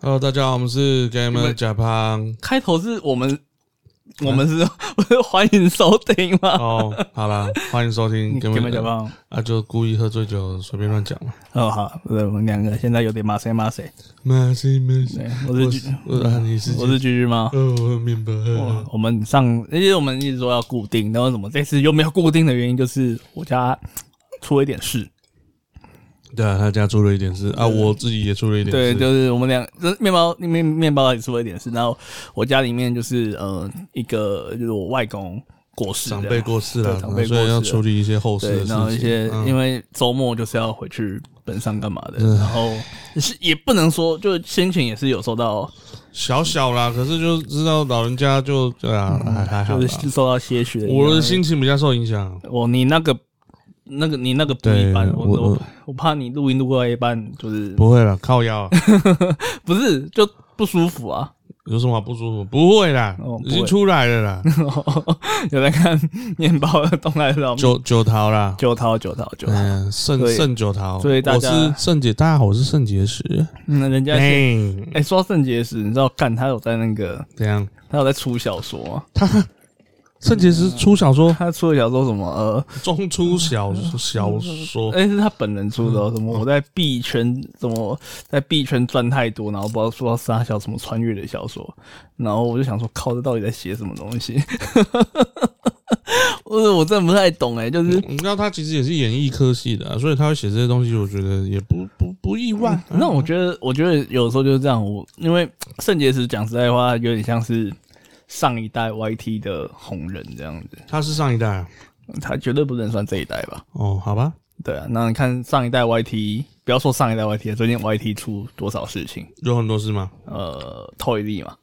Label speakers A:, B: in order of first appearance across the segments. A: Hello，大家好，我们是 Gamer 甲胖。
B: 开头是我们，我们是 不是欢迎收听吗？
A: 哦，好啦，欢迎收听
B: 给你们
A: Gamer
B: 讲
A: 甲
B: 吧。
A: 啊，就故意喝醉酒，随便乱讲嘛。
B: 哦，好，我们两个现在有点骂谁骂谁。
A: 没事没事
B: 对，，我是居
A: 我是啊，你是
B: 我是嗯居居吗？哦
A: 呃，我嗯面包。
B: 我我们上，因为我们一直说要固定，但为什么这次又没有固定的原因，就是我家出了一点事。
A: 对啊，他家出了一点事啊，我自己也出了一点
B: 对，
A: 事。
B: 就是啊我们俩，这面包面面包也出了一点事，然后我家里面就是呃一个就是我外公过世的，
A: 长辈过世
B: 对
A: 了，
B: 长辈过世
A: 所以要处理一些后事
B: 对
A: 的，事情。
B: 然后一些、
A: 嗯
B: 因为周末就是要回去本上干嘛的，然后是也不能说，就心情也是有受到，
A: 小小啦，可是就知道老人家就对啊，还还好
B: 嗯就
A: 啦。
B: 是受到些许的影响。
A: 我的心情比较受影响。啊
B: 我你那个那个你那个不
A: 对
B: 一般，我
A: 我
B: 我我怕你录音录到一半就是
A: 不会了，靠腰 啊。
B: 不是就不舒服啊？
A: 有什么好不舒服？不会啦
B: 哦，不会
A: 已经出来了啦，
B: 有在看面包的动态照片，
A: 九九桃啦，
B: 九桃九桃九桃，
A: 嗯，盛
B: 所以
A: 盛九桃，
B: 所以大
A: 我
B: 家
A: 是盛姐，大家好，我是盛杰石。
B: 那人家哎、
A: 哎，
B: 说到肾结石，你知道干他有在那个
A: 怎样？
B: 他有在出小说吗？
A: 盛杰
B: 嗯
A: 石出小 说，
B: 他出的小说什么呃。
A: 中出小
B: 嗯
A: 小说，
B: 那是他本人出的哦、什么我在币圈怎么在币圈赚太多，然后不知道说要杀小什么穿越的小说，然后我就想说，靠，这到底在写什么东西？ 我我真的不太懂哎、就是
A: 你知道他其实也是演艺科系的啊，所以他会写这些东西，我觉得也不不不意外。
B: 那我觉得，我觉得有时候就是这样，我因为圣洁石讲实在话，有点像是上一代 YT 的红人这样子，
A: 他是上一代啊
B: 他绝对不能算这一代吧。
A: 哦，好吧，
B: 对啊，那你看上一代 YT，不要说上一代 YT，了，最近 YT 出多少事情？
A: 有很多事 吗？
B: 呃，Toy 力嘛，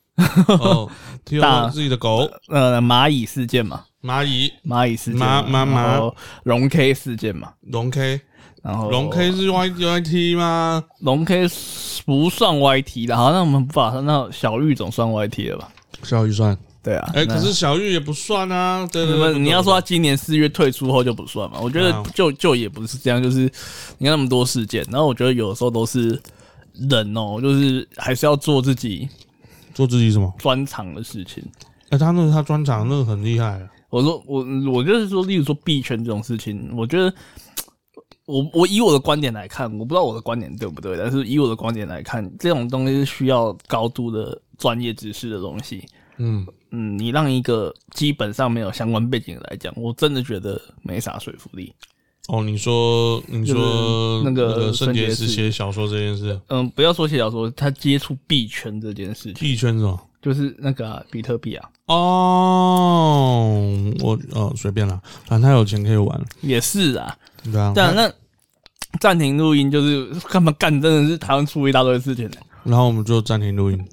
A: 哦，提
B: 大
A: 到自己的狗
B: 呃，蚂蚁事件嘛，
A: 蚂蚁
B: 蚂蚁事件嘛，
A: 蚂蚂
B: 然后龙 K 事件嘛，
A: 龙 K，
B: 然后
A: 龙 K 是 Y Y T 吗？
B: 龙 K 不算 YT 的，好，那我们把那小玉总算 YT 了吧？
A: 小雨算，
B: 对啊，
A: 哎，
B: 那
A: 可是小玉也不算啊，对
B: 你
A: 对对，
B: 们你要说他今年四月退出后就不算嘛？我觉得
A: 啊
B: 就就也不是这样，就是你看那么多事件，然后我觉得有的时候都是人哦，就是还是要做自己
A: 做自己什么？
B: 专长的事情。
A: 哎、他那个他专场那个很厉害，
B: 我说我我就是说，例如说币圈这种事情，我觉得我我以我的观点来看，我不知道我的观点对不对，但是以我的观点来看，这种东西是需要高度的专业知识的东西。
A: 嗯，
B: 嗯，你让一个基本上没有相关背景的来讲，我真的觉得没啥说服力。
A: 哦，你说你说
B: 就是那个
A: 圣洁
B: 圣
A: 是
B: 洁是
A: 写小说这件事，
B: 嗯，不要说写小说，他接触币圈这件事情，
A: 币圈是吗？
B: 就是那个啊、比特币啊，
A: 哦，我哦随便啦，反正他有钱可以玩，
B: 也是啊。
A: 对啊。
B: 但那暂停录音就是干嘛干，真的是台湾出一大堆事情、欸。
A: 然后我们就暂停录音，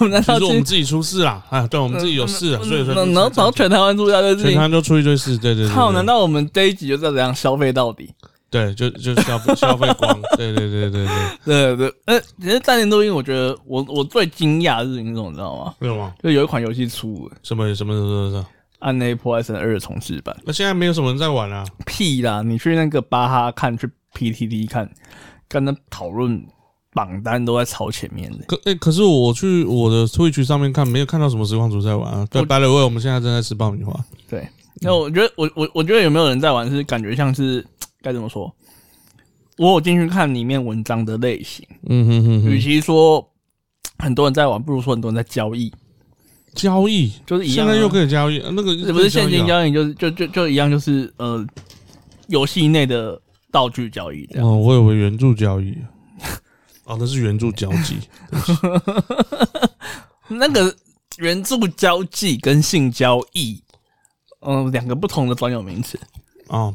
B: 我们难
A: 其
B: 道
A: 实我
B: 去
A: 们自己出事啦，啊，对，我们自
B: 嗯
A: 己有事啊，所以说
B: 那然后然后全台湾住家都是
A: 全
B: 你
A: 团都出一堆事，对对对对，
B: 靠，难道我们这一集就这样消费到底？
A: 对就就消费消费光，对对对对对，
B: 对对，呃，其实暂停录音，我觉得我我最惊讶的是你什么，你知道吗？
A: 没有吗？
B: 就有一款游戏出了《
A: 什么什么什么什么？
B: 暗黑破坏神二》重置版，
A: 那现在没有什么人在玩啊，
B: 屁啦！你去那个巴哈看，去 PTT 看，跟他讨论榜单都在超前面的。
A: 可诶、可是我去我的 Twitch 上面看，没有看到什么实况组在玩啊。对，白了位，我们现在正在吃爆米花。
B: 对，
A: 嗯
B: 那我觉得我我我觉得有没有人在玩，是感觉像是该怎么说？我有进去看里面文章的类型，
A: 嗯哼哼
B: 与其说很多人在玩，不如说很多人在交易，
A: 交易
B: 就是一样、
A: 现
B: 啊。
A: 在又可以交易，呃那个
B: 是不是现金
A: 易
B: 交易，就是就就就一样，就是呃，游戏内的道具交易这
A: 啊？
B: 样。
A: 哦，我以为援助交易。 哦，那是援助交 易。
B: 那个援助交际跟性交易，嗯、两个不同的专有名词。
A: 哦，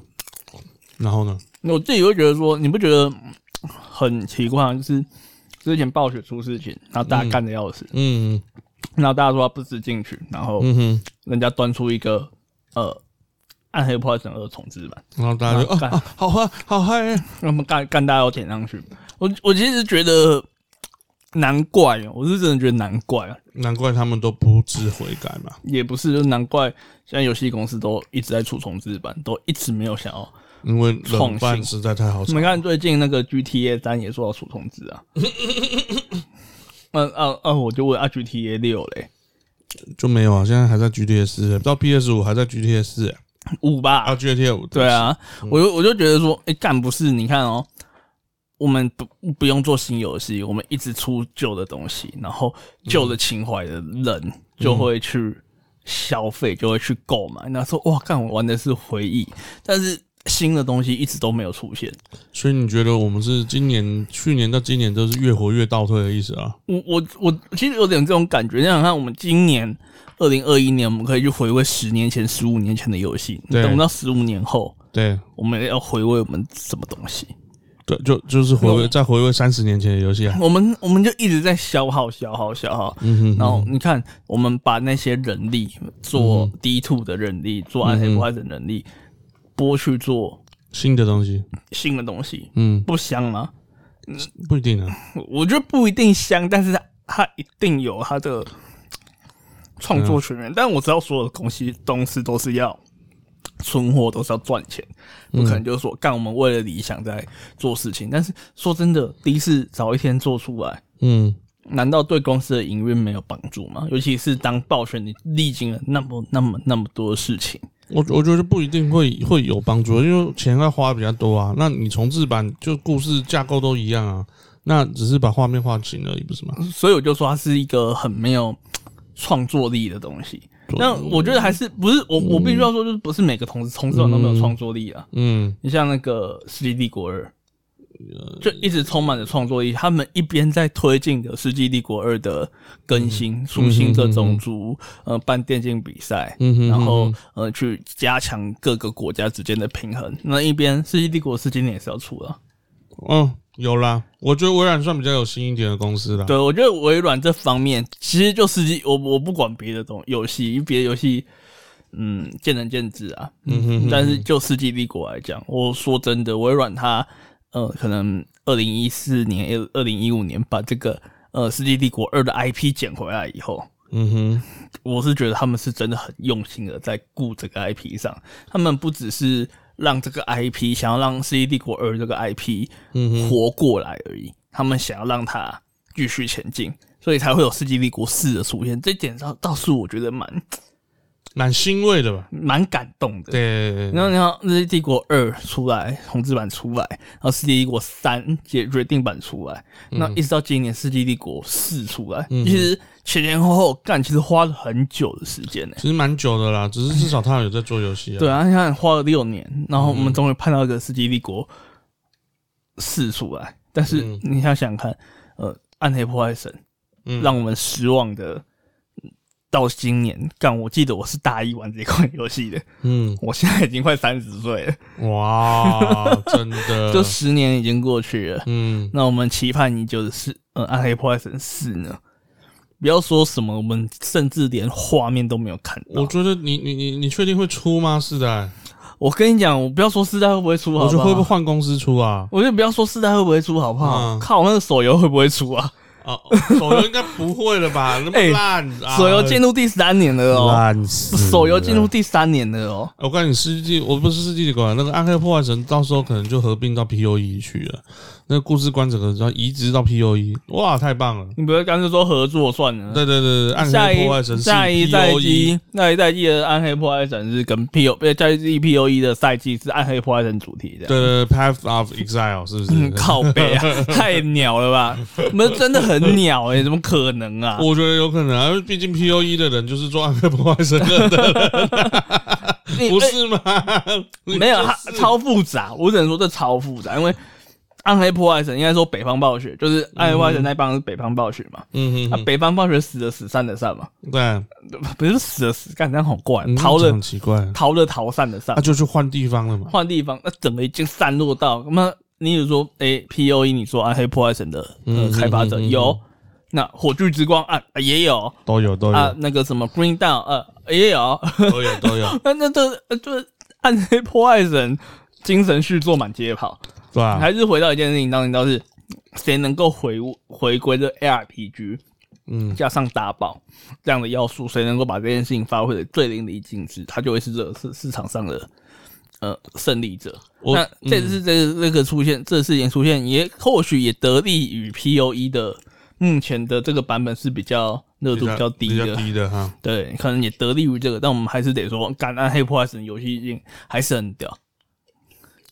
A: 然后呢？
B: 我自己会觉得说，你不觉得嗯很奇怪吗？就是之前暴雪出事情，然后大家干的要死，
A: 嗯
B: 然后大家说他不思进去，然后
A: 嗯哼，
B: 人家端出一个呃。暗黑破坏神二重置版，
A: 然后大家就
B: 啊
A: 啊
B: 干
A: 啊，好嗨，好嗨！
B: 那么干干大家要点上去。我我其实觉得难怪，啊我是真的觉得难怪啊。
A: 难怪他们都不知悔改嘛。
B: 也不是，就难怪现在游戏公司都一直在出重置版，都一直没有想要
A: 因为冷
B: 创
A: 饭
B: 新
A: 实在太好
B: 你
A: 吃。
B: 们看最近那个 GTA 三也说要出通知啊，那啊啊，我就问啊 GTA 六嘞，
A: 就没有啊，现在还在 GTA 四、到 PS 五还在 GTA 四、哎
B: 五吧，
A: 啊 GTA 五
B: 对，啊，我就我就觉得说，哎、干不是？你看哦，我们不不用做新游戏，我们一直出旧的东西，然后旧的情怀的人就会去消费，就会去购买。那说哇，干我玩的是回忆，但是新的东西一直都没有出现。
A: 所以你觉得我们是今年、去年到今年都是越活越倒退的意思啊？
B: 我我我其实有点这种感觉。你想想看，我们今年二零二一年，我们可以去回味十年前、十五年前的游戏，
A: 对
B: 等到十五年后，
A: 对
B: 我们要回味我们什么东西？
A: 对，就就是回
B: 那
A: 味再回味三十年前的游戏啊。
B: 我们我们就一直在消耗、消耗、消耗。
A: 嗯嗯哼，
B: 然后你看，我们把那些人力做 D two 的人力，
A: 嗯
B: 做暗黑破坏者人力，拨去做
A: 新的东西，
B: 新的东西，
A: 嗯，
B: 不香吗？
A: 不一定啊。
B: 我我觉得不一定香，但是它它一定有它的创
A: 嗯
B: 作权源。但我知道所有的东西东西都是要存活，都是要赚钱，不
A: 嗯
B: 可能就是说干我们为了理想在做事情。但是说真的，第一次早一天做出来，
A: 嗯，
B: 难道对公司的营运没有帮助吗？尤其是当暴雪你历经了那么、那么、那么多的事情，
A: 我我觉得不一定会会有帮助，啊因为钱要花比较多啊。那你重置版就故事架构都一样啊，那只是把画面画清而已，不是吗？
B: 所以我就说它是一个很没有创作力的东西。那我觉得还是不是我我必须要说，就是不是每个同事同事都没有创作力啊。
A: 嗯，
B: 你像那个《世纪帝国二》，就一直充满着创作力。他们一边在推进的《世纪帝国二》的更新，属性这种族，呃，办电竞比赛，
A: 嗯哼
B: 然后呃，去加强各个国家之间的平衡。那一边《世纪帝国四》今年也是要出了，
A: 嗯，有啦。我觉得微软算比较有心一点的公司啦。
B: 对我觉得微软这方面其实就是我我不管别的东游戏，因为别的游戏。嗯，见仁见智啊。
A: 嗯哼哼
B: 但是就《世纪帝国》来讲，我说真的，微软它呃，可能二零一四年、二零一五年把这个呃《世纪帝国二》的 IP 捡回来以后，
A: 嗯哼，
B: 我是觉得他们是真的很用心的在顾这个 IP 上，他们不只是让这个 IP 想要让《世纪帝国二》这个 IP 活过来而已，他们想要让它继续前进，所以才会有《世纪帝国四》的出现。这点上倒是我觉得蛮
A: 蛮欣慰的吧？
B: 蛮感动的。
A: 对对
B: 然
A: 对，
B: 后你看《日帝国二》出来，重置版出来，然后《世纪帝国三》解决定版出来，那一直到今年《世纪帝国四》出来，其实前前后后干，其实花了很久的时间呢、
A: 其实蛮久的啦，只是至少他有在做游戏啊。
B: 哎对啊，你看花了六年，然后我
A: 嗯
B: 们终于盼到一个《世纪帝国四》出来，但是
A: 嗯
B: 你要想想看，呃，《暗黑破坏神》
A: 嗯
B: 让我们失望的。到今年干，我记得我是大一玩这款游戏的，
A: 嗯，
B: 我现在已经快三十岁了，
A: 哇，真的，
B: 就十年已经过去了。
A: 嗯，
B: 那我们期盼已久的是，呃，《暗黑破坏神四》呢？不要说什么，我们甚至连画面都没有看到。
A: 我觉得你你你你确定会出吗？是的，
B: 我跟你讲，我不要说四代会不会出，好
A: 我觉
B: 不
A: 得
B: 好？
A: 会不会换公司出 啊？
B: 我就不要说四代会不会出，好不好？
A: 嗯
B: 靠，那个手游会不会出啊？
A: 啊，手游应该不会了 吧？那么
B: 哎
A: 烂啊！
B: 手游进入第三年了哦、
A: 烂死
B: 手游进入第三年了哦、
A: 哎我告诉你，世纪我不是世纪馆，那个暗黑破坏神到时候可能就合并到 P O E 去了，那个故事观整个要移植到 P O E，哇，太棒了！
B: 你不要干脆说合作算了。
A: 对对对对，嗯暗
B: 下
A: 黑
B: 一
A: 破坏神是 E
B: 下一赛
A: POE，
B: 季，下一赛季的暗黑破坏神是跟 P O 呃，下一季 P O E 的赛季是暗黑破坏神主题的。
A: 对对对，Path of Exile 是不是？
B: 嗯，靠 北啊，太鸟了吧！我们真的很鸟哎、怎么可能啊？
A: 我觉得有可能啊，因为毕竟 P O E 的人就是做暗黑破坏神的 人，
B: 你
A: 不是吗？
B: 哎没有，它超复杂，我只能说这超复杂，因为暗黑破坏神应该说北方暴雪，就是暗黑破坏神那帮是北方暴雪嘛，
A: 嗯
B: 啊
A: 哼，
B: 北方暴雪死的死，散的散嘛，
A: 对，啊
B: 不是死的死，干这样好怪，啊
A: 嗯你这
B: 逃
A: 样讲
B: 的
A: 很奇怪，啊
B: 逃的逃，散的散
A: 他，就去换地方了嘛。
B: 换地方，那整个已经散落到那么，你有说哎 P O E，你说暗黑破坏神的呃
A: 嗯
B: 开发者
A: 嗯嗯嗯
B: 有，那火炬之光啊也有。
A: 都有都
B: 啊
A: 有，
B: 那个什么 Bring Down，呃，也有，
A: 都有都有，
B: 那那这呃就是暗黑破坏神精神续作满街跑，
A: 对吧？
B: 还是回到一件事情当中，就是谁能够回回归这 ARPG
A: 嗯
B: 加上打宝这样的要素，谁能够把这件事情发挥的最淋漓尽致，它就会是这个市市场上的呃胜利者。
A: 我嗯
B: 那这次这这个出现，这事情出现也或许也得利于 P O E 的目前的这个版本是比较热度比较低
A: 比较
B: 的，
A: 低的哈。
B: 对，可能也得利于这个，但我们还是得说，敢按黑破坏神游戏已经还是很屌。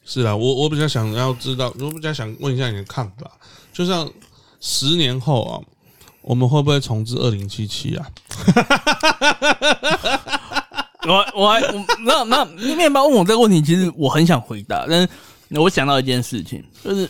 A: 是啊，我我比较想要知道，我比较想问一下你的看法，啊就像十年后啊，我们会不会重置二零七七啊？
B: 我我还我那那面包问我这个问题，其实我很想回答，但是我想到一件事情，就是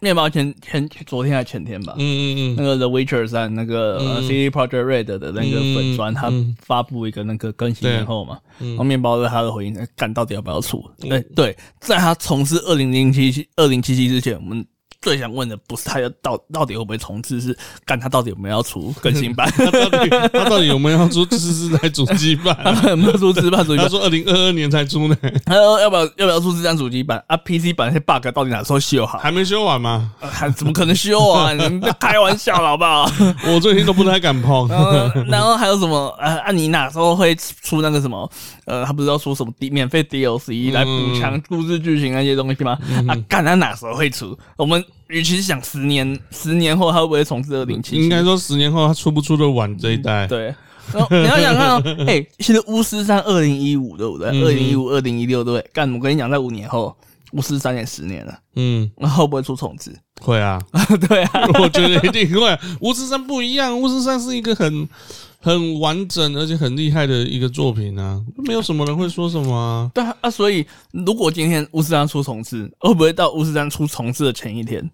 B: 面包前前昨天还前天吧，
A: 嗯嗯
B: 那个《The Witcher 三》那个、呃 CD Projekt Red 的那个粉砖，他发布一个那个更新以后嘛，然后面包对他的回应，哎干到底要不要出？对对，在他重置二零零七二零七七之前，我们最想问的不是他要到到底会不会重置，是干他到底有没有要出更新版？
A: 嗯，到底他到底有没有要出这次是台主机版 啊、
B: 有没有出自版主机
A: 他
B: 版？
A: 说二零二二年才出呢，
B: 他说要不要要不要出自版主机版？啊，PC 版那些 bug 到底哪时候修好？
A: 还没修完吗？
B: 呃还怎么可能修 啊？你们开玩笑了好不好？
A: 我最近都不太敢 碰。
B: 然后，然后还有什么？呃，啊，你哪时候会出那个什么？呃，他不是要出什么 D- 免费 DLC 来
A: 嗯
B: 补强故事剧情那些东西吗？啊，干，他哪时候会出？我们与其想十年，十年后他会不会重置二零七？
A: 嗯应该说十年后他出不出得完这一代？
B: 对。然后你要想看哦，哎、其实巫师三二零一五对不对？
A: 嗯
B: 二零一五、二零一六对不对？干，我跟你讲，在五年后，巫师三也十年了，
A: 嗯，
B: 那会不会出 重置？
A: 会啊，
B: 对啊，
A: 我觉得一定会。巫师三不一样，巫师三是一个很很完整而且很厉害的一个作品啊，没有什么人会说什么啊。
B: 对啊，啊所以如果今天巫师三出重置，会不会到巫师三出重置的前一
A: 嗯
B: 天？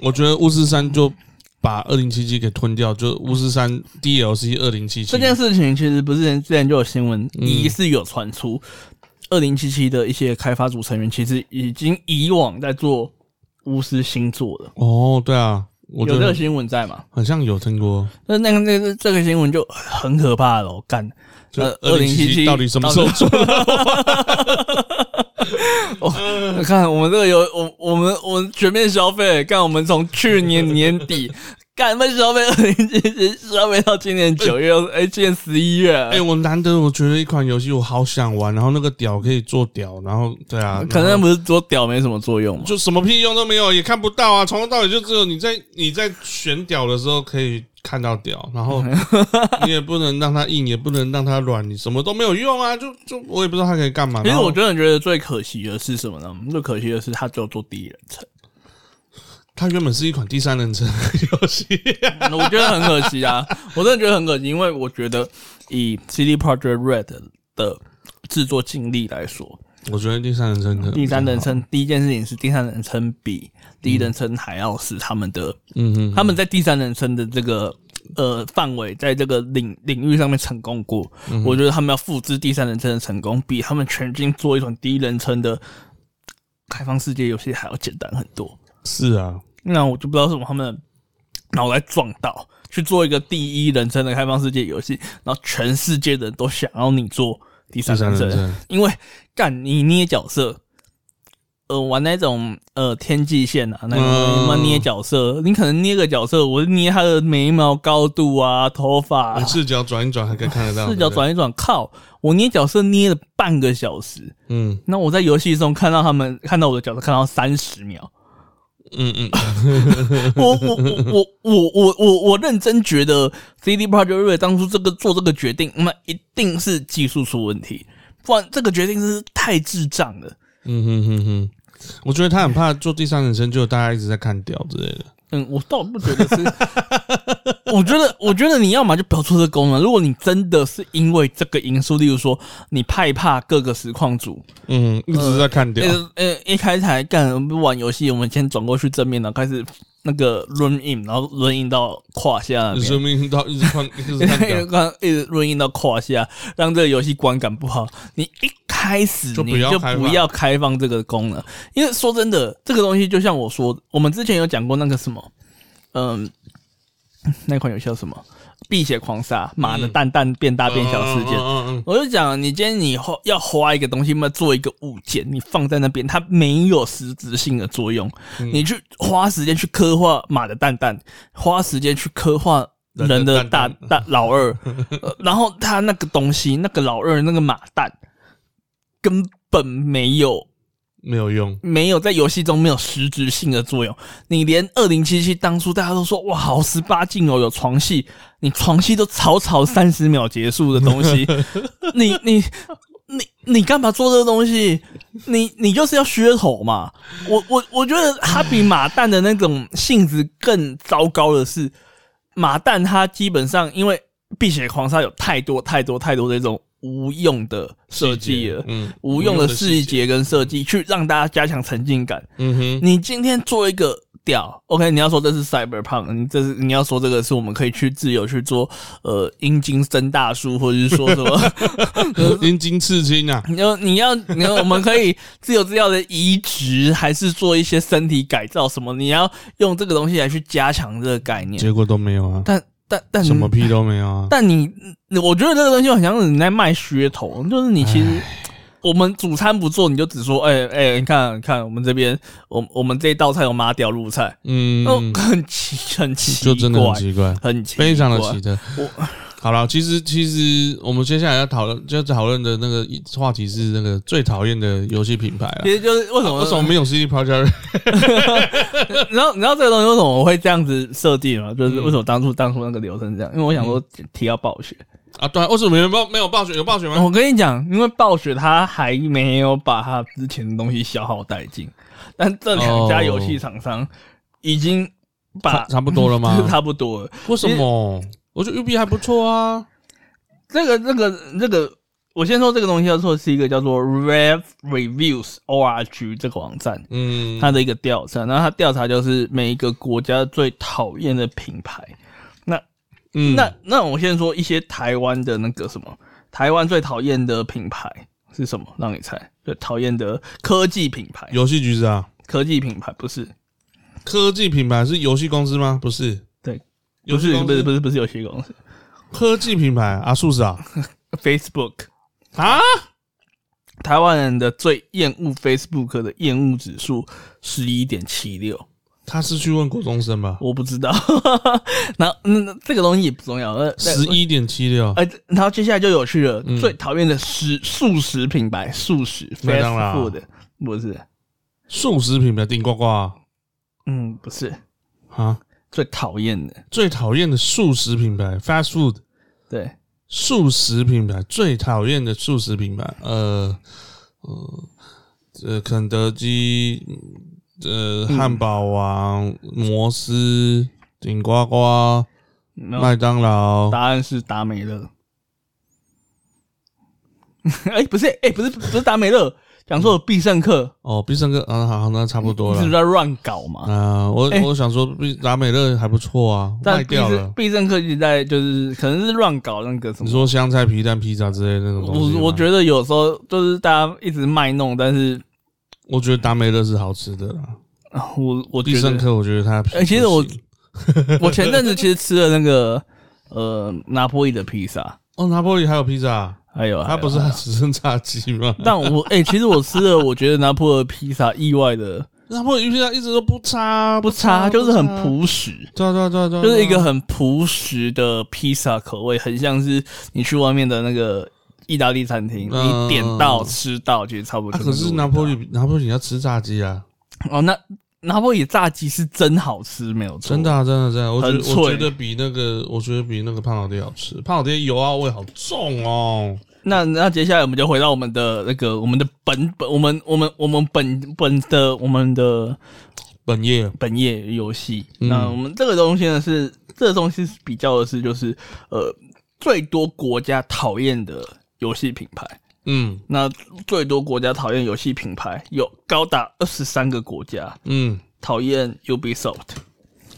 A: 我觉得巫师三就把二零七七给吞掉，就巫师三 DLC 二零七七
B: 这。件事情其实不是之前之前就有新闻，
A: 嗯
B: 疑似有传出，二零七七的一些开发组成员其实已经以往在做巫师星座了，
A: 哦，对啊，我
B: 有
A: 觉
B: 这个
A: 得
B: 新闻在嘛？
A: 很像有听过。
B: 那那个那个这个新闻就很可怕了，我干。
A: 就
B: 呃二
A: 二
B: 零
A: 零
B: 七
A: 七
B: 七
A: 七到底什么时候 出？
B: 我看我们这个有我我们我们全面消费，干我们从去年年底 干被消费二零七七消费到今年九月，哎、今年十一月，
A: 哎、我难得我觉得一款游戏我好想玩，然后那个屌可以做屌，然后对啊，
B: 可
A: 然
B: 能
A: 后
B: 不是做屌没什么作用嘛。
A: 就什么屁用都没有，也看不到啊。从头到尾就只有你在你在选屌的时候可以看到屌，然 后你也不能让它硬，也不能让它软，你什么都没有用啊。就就我也不知道它可以干嘛。
B: 其实
A: 然后
B: 我真的觉得最可惜的是什么呢？最可惜的是他只有做第一人称，
A: 它原本是一款第三人称 的游戏，
B: 我觉得很可惜啊！ 我真的觉得很可惜，因为我觉得以 CD Projekt Red 的制作经历来说，
A: 我觉得第三人称可能
B: 第三
A: 嗯
B: 人
A: 比较好，
B: 称第一件事情是第三人称比第一人称还要是他们的，
A: 嗯嗯，
B: 他们在第三人称的这个。呃，范围在这个领领域上面成功过，
A: 嗯
B: 我觉得他们要复制第三人称的成功，比他们全境做一款第一人称的开放世界游戏还要简单很多。
A: 是啊，
B: 那我就不知道为什么他们脑袋撞到去做一个第一人称的开放世界游戏，然后全世界的人都想要你做第
A: 第
B: 三
A: 三
B: 人
A: 人
B: 称，
A: 称，
B: 因为干你捏角色，呃，玩那种呃天际线啊，那个
A: 嗯
B: 什么捏角色，你可能捏个角色，我捏他的眉毛高度啊、头发、
A: 你视角转一转还可以看得到，
B: 视角
A: 哦啊对不对，
B: 转一转，靠，我捏角色捏了半个小时，
A: 嗯
B: 那我在游戏中看到他们看到我的角色看到三十秒。
A: 嗯嗯，
B: 我我我我我我我认真觉得 CD Projekt Red 当初这个做这个决定，那么一定是技术出问题，不然这个决定是太智障了。
A: 嗯哼哼哼，我觉得他很怕做第三人称，就大家一直在看屌之类的。
B: 嗯，我倒不觉 得是，我觉得，我觉得你要么就不要做这个功能。如果你真的是因为这个因素，例如说你害怕各个实况组，
A: 嗯，一直在看屌。
B: 呃呃，一开始还干不玩游戏，我们先转过去正面，然后开始那个 run in，然后 run in 到胯下那边，
A: 说明到一直看，一直看
B: 一直
A: 屌，
B: 刚一直润音到胯下，让这个游戏观感不好。你一开始
A: 就不
B: 你
A: 要
B: 就
A: 开
B: 不
A: 放
B: 要开放这个功能，因为说真的，这个东西就像我说，我们之前有讲过那个什么，嗯、那款游戏叫什么《碧血狂杀》，马的蛋蛋变大变小事件。
A: 嗯嗯嗯
B: 我就讲，你今天你花要花一个东西，嘛做一个物件，你放在那边，它没有实质性的作用。
A: 嗯
B: 你去花时间去刻画马的蛋蛋，花时间去刻画人
A: 人的
B: 的大
A: 蛋
B: 大老 二，呃然后他那个东西，那个老二那个马蛋，根本没有
A: 没有用。
B: 没有在游戏中没有实质性的作用。你连二零七七当初大家都说哇好十八禁哦，有床戏，你床戏都草草三十秒结束的东西，你你你你干嘛做这个东西？你你就是要噱头嘛！我我我觉得它比马蛋的那种性质更糟糕的是，马蛋它基本上因为《碧血狂杀》有太多太多太多这种无用的设计了，
A: 嗯，
B: 无用的
A: 细
B: 细
A: 节，
B: 节跟设计，去让大家加强沉浸感。
A: 嗯哼，
B: 你今天做一个屌，OK，你要说这是 cyberpunk，你这是你要说这个是我们可以去自由去做呃阴茎增大术，或者是说 什么，
A: 阴茎刺青啊，
B: 你要你要你要我们可以自由自料的移植，还是做一些身体改造什么？你要用这个东西来去加强这个概念，
A: 结果都没有啊，
B: 但但但
A: 什么屁都没有啊。
B: 但你，你我觉得这个东西好像是你在卖噱头，就是你其实我们主餐不做，你就只说，哎、哎、你看你看我们这边，我我们这一道菜有麻掉入菜，哦，
A: 嗯，
B: 很奇很奇
A: 就
B: 怪，
A: 真的很奇怪，
B: 很奇怪，
A: 非常的奇特
B: 我。
A: 好了，其实其实我们接下来要讨论，就讨论的那个话题是那个最讨厌的游戏品牌啊
B: 其。实就是为什么、
A: 为什么没有 CD Projekt？呃
B: 然后你知道这个东西为什么我会这样子设计吗？就是
A: 嗯
B: 为什么当初当初那个流程这样？因为我想说提到暴雪，
A: 啊，对啊，为什么没有报没有暴雪？有暴雪吗？
B: 我跟你讲，因为暴雪它还没有把它之前的东西消耗殆尽，但这两
A: 哦
B: 家游戏厂商已经把？
A: 差差不多了吗
B: 差不多了。
A: 为什么？我觉得育碧还不错啊。
B: 这个、这个、这个，我先说这个东西要做的是一个叫做 Rev Reviews org 这个网站，
A: 嗯，
B: 它的一个调查。然后它调查就是每一个国家最讨厌的品牌。
A: 嗯
B: 那那我先说一些台湾的那个什么，台湾最讨厌的品牌是什么？让你猜，最讨厌的科技品牌。
A: 游戏橘子啊，
B: 科技品牌不是，
A: 科技品牌是游戏公司吗？不是，
B: 对，
A: 游
B: 不
A: 戏
B: 是
A: 公
B: 不
A: 司
B: 是不是不是游戏公司
A: 科技品牌啊，素食啊
B: ，Facebook，
A: 啊，
B: 台湾人的最厌恶 Facebook 的厌恶指数十一点七六，
A: 他是去问国中生吧？
B: 我不知道。 然后嗯，这个东西也不重要。呃，
A: 十一嗯点七六，
B: 呃，然后接下来就有趣了，最讨厌的食素食品牌，素食
A: 麦当啊
B: fast
A: 劳
B: food 不是，
A: 素食品牌顶呱呱啊
B: 嗯，不是
A: 啊！
B: 最讨厌的，
A: 最讨厌的素食品牌 fast food，
B: 对，
A: 素食品牌最讨厌的素食品牌，呃呃呃，肯德基，呃，
B: 嗯
A: 汉堡王、摩斯、顶呱呱、
B: 然后
A: 麦当劳，
B: 答案是达美乐。 哎、不是，哎、不是，不是达美乐，讲错了，必胜客。
A: 哦，必胜客，嗯，好，那差不多
B: 你是不是
A: 了。
B: 在乱搞嘛？
A: 啊、我、
B: 哎
A: 我想说，必达美乐还不错啊，卖
B: 但必
A: 掉
B: 胜
A: 了。
B: 必胜客一直在就是可能是乱搞那个
A: 你
B: 什么，
A: 说香菜皮蛋披萨之类的那种东西吗
B: 我我觉得有时候就是大家一直卖弄，但是
A: 我觉得达美乐是好吃的啦。
B: 啊我我
A: 必
B: 觉
A: 胜
B: 得
A: 客，我觉得它皮
B: 哎其实我
A: 不行
B: 我前阵子其实吃了那个呃拿破里的披萨，
A: 哦，拿破里还有披萨啊，
B: 还有
A: 它不是，
B: 还有
A: 只剩炸鸡 吗？
B: 但我哎、其实我吃了，我觉得拿破里的披萨意外的
A: 拿破里披萨一直都不差，
B: 不差，就是很。朴实。
A: 对啊对啊对啊对啊，
B: 就是一个很朴实的披萨口味，很像是你去外面的那个意大利餐厅，
A: 嗯
B: 你点到吃到，其实差不
A: 啊。
B: 多。
A: 可是拿破里拿破里要吃炸鸡啊，
B: 哦，那拿破里炸鸡是真好吃，没有错。
A: 真的、啊、真的真的，我觉
B: 哦很
A: 得我觉
B: 脆
A: 得比那个我觉得比那个胖老爹好吃，胖老爹油啊味好重哦。
B: 那那接下来我们就回到我们的那个我们的本本，我们我们我们本本的我们的
A: 本业
B: 本业游戏。
A: 嗯
B: 那我们这个东西呢是这个东西是比较的是就是呃最多国家讨厌的游戏品牌。
A: 嗯
B: 那最多国家讨厌游戏品牌有高达二十三个国家
A: 嗯，
B: 讨厌 Ubisoft，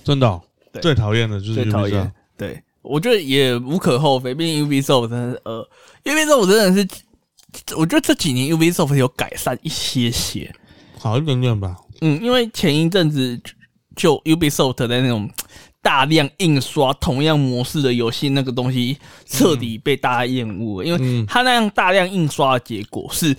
A: 真的哦、
B: 对
A: 最讨厌的就是
B: 最讨
A: Ubisoft
B: 厌。对，我觉得也无可厚非，毕竟 Ubisoft 真的是呃，Ubisoft 真的是，我觉得这几年 Ubisoft 有改善一些些。
A: 好一点点吧。
B: 嗯，因为前一阵子就就 Ubisoft 的那种大量印刷同样模式的游戏，那个东西彻底被大家厌恶了，因为它那样大量印刷的结果是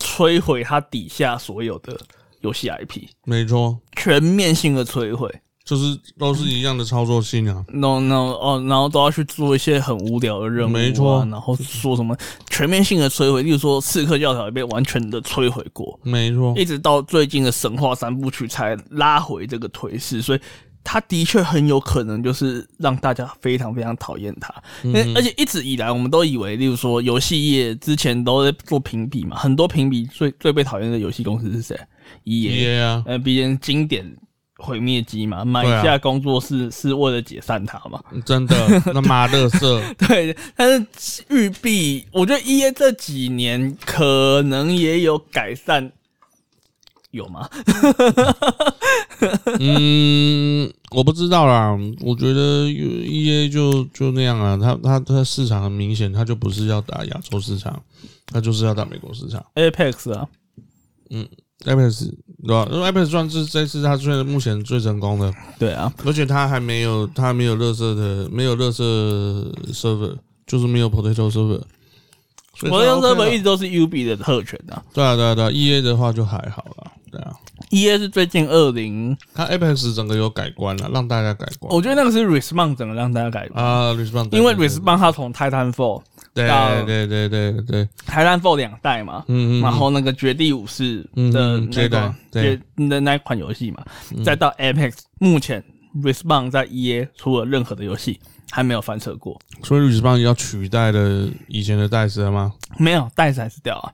B: 摧毁它底下所有的游戏 IP，
A: 没错，
B: 全面性的摧毁。
A: 就是都是一样的操作性啊。
B: no no 哦，然后都要去做一些很无聊的任务、啊，
A: 没错
B: 然后做什么全面性的摧毁，例如说《刺客教条》也被完全的摧毁过，
A: 没错，
B: 一直到最近的《神话三部曲》才拉回这个颓势，所以他的确很有可能就是让大家非常非常讨厌他。
A: 嗯
B: 那、而且一直以来，我们都以为，例如说游戏业之前都在做评比嘛，很多评比最最被讨厌的游戏公司是谁？EA，
A: 耶啊，
B: 呃，毕竟经典毁灭机嘛，买
A: 对啊
B: 下工作室是为了解散它嘛。
A: 真的，那妈乐色，
B: 对，但是育碧，我觉得 E A 这几年可能也有改善，有吗？
A: 嗯，我不知道啦，我觉得 E A 就就那样啊，它它它市场很明显，它就不是要打亚洲市场，它就是要打美国市场。
B: Apex 啊，
A: Apex 对吧？因为 Apex 算是这次它最目前最成功的，
B: 对啊，
A: 而且它还没有它没有乐色的，没有乐色 server，就是没有 potato server。所以
B: 我
A: 它
B: 用
A: OK
B: 这本
A: 啦
B: 一直都是 U B 的特权啊
A: 对啊对啊对啊，E A 的话就还好啦，对啊，
B: ，E A 是最近二零，
A: 它 Apex 整个有改观了，让大家改观
B: 我觉得那个是 Respawn 整个让大家改，
A: 啊，Respawn，
B: 哦因为
A: 对对
B: Respawn 它从 Titanfall、到
A: 对对对对对对，
B: Titanfall 两代嘛，
A: 嗯嗯，
B: 然后那个《绝地武士》的
A: 嗯嗯
B: 那
A: 这一
B: 个
A: 代
B: 绝
A: 对嗯
B: 那那一款游戏嘛，再到 Apex，目前 Respawn 在 EA 出了任何的游戏还没有翻车过，
A: 所以 Respawn 要取代了以前的戴斯吗？
B: 没有袋子还是掉啊，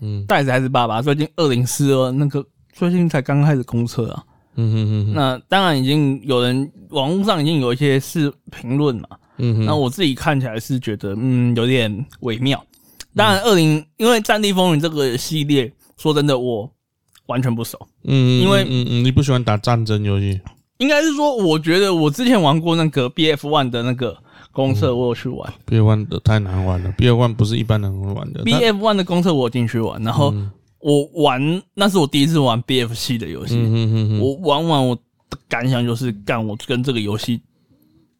A: 嗯
B: 袋子还是爸爸。最近二零四二那个最近才刚开始公测啊，
A: 嗯嗯嗯
B: 那当然已经有人网络上已经有一些是评论嘛，
A: 嗯
B: 那
A: 嗯，
B: 我自己看起来是觉得嗯有点微妙。当然，二零因为《战地风云》这个系列，说真的我完全不熟。
A: 嗯，嗯嗯，你不喜欢打战争游戏？
B: 应该是说，我觉得我之前玩过那个 BF One 的那个公
A: 嗯
B: 测，我有去玩、
A: B One 的太难玩了，B One 不是一般人会玩的。它
B: BF One 的公测，我有进去玩，然后
A: 嗯
B: 我玩那是我第一次玩 BF 系的游戏，
A: 嗯嗯嗯嗯，
B: 我玩完我的感想就是，干我跟这个游戏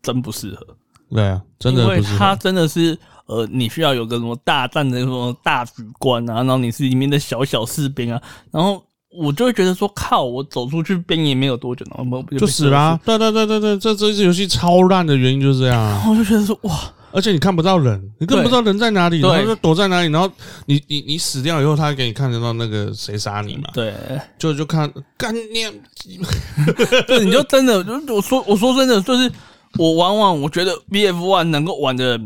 B: 真不适合，
A: 对啊，真的
B: 因为
A: 不是
B: 它真的是。呃，你需要有个什么大战的什么大局观啊，然后你是里面的小小士兵啊，然后我就会觉得说，靠，我走出去边也没有多久，然后
A: 就死啦、。对对对对对，这这次游戏超烂的原因就是这样啊、
B: 然后我就觉得说，哇，
A: 而且你看不到人，你根本不知道人在哪里，
B: 对
A: 然后就躲在哪里，然后你你你死掉以后，他还给你看得到那个谁杀你嘛，
B: 对，
A: 就就看干你啊，
B: 对，你就真的，就我说我说真的，就是我玩完，我觉得 BF One 能够玩的，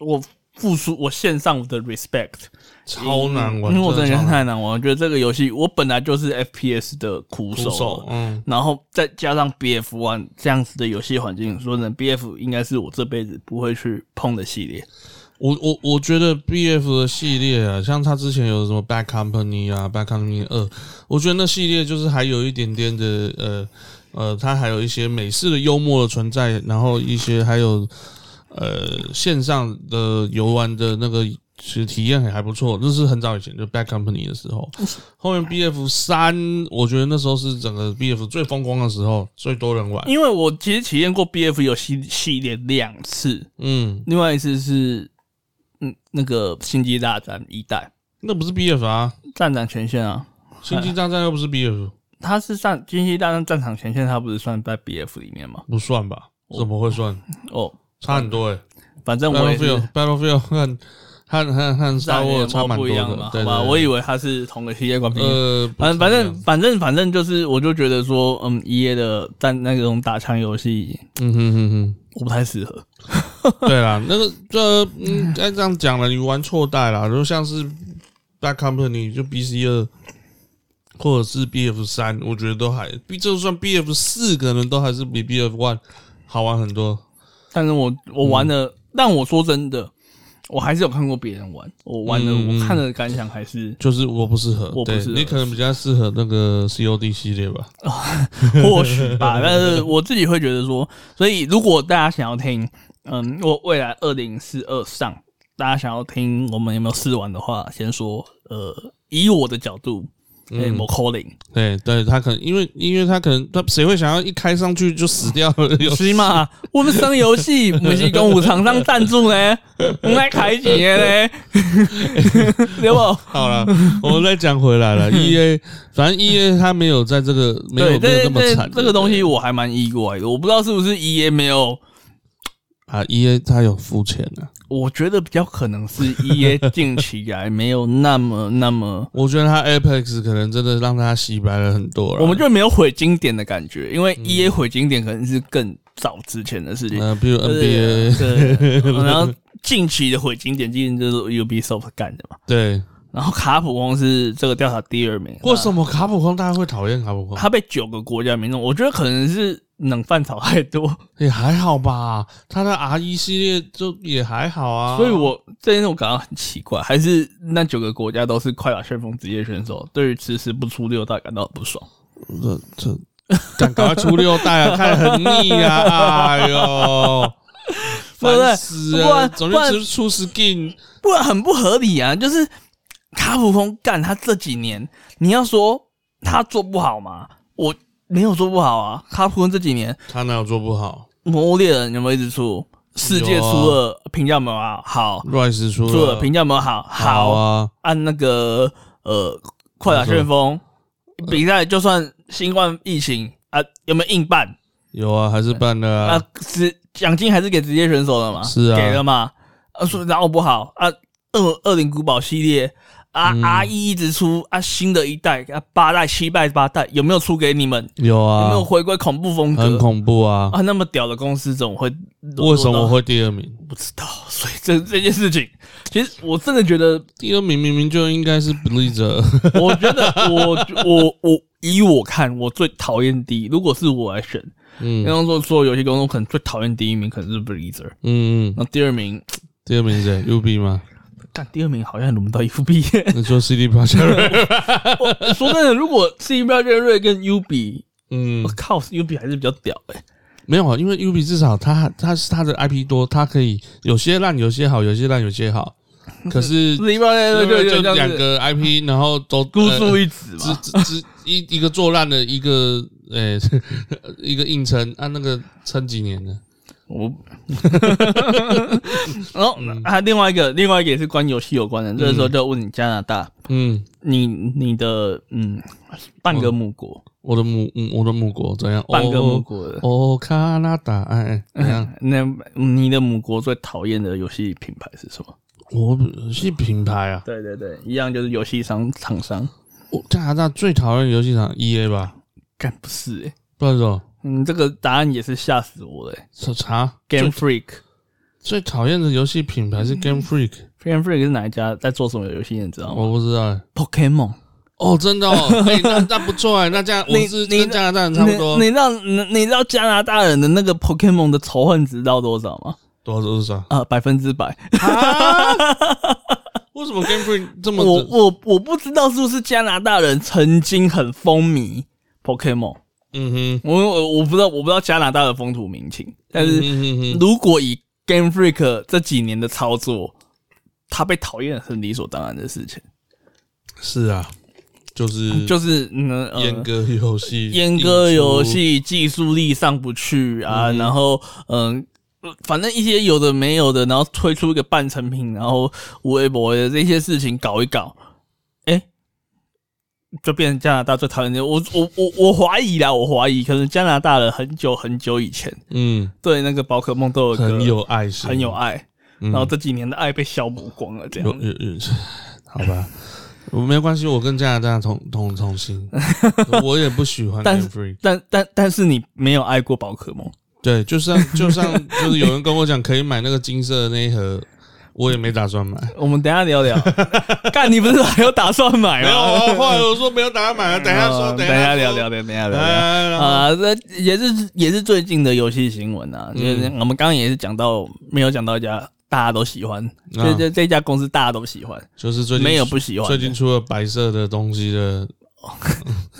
B: 我付出我献上我的 respect，嗯
A: 超难玩，
B: 因为我真的觉
A: 超
B: 得
A: 难
B: 太难玩。我觉得这个游戏我本来就是 FPS 的苦手，啊
A: 玩手，嗯，
B: 然后再加上 BF One 这样子的游戏环境，说真的，BF 应该是我这辈子不会去碰的系列。
A: 我我我觉得 B F 的系列啊，像他之前有什么 Bad Company 啊，Bad Company 二，我觉得那系列就是还有一点点的呃呃，它还有一些美式的幽默的存在，然后一些还有呃线上的游玩的那个。其实体验还还不错，那是很早以前就 Bad Company 的时候。后面 B F 三，我觉得那时候是整个 B F 最风光的时候，最多人玩。
B: 因为我其实体验过 BF 游戏系列两次，
A: 嗯，
B: 另外一次是嗯那个《星际大战》一代
A: 那不是 B F 啊，
B: 战长前线啊。
A: 星际大战又不是 B F，
B: 它是上《惊奇大战》战场前线，它不是算在 BF 里面吗？
A: 不算吧？怎么会算？
B: 哦，
A: 差很多哎、
B: 反正我也是
A: Battlefield Battlefield 和和和和 Star
B: 战略
A: Wars
B: 模
A: 差蛮
B: 不
A: 多
B: 一样
A: 的，
B: 嘛，
A: 对
B: 好吧？
A: 吧？
B: 我以为它是同个系列冠军。
A: 呃，
B: 反
A: 不
B: 反
A: 是一
B: 正
A: 样
B: 反正反正就是，我就觉得说，嗯，E A 的战那种打枪游戏，
A: 嗯哼哼
B: 我不太适合。
A: 哼，对啦，那个这嗯，该这样讲了，你玩错代啦，就像是 Bad Company 就 B C 二。或者是 B F 三，我觉得都还，就算 B F 四，可能都还是比 B F one 好玩很多。
B: 但是我我玩的，
A: 嗯
B: 但我说真的，我还是有看过别人玩，我玩的，
A: 嗯
B: 我看的感想还是，
A: 就是我不适合，
B: 我不
A: 对
B: 适合
A: 你可能比较适合那个 C O D 系列吧。
B: 或许吧，但是我自己会觉得说，所以如果大家想要听，嗯，我未来二零四二上，大家想要听我们有没有试玩的话，先说，呃，以我的角度，
A: 嗯
B: 哎，某 calling，
A: 对对，他可能因为因为他可能他谁会想要一开上去就死掉了？有
B: 是嘛？我们上 游戏，我们是公五厂商赞助呢，我们来开几 个呢，对不？
A: 好 了，我们再讲回来了。E A，反正 E A 他没有在这个没有
B: 对，
A: 没有
B: 这
A: 这么
B: 这
A: 惨的，
B: 这个东西我还蛮意外的，我不知道是不是 E A 没有，
A: 啊，E A 他有付钱啊的、
B: 我觉得比较可能是 E A 近期来没有那么那么，
A: 我觉得他 Apex 可能真的让他洗白了很多了。
B: 我们就没有毁经典的感觉，因为 E A 毁经典可能是更早之前的事情，
A: 呃，比如
B: 对
A: NBA，
B: 对，然后近期的毁经典，基本就是 Ubisoft 干的嘛。
A: 对，
B: 然后卡普空是这个调查第二名，
A: 为什么卡普空大家会讨厌卡普空？
B: 他被九个国家民众，我觉得可能是冷饭炒太多，
A: 也还好吧，他的 R 一系列就也还好啊。
B: 所以我这件事我感到很奇怪，还是那九个国家都是快打旋风职业选手，对于迟迟不出六代感到不爽。
A: 这这赶赶快出六代啊，看很腻啊，哎呦，
B: 对不对
A: 烦死
B: 不
A: 了，
B: 然
A: 总
B: 不然
A: 之出 skin，
B: 不然很不合理啊！就是卡普空干他这几年，你要说他做不好吗？我没有做不好啊，卡普空这几年
A: 他哪有做不好
B: 《魔物猎人》有没有一直出？世界出了评价有没有啊？好，
A: ？Rise 出
B: 出了
A: 了
B: 评价有没有好？
A: 好
B: 好，
A: 啊，
B: 按那个呃，快打旋风比赛，就算新冠疫情啊，有没有硬办？
A: 有啊，还是办了
B: 啊
A: 啊，，
B: 是奖金还是给职业选手的嘛？
A: 是啊
B: 给了嘛？啊，说然后不好啊，恶恶灵古堡系列啊
A: 嗯
B: ，R 一一直出啊，新的一代啊，八代、七代、八代有没有出给你们？
A: 有
B: 有没有
A: 啊，
B: 回归恐怖风
A: 很
B: 格？
A: 恐怖啊，
B: 啊，那么屌的公司怎么会？
A: 为什么会第二名？
B: 不知道？所以这这件事情，其实我真的觉得，
A: 第二名明明就应该是 Blizzard，
B: 我觉得 我我我以我看，我最讨厌第一。如果是我来选，
A: 嗯
B: 刚刚说所有游戏公司，我可能最讨厌第一名可能是 Blizzard，
A: 嗯嗯，
B: 那第二名
A: 第二名是谁？UB 吗？
B: 但第二名好像轮不到 UB 耶。
A: 那就 CD Projekt，
B: 我说真的，如果 C 标瑞瑞跟 U 比，
A: 嗯
B: 我，靠，U 比还是比较屌哎、
A: 没有啊，因为 UB 至少它它是它的 IP 多，它可以有些烂，有些好，有些烂，有些好。可是
B: C 标瑞
A: 就
B: 瑞就
A: 就
B: 这
A: 两
B: 样子
A: 个 IP，然后都
B: 孤
A: 呃
B: 注一掷
A: 只
B: 嘛。
A: 只只一一个做烂的，一个 呃、一个硬撑啊，那个撑几年的？
B: 我， 然后
A: 嗯
B: 还另外一个，另外一个也是关游戏有关的。这个时候就问你加拿大，
A: 嗯，
B: 你你的嗯半个母国，
A: 我的母嗯我的母国怎样？
B: 半个母国的，嗯
A: 哦，哦加拿大哎，哎 怎样？
B: 那你的母国最讨厌的游戏品牌是什么？
A: 我是品牌啊，
B: 对对对，一样就是游戏商厂商，
A: 我加拿大最讨厌游戏厂 E A 吧？
B: 干不是哎、
A: 不知道
B: 嗯，这个答案也是吓死我了、欸。
A: 什么查
B: Game Freak，Game
A: 最讨厌的游戏品牌是
B: 嗯
A: Game Freak，
B: Freak 是哪一家在做什么游戏？你知道吗
A: 我不知道欸、
B: ？Pokemon，
A: 哦，真的 哦，哎、那那不错哎、那这样我
B: 你
A: 是
B: 你
A: 跟加拿大人差不多
B: 你，你知道你你知道加拿大人的那个 Pokemon 的仇恨值到多少吗？
A: 多少多少？
B: 啊、百分之百。
A: 啊？为什么 Game Freak 这么
B: 我
A: 的？
B: 我我不知道是不是加拿大人曾经很风靡 Pokemon，
A: 嗯哼，
B: 我我我不知道我不知道加拿大的风土民情，但
A: 嗯哼
B: 是
A: 哼哼，
B: 如果以 Game Freak 这几年的操作，他被讨厌是理所当然的事情，
A: 是啊，就是
B: 就是嗯呃
A: 阉割游戏，
B: 阉割游，戏技术力上不去啊，然后嗯。反正一些有的没有的，然后推出一个半成品，然后微博的这些事情搞一搞，哎、就变成加拿大最讨厌的。我我我我怀疑啦，我怀疑可能加拿大人很久很久以前
A: 嗯，
B: 对那个宝可梦都有一个
A: 很有爱心，
B: 很有，爱，
A: 嗯
B: 然后这几年的爱被消磨光了，这
A: 有
B: 样子。
A: 有有，好吧。我没有关系，我跟加拿大同同同 心，我也不喜欢
B: 但
A: Game Freak。
B: 但但但是你没有爱过宝可梦，
A: 对，就像就像就是有人跟我讲可以买那个金色的那一盒，我也没打算买。
B: 我们等一 下聊聊。干，你不是还有打算买
A: 没有，啊
B: 吗？
A: 我后来我说没有打算买了， 哦等一下说，
B: 哎嗯等
A: 一下
B: 聊
A: 说
B: 聊，。等一下聊聊。
A: 哎，然后
B: 啊，这也是也是最近的游戏新闻啊，
A: 嗯
B: 就是我们刚刚也是讲到，没有讲到一家大家都喜欢，这这这家公司大家都喜欢，
A: 就是啊最近
B: 没有不喜欢的。
A: 最近出了白色的东西的，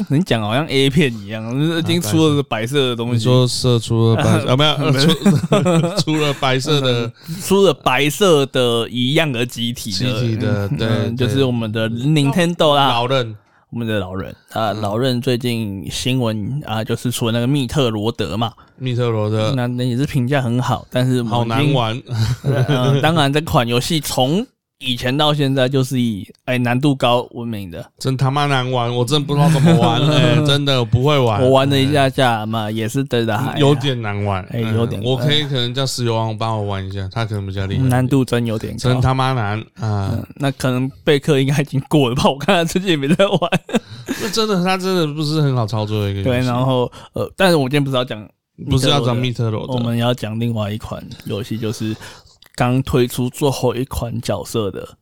B: 你讲好像 A 片一样，就是已经出了白色的东
A: 啊你
B: 西，
A: 说射出了白 啊没有呃出 出了白色
B: 嗯
A: 的，
B: 出了白色的一样的机体
A: 机体的对对
B: 嗯就是我们的 Nintendo 啦，
A: 老人
B: 我们的老任啊，
A: 嗯
B: 老任最近新闻啊，就是除了那个密特罗德嘛，
A: 密特罗德
B: 那那也是评价很好，但是
A: 嗯好
B: 我们已
A: 难
B: 经
A: 玩，啊
B: 呃，当然这款游戏从以前到现在就是以哎、难度高闻名的。
A: 真他妈难玩，我真不知道怎么 玩，哎，真的我不会玩，
B: 我玩了一下下嘛，也是对的，还
A: 有点难玩，
B: 哎有点嗯
A: 嗯我可以可能叫石油王帮我玩一下，他可能比较厉害，
B: 难度真有点高
A: 真。他妈难啊！
B: 那可能贝克应该已经过了吧？我看他最近也没 在玩。
A: 那真的，他真的不是很好操作的一个游戏，
B: 对，然后呃，但是我今天不是要讲，
A: 不是要找密特罗
B: 我
A: 德，
B: 们要讲另外一款游戏，就是刚推出最后一款角色的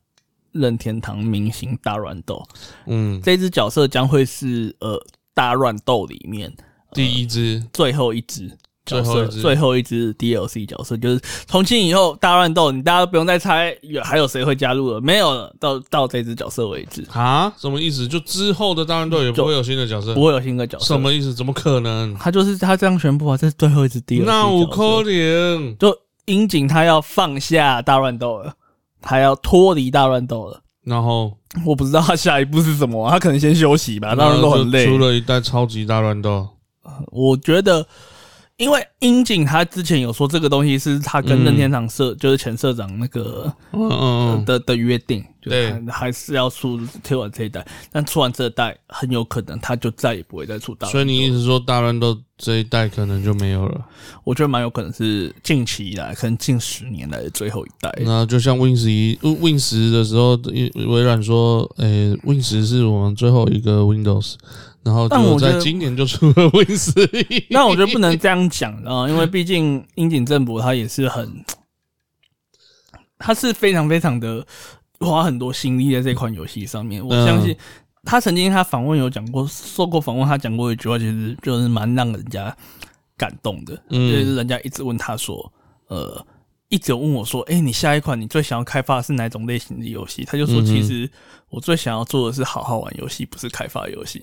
B: 任天堂明星大乱斗。
A: 嗯，
B: 这只角色将会是呃大乱斗里面
A: 第一只，
B: 最后一只
A: 最
B: 角
A: 后
B: 色，
A: 一只
B: 最后一只 DLC 角色，就是从今以后大乱斗，你大家都不用再猜有还有谁会加入了，没有了，到到这只角色为止，
A: 啊，什么意思？就之后的大乱斗也不会有新的角色
B: 不，会有新的角色。
A: 什？么意思？怎么可能？
B: 他就是他这样宣布啊，这是最后一只 DLC
A: 那
B: 角色
A: 五扣零，
B: 就樱井他要放下大乱斗了，他要脱离大乱斗了。
A: 然后
B: 我不知道他下一步是什么啊、他可能先休息吧，
A: 然
B: 大
A: 后
B: 乱斗很累。
A: 就出了一代超级大乱斗，
B: 我觉得，因为樱井他之前有说这个东西是他跟任天堂社，就是前社长那个
A: 嗯嗯嗯，
B: 的的约定，就
A: 对
B: 是他还是要出推完这一代，但出完这一代，很有可能他就再也不会再出大。
A: 所以你意思说大乱斗这一代可能就没有了？
B: 我觉得蛮有可能是近期以来，可能近十年来的最后一代。
A: 那就像 Win 十一呃 Win 十的时候，微软说，诶、w i n 十是我们最后一个 Windows，然后
B: 但
A: 就
B: 我觉
A: 在
B: 得
A: 今年就出了 Win 十一，
B: 那我觉得不能这样讲啊，因为毕竟樱井政博他也是很，他是非常非常的花很多心力在这款游戏上面。我
A: 嗯
B: 相信他曾经他访问有讲过，受过访问他讲过一句话，其实就是蛮让人家感动的，
A: 嗯
B: 就是人家一直问他说，呃。一直有问我说：“哎、你下一款你最想要开发的是哪种类型的游戏？”他就
A: 嗯
B: 说：“其实我最想要做的是好好玩游戏，不是开发游戏。”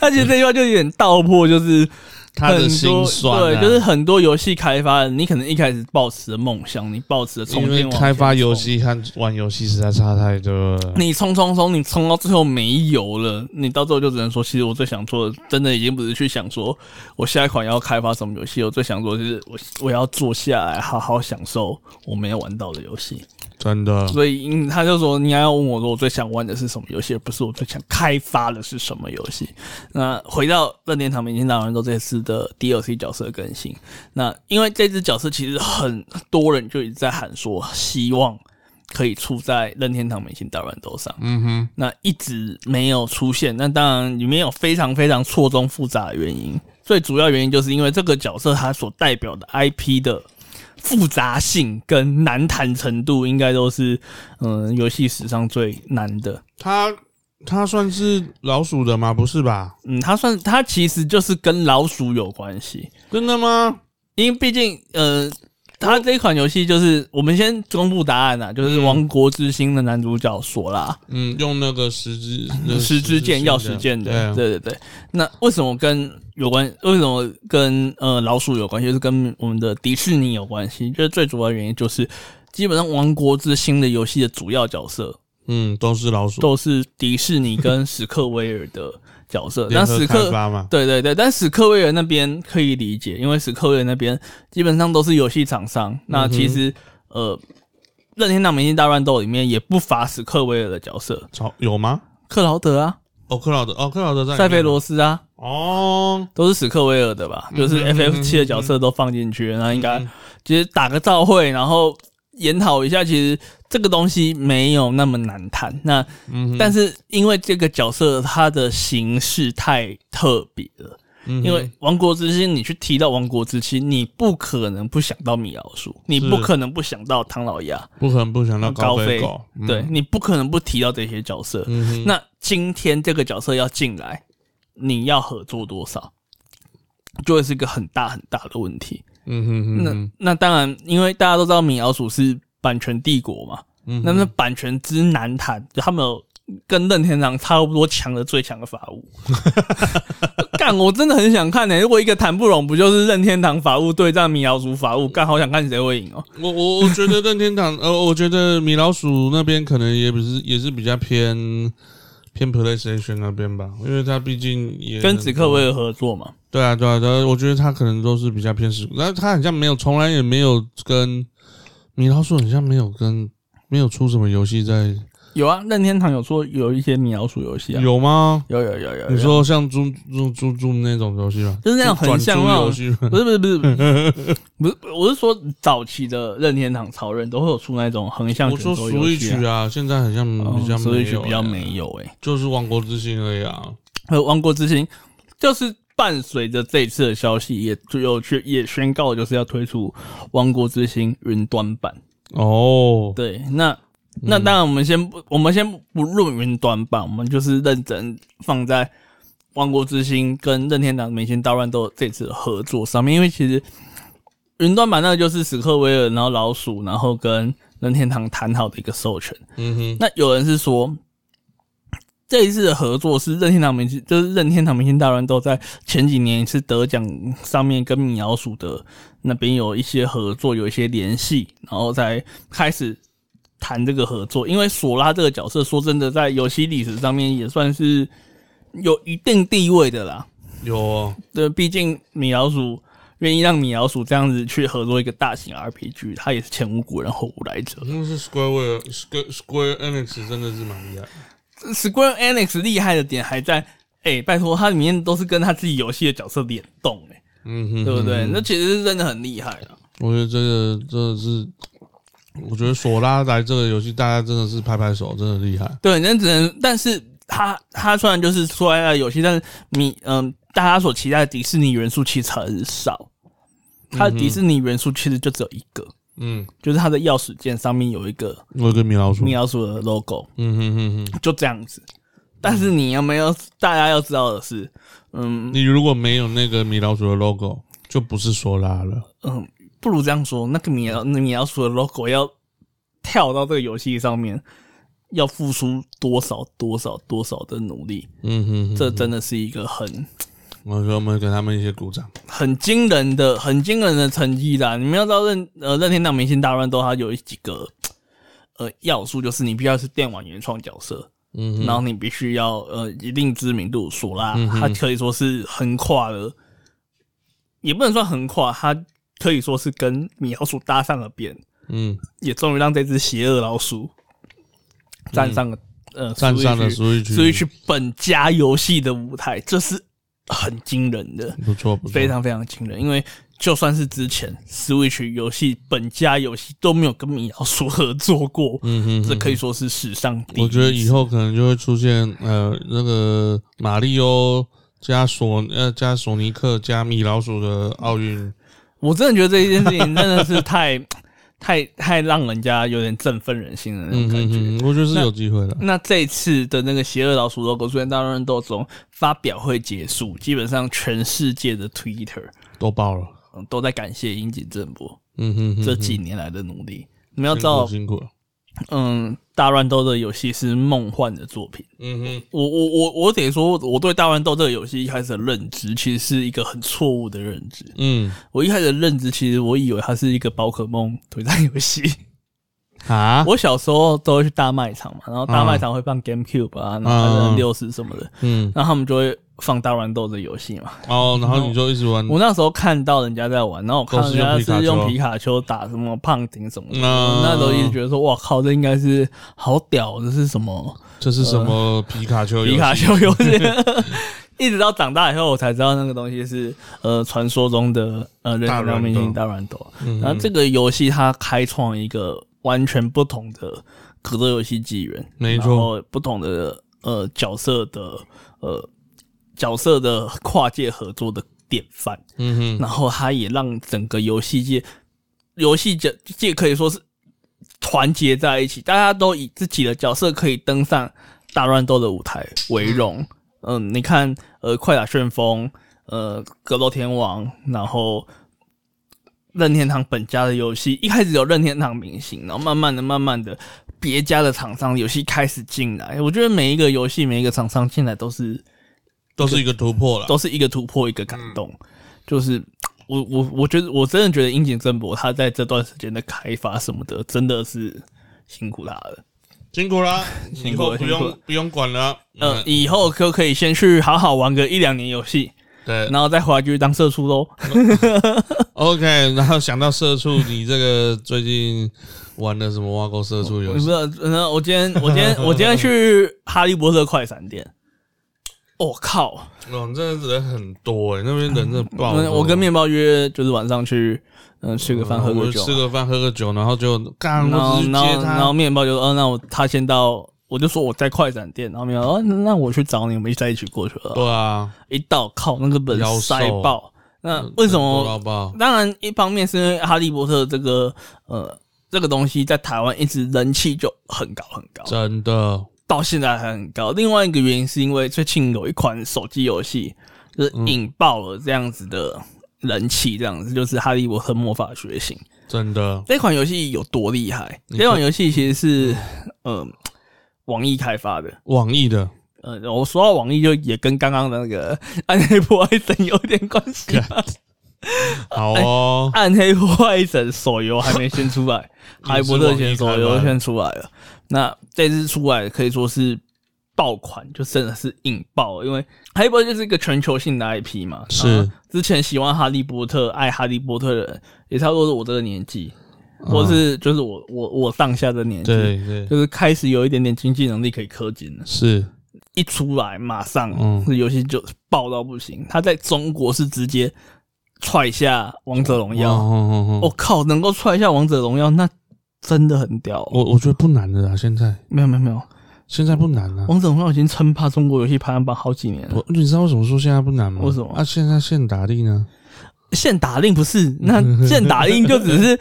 B: 他其实这句话就有点道破，就是
A: 他的
B: 很
A: 心
B: 多
A: 酸、啊，
B: 对，就是很多游戏开发人，你可能一开始抱持的梦想，你抱持的冲
A: 因为
B: 天往
A: 开发
B: 前冲
A: 游，戏和玩游戏实在差太多了。
B: 你冲冲冲，你冲到最后没油了，你到最后就只能说，其实我最想做的，真的已经不是去想说我下一款要开发什么游戏，我最想做的是我我要坐下来好好享受我没有玩到的游戏。
A: 真的，
B: 所以嗯他就说，你还要问我说我最想玩的是什么游戏，而不是我最想开发的是什么游戏。那回到任天堂明星大乱斗这次的 DLC 角色更新，那因为这只角色其实很多人就一直在喊说，希望可以出在任天堂明星大乱斗上。
A: 嗯哼，
B: 那一直没有出现。那当然里面有非常非常错综复杂的原因，最主要原因就是因为这个角色它所代表的 IP 的复杂性跟难谈程度，应该都是嗯游戏史上最难的。
A: 他他算是老鼠的吗？不是吧？
B: 嗯，它算它其实就是跟老鼠有关系，
A: 真的吗？
B: 因为毕竟呃。它这一款游戏就是，我们先公布答案啊，就是《王国之心》的男主角索拉，
A: 嗯，用那个十支那个
B: 十支箭
A: 线
B: 要实践的，
A: 对啊，
B: 对对对。那为什么跟有关？为什么跟呃老鼠有关系？就是跟我们的迪士尼有关系。就是最主要的原因就是，基本上《王国之心》的游戏的主要角色
A: 嗯，都是老鼠，
B: 都是迪士 尼跟史克威尔的角色。那
A: 联合
B: 史
A: 开
B: 克
A: 发嘛，
B: 对对对，但史克威尔那边可以理解，因为史克威尔那边基本上都是游戏厂商。那
A: 嗯
B: 其实、呃，《任天堂明星大乱斗》里面也不乏史克威尔的角色，
A: 超有吗？
B: 克劳德啊，
A: 哦，克劳德，哦，克劳德在里面
B: 塞菲罗斯啊。
A: 哦，
B: 都是史克威尔的吧？
A: 嗯
B: 就是 FF 七的角色都放进去，那应该其实打个照会，然后研讨一下，其实这个东西没有那么难谈。那
A: 嗯哼
B: 但是因为这个角色它的形式太特别了，
A: 嗯哼
B: 因为《王国之心》，你去提到《王国之心》，你不可能不想到米老鼠，你不可能不想到唐老鸭，
A: 不可能不想到高
B: 飞
A: 飞狗，嗯，
B: 对你不可能不提到这些角色。
A: 嗯哼，
B: 那今天这个角色要进来，你要合作多少，就会是一个很大很大的问题。
A: 嗯哼哼
B: 那
A: 哼，
B: 那当然，因为大家都知道米老鼠是版权帝国嘛，
A: 嗯
B: 那那版权之难谈，就他们有跟任天堂差不多强的最强的法务。 干，我真的很想看呢、欸如果一个谈不拢，不就是任天堂法务对战米老鼠法务？干，好想看谁会赢哦、
A: 我我我觉得任天堂，呃，我觉得米老鼠那边可能也不是也是比较偏偏 PlayStation 那边吧，因为他毕竟也
B: 跟史克威尔合作嘛，
A: 对啊，对啊，对啊，我觉得他可能都是比较偏实，那他好像没有，从来也没有跟米老鼠，好像没有跟没有出什么游戏在
B: 有啊，任天堂有做有一些米老鼠游戏啊，
A: 有吗？
B: 有有有有，
A: 你说像猪猪猪猪那种游戏吗？
B: 就是那种很像那
A: 游
B: 种
A: 戏吗，
B: 不是不是不是不是，我是说早期的任天堂潮人都会有出那种横向
A: 我
B: 卷
A: 说
B: 轴
A: Switch
B: 游戏啊、
A: 啊，现在好像比较
B: 所
A: 没
B: 以
A: 有、
B: 哦比较，没有哎、
A: 就是《王国之心》而已啊。
B: 还有《王国之心》，就是伴随着这一次的消息，也最后去也宣告就是要推出《王国之心》云端版。
A: 哦，
B: 对，那那当然，我们先不，我们先不论云端版，我们就是认真放在《王国之心》跟任天堂《明星大乱斗》这次的合作上面，因为其实云端版那个就是史克威尔，然后老鼠，然后跟任天堂谈好的一个授权。
A: 嗯哼，
B: 那有人是说，这一次的合作是任天堂明星，就是任天堂明星大乱斗在前几年一次得奖上面跟米老鼠的那边有一些合作，有一些联系，然后才开始谈这个合作。因为索拉这个角色，说真的，在游戏历史上面也算是有一定地位的啦。
A: 有哦
B: 对，毕竟米老鼠愿意让米老鼠这样子去合作一个大型 RPG，他也是前无古人后无来者。
A: 那是 Square w e Square Square Enix 真的是蛮厉害。
B: Square Enix 厉害的点还在，哎、拜托，它里面都是跟他自己游戏的角色联动、哎，
A: 嗯哼，
B: 对不对？那其实是真的很厉害啊。
A: 我觉得这个真的是，我觉得索拉来这个游戏，大家真的是拍拍手，真的厉害。
B: 对，那只能，但是它它虽然就是出来的游戏，但是你嗯、大家所期待的迪士尼元素其实很少，它的迪士尼元素其实就只有一个，
A: 嗯，
B: 就是它的钥匙键上面有一个
A: 我有个米老鼠，
B: 米老鼠的 logo，
A: 嗯哼哼哼，
B: 就这样子。但是你有没有？大家要知道的是，嗯
A: 你如果没有那个米老鼠的 logo，就不是索拉了。
B: 嗯，不如这样说，那个米老那米老鼠的 logo 要跳到这个游戏上面，要付出多少多少多少的努力，
A: 嗯哼哼，
B: 这真的是一个很
A: 我说我们给他们一些鼓掌。
B: 很惊人的、很惊人的成绩啦！你们要知道任呃任天堂明星大乱斗，它有几个呃要素，就是你必须要是电玩原创角色，
A: 嗯
B: 然后你必须要呃一定知名度，索拉，它可以说是横跨了，也不能算横跨，它可以说是跟米老鼠搭上了边。
A: 嗯，
B: 也终于让这只邪恶老鼠站上了、呃
A: 嗯站上了
B: Switch
A: Switch，
B: Switch 本家游戏的舞台，这是很惊人的，
A: 不错不错，
B: 非常非常惊人。因为就算是之前 Switch 游戏本家游戏都没有跟米老鼠合作过，
A: 嗯哼哼
B: 这可以说是史上第一。
A: 我觉得以后可能就会出现呃那个马里欧加索呃加索尼克加米老鼠的奥运。
B: 我真的觉得这一件事情真的是太 太太让人家有点振奋人心的那
A: 嗯
B: 种感
A: 哼
B: 觉。
A: 哼，我觉得是
B: 那
A: 有机会的。
B: 那这一次的那个邪恶老鼠 logo 出现大乱斗中，发表会结束，基本上全世界的 Twitter、
A: 都爆了。
B: 嗯、都在感谢樱井正博
A: 嗯哼哼，
B: 这几年来的努力。你们要知
A: 辛苦
B: 道，
A: 辛苦了。
B: 嗯，大乱斗的游戏是梦幻的作品。
A: 嗯哼，
B: 我我我我得说，我对大乱斗这个游戏一开始的认知，其实是一个很错误的认知。
A: 嗯
B: 我一开始的认知，其实我以为它是一个宝可梦推战游戏。
A: 啊，
B: 我小时候都会去大卖场嘛，然后大卖场会放 GameCube 啊，然后
A: 嗯
B: N 六十什么的。
A: 嗯
B: 然后他们就会放大乱斗这游戏嘛。
A: 哦，然后你就一直玩，
B: 我那时候看到人家在玩，然后我看到人家
A: 都
B: 是
A: 是用皮卡丘
B: 用皮卡丘打什么胖丁什么的，
A: 嗯
B: 我那时候一直觉得说，哇靠，这应该是好屌，这是什么
A: 这是什么皮卡丘游戏？
B: 皮卡丘游 戏？一直到长大以后，我才知道那个东西是呃传说中的呃人
A: 大
B: 体
A: 乱斗
B: 明星大乱斗。然后这个游戏它开创一个完全不同的格斗游戏纪元，
A: 没错
B: 然后不同的呃角色的呃角色的跨界合作的典范，
A: 嗯哼，
B: 然后它也让整个游戏界游戏界界可以说是团结在一起，大家都以自己的角色可以登上大乱斗的舞台为荣。嗯，你看，呃，快打旋风，呃，格斗天王，然后任天堂本家的游戏，一开始有任天堂明星，然后慢慢的、慢慢的，别家的厂商游戏开始进来。我觉得每一个游戏、每一个厂商进来都是
A: 都是一个突破了。
B: 都是一个突破，一个感动。就是我我我觉得我真的觉得樱井正博他在这段时间的开发什么的，真的是辛苦他了。
A: 辛苦啦，以
B: 辛苦
A: 后
B: 了
A: 不
B: 辛苦
A: 用
B: 了
A: 不用管了。
B: 嗯，
A: 嗯，
B: 以后可可以先去好好玩个一两年游戏，
A: 对
B: 然后再回来继续当社畜喽。
A: ，OK。然 后想到社畜，你这个最近玩的什么挖沟社畜游
B: 不
A: 戏？
B: 是，那我今天我今天我今天去哈利波特快闪店，我、靠！
A: 哦，你真的人很多哎，那边人真的爆多。
B: 嗯我我跟面包约就是晚上去，嗯、吃个饭喝
A: 我
B: 个
A: 们
B: 酒嘛，
A: 吃个饭喝个酒，然后就干，
B: 然
A: 我
B: 后
A: 只是去
B: 然
A: 接
B: 后然
A: 他
B: 后。面包就说，哦，那我他先到，我就说我在快闪店，然后面包哦，那我去找你，我们一在一起过去了。
A: 对啊，
B: 一到靠，那个本
A: 妖兽嗯
B: 塞爆，那为什
A: 多啊
B: 么
A: 到爆？
B: 当然，一方面是因为《哈利波特》这个呃这个东西在台湾一直人气就很高很高，
A: 真的，
B: 到现在还很高。另外一个原因是因为最近有一款手机游戏就是
A: 嗯
B: 引爆了这样子的人气，这样子就是《哈利波特魔法觉醒》
A: 真的，
B: 这款游戏有多厉害？
A: 你嗯
B: 这款游戏其实是呃网易开发的。
A: 网易的，
B: 呃，我说到网易，就也跟刚刚的那个《暗黑破坏神》有点关系 吧。
A: 好哦
B: 《暗黑破坏神》手游还没先出 来，《哈利波特》先手游先出来了。那这次出来可以说是爆款，就真的是引爆了，因为《哈利波特》就是一个全球性的 IP 嘛。
A: 是
B: 然后之前喜欢《哈利波特》、爱《哈利波特》的人，也差不多是我这个年纪，或是就是我我我上下的年纪，
A: 嗯对对，
B: 就是开始有一点点经济能力可以氪金了。
A: 是
B: 一出来马上
A: 嗯
B: 这游戏就爆到不行，它在中国是直接踹下《王者荣耀》
A: 哦哦哦
B: 我、靠，能够踹一下王者荣耀，那真的很屌、
A: 我我觉得不难的啦，现在
B: 没有没有没有，
A: 现在不难了。啊
B: 王者荣耀已经称霸中国游戏排行榜好几年了
A: 我。你知道为什么说现在不难吗？
B: 为什么
A: 啊，现在现打力呢？
B: 现打令不是，那现打令就只是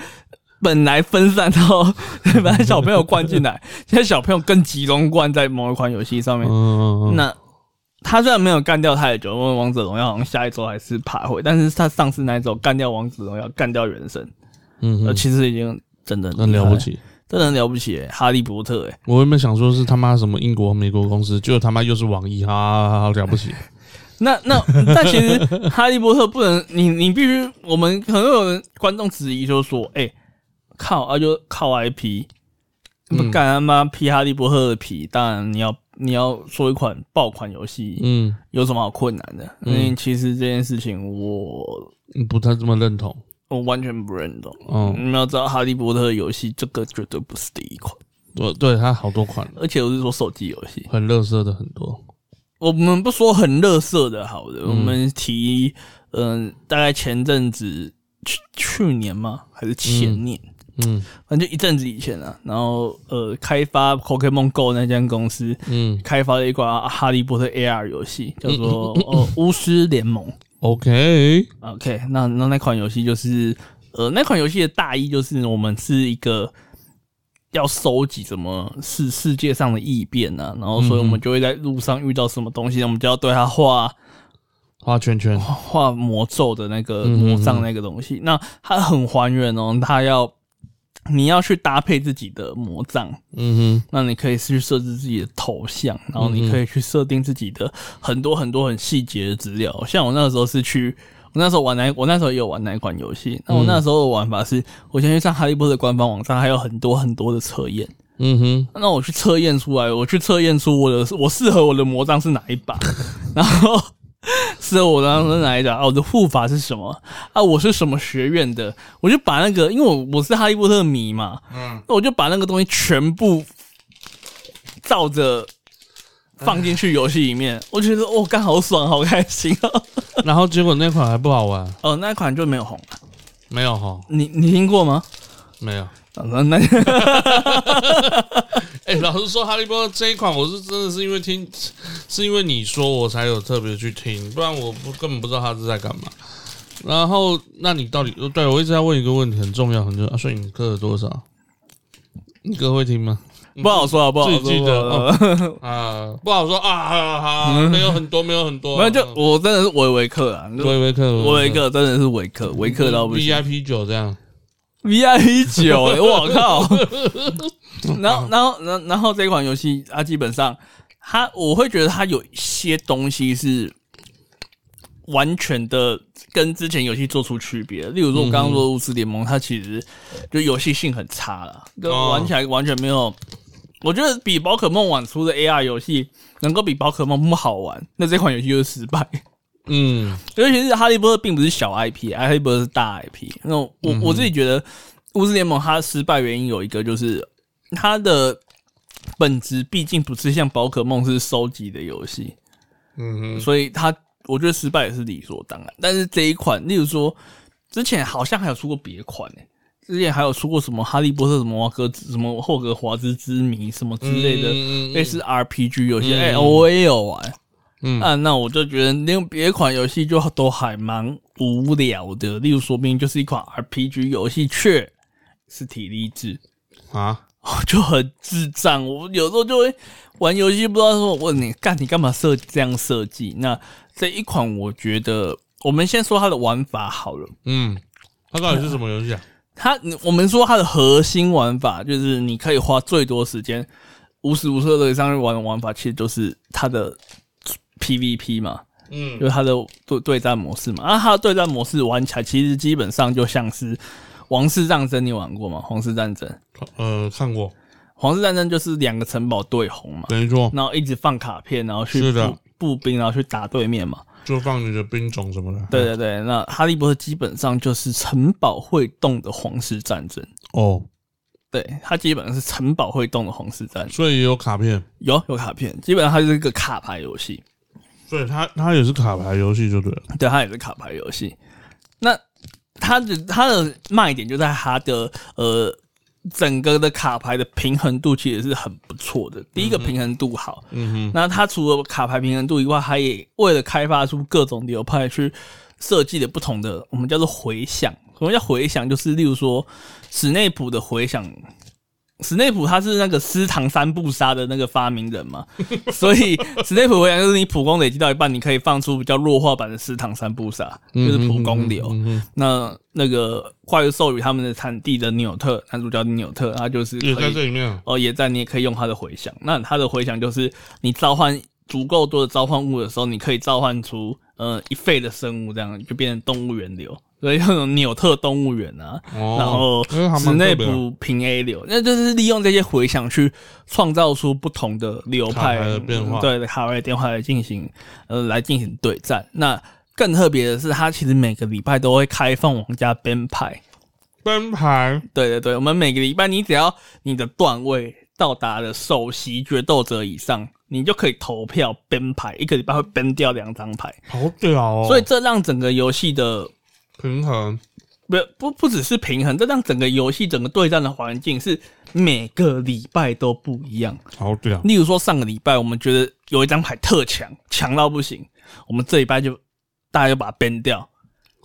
B: 本来分散到 把小朋友灌进来，现在小朋友更集中灌在某一款游戏上面。
A: 嗯，
B: 那他虽然没有干掉太久，因为王者荣耀好像下一周还是爬回，但是他上次那一周干掉王者荣耀，干掉原神，
A: 嗯
B: 呃，
A: 嗯，
B: 其实已经真的
A: 很
B: 厉
A: 了
B: 害
A: 不，起。
B: 真的很了不起、欸，哈利波特、欸，
A: 我原本想说是他妈什么英国、美国公司，结果他妈又是网易，哈哈哈，好了不起。
B: 那那 但其实《哈利波特》不能，你你必须，我们可能会有人观众质疑，就是说，哎、靠啊，就靠 IP，不
A: 嗯
B: 干他妈批《哈利波特》的皮，当然你要你要说一款爆款游戏，
A: 嗯，
B: 有什么好困难的？因为其实这件事情我
A: 嗯不太这么认同。
B: 我完全不认同。
A: 嗯，
B: 你们要知道，《哈利波特》游戏这个绝对不是第一款，
A: 我对他好多款，
B: 而且我是说手机游戏。
A: 很乐色的很多。
B: 我们不说很乐色的，好的，我们提，嗯、大概前阵子去去年吗？还是前年？
A: 嗯
B: 反正就一阵子以前啊。然后呃，开发 Pokemon Go 那间公司
A: 嗯
B: 开发了一款《哈利波特》AR 游戏，叫做呃巫师联盟。
A: ，OK，
B: OK，那那那款游戏就是，呃，那款游戏的大意就是我们是一个要收集什么世世界上的异变啊，然后所以我
A: 嗯
B: 们就会在路上遇到什么东西，我们就要对它画
A: 画圈圈。
B: 画魔咒的那个
A: 嗯哼哼
B: 魔杖那个东西。那它很还原哦，它要你要去搭配自己的魔杖，
A: 嗯
B: 那你可以去设置自己的头像，然后你可以去设定自己的很多很多很细节的资料。像我那个时候是去，我那时候玩哪，我那时候也有玩哪一款游戏。那我那时候的玩法是，我先去上哈利波特官方网站，还有很多很多的测验。
A: 哼，嗯哼，
B: 那我去测验出来，我去测验出我的我适合我的魔杖是哪一把， 然后适合我的是哪一把啊？我的护法是什么啊？我是什么学院的？我就把那个，因为我我是哈利波特迷嘛，嗯，那我就把那个东西全部照着放进去游戏里面，我觉得哦，刚好爽，好开心哦。
A: 然后结果那款还不好玩，
B: 哦，那款就没有红，
A: 没有哈，
B: 你你听过吗？
A: 没有。
B: 啊那那
A: 哎、老实说，《哈利波特》这一款，我是真的是因为听，是因为你说我才有特别去听，不然我不根本不知道他是在干嘛。然后，那你到底对我一直在问一个问题，很重要，很重要。啊、所以你歌了多少？你歌会听吗？
B: 不好说啊，不好说，
A: 自己记得
B: 不好 说
A: 啊，不好说啊，好好好没有很多，没有很多。啊
B: 嗯没有就我真的是维维克啊，
A: 维维克，
B: 我有一个真的是维克，维
A: 嗯
B: 克到不行
A: VIP 九这样。
B: ，VIP 九，欸我靠！然后，然后，然后然后这款游戏，它基本上，它我会觉得它有一些东西是完全的跟之前游戏做出区别的。例如说，我刚刚说《巫师联盟》，它其实就游戏性很差了，跟
A: 哦
B: 玩起来完全没有我觉得比宝可梦晚出的 AR 游戏能够比宝可梦好玩，那这款游戏就是失败。
A: 嗯，
B: 尤其是哈利波特并不是小 IP，哈利波特是大 IP。那我、我自己觉得，巫师联盟它失败原因有一个就是它的本质毕竟不是像宝可梦是收集的游戏，
A: 嗯
B: 所以它我觉得失败也是理所当然。但是这一款，例如说之前好像还有出过别款呢、之前还有出过什么哈利波特什么瓦格什么霍格华兹之谜什么之类的。哎
A: 嗯
B: 类似 RPG 游戏，
A: 嗯
B: 哎、我也有玩，
A: 嗯
B: 啊，那我就觉得那种别款游戏就都还蛮无聊的。例如，说明就是一款 RPG 游戏，却是体力制，
A: 啊，
B: 就很智障。我有时候就会玩游戏，不知道说我问你干你干嘛设这样设计？那这一款我觉得，我们先说它的玩法好了。
A: 嗯，它到底是什么游戏啊？
B: 它，我们说它的核心玩法就是你可以花最多时间，无时无刻的上去玩的玩法，其实就是它的 PVP 嘛，
A: 嗯
B: 就是它的对对战模式嘛。啊，它的对战模式玩起来，其实基本上就像是王室战争，你玩过吗？皇室战争，
A: 呃，看过，
B: 皇室战争就是两个城堡对红嘛，
A: 等于说
B: 然后一直放卡片，然后去
A: 是的嗯
B: 步步兵，然后去打对面嘛。
A: 就放你的兵种什么的。
B: 对，对对，那哈利波特基本上就是城堡会动的皇室战争。
A: 哦，
B: 对，它基本上是城堡会动的皇室战争，
A: 所以也有卡片，
B: 有有卡片，基本上它就是一个卡牌游戏。
A: 所以它它也是卡牌游戏就对了。
B: 对，它也是卡牌游戏。那它的它的卖点就在它的呃整个的卡牌的平衡度其实是很不错的。第一个平衡度好，
A: 嗯
B: 那它除了卡牌平衡度以外，它也为了开发出各种流派去设计的不同的，我们叫做回响。什么叫回响？就是例如说史内普的回响。史内普他是那个斯唐三不杀的那个发明人嘛，所以史内普回响就是你普攻累积到一半，你可以放出比较弱化版的斯唐三不杀，
A: 哼，
B: 就是普攻流。
A: 嗯哼，
B: 那那个怪物授予他们的产地的纽特，男主角纽特，他就是可以
A: 也在这里面啊。
B: 哦，也在你也可以用它的回响。那它的回响就是你召唤足够多的召唤物的时候，你可以召唤出呃一费的生物，这样就变成动物园流，所以那种纽特动物园啊，然后
A: 哦，哎还
B: 室
A: 蛮特
B: 内
A: 别的
B: 部平 A 流，那就是利用这些回响去创造出不同的流派
A: 卡牌的变化
B: 嗯对卡牌的变化来进行呃来进行对战。那更特别的是，它其实每个礼拜都会开放玩家编排。
A: 奔牌，
B: 对对对，我们每个礼拜你只要你的段位到达了首席决斗者以上，你就可以投票编牌，一个礼拜会编掉两张牌，
A: 好屌哦！
B: 所以这让整个游戏的
A: 平衡，
B: 不不不只是平衡，这让整个游戏整个对战的环境是每个礼拜都不一样。
A: 好屌，
B: 例如说上个礼拜我们觉得有一张牌特强，强到不行，我们这礼拜就大家就把它编掉，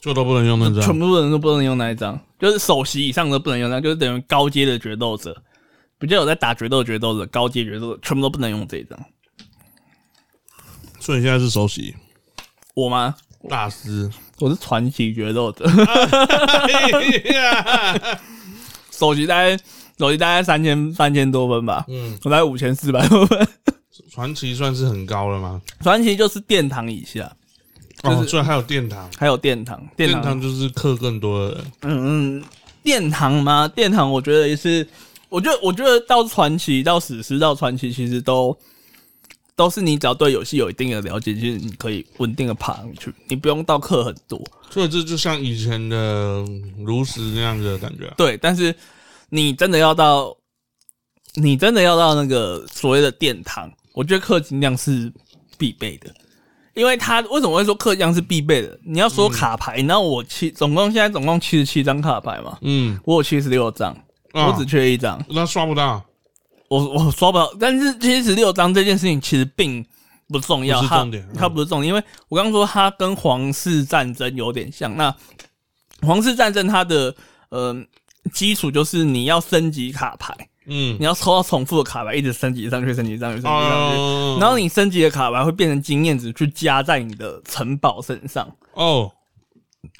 A: 这都不能用那张
B: 全。部人都不能用那一张，就是首席以上的不能用那张，就是等于高阶的决斗者，比较有在打决斗的决斗者、高阶决斗者，全部都不能用这一张。
A: 所以你现在是首席
B: 我吗？
A: 大 师，
B: 我是传奇决斗者， 首席大概首席大概三千三千多分吧，
A: 嗯，
B: 我大概五千四百多分。
A: 传奇算是很高了吗？
B: 传奇就是殿堂以下，
A: 哦，所以还有殿堂，
B: 还有殿堂，殿
A: 殿
B: 堂，
A: 堂就是氪更多的人，
B: 嗯嗯，殿堂吗？殿堂我觉得也是，我觉得我觉得到传奇到史诗到传奇，其实都都是你只要对游戏有一定的了解，其实你可以稳定的爬上去，你不用到氪很多。
A: 所以这就像以前的炉石那样子的感觉啊。
B: 对，但是你真的要到，你真的要到那个所谓的殿堂，我觉得氪金量是必备的，因为它为什么会说氪金量是必备的？你要说卡牌，那我七总共现在总共七十七张卡牌嘛，
A: 嗯，
B: 我有七十六张，
A: 啊
B: 我只缺一张，
A: 那刷不到，
B: 我我刷不到。但是七十六张这件事情其实并。不重要，
A: 不是
B: 它
A: 重点嗯
B: 它不是重点，因为我刚刚说它跟皇室战争有点像。那皇室战争它的呃基础就是你要升级卡牌，
A: 嗯，
B: 你要抽到重复的卡牌，一直升级上去，升级上去，升级上去。
A: 哦，
B: 然后你升级的卡牌会变成经验值去加在你的城堡身上，
A: 哦，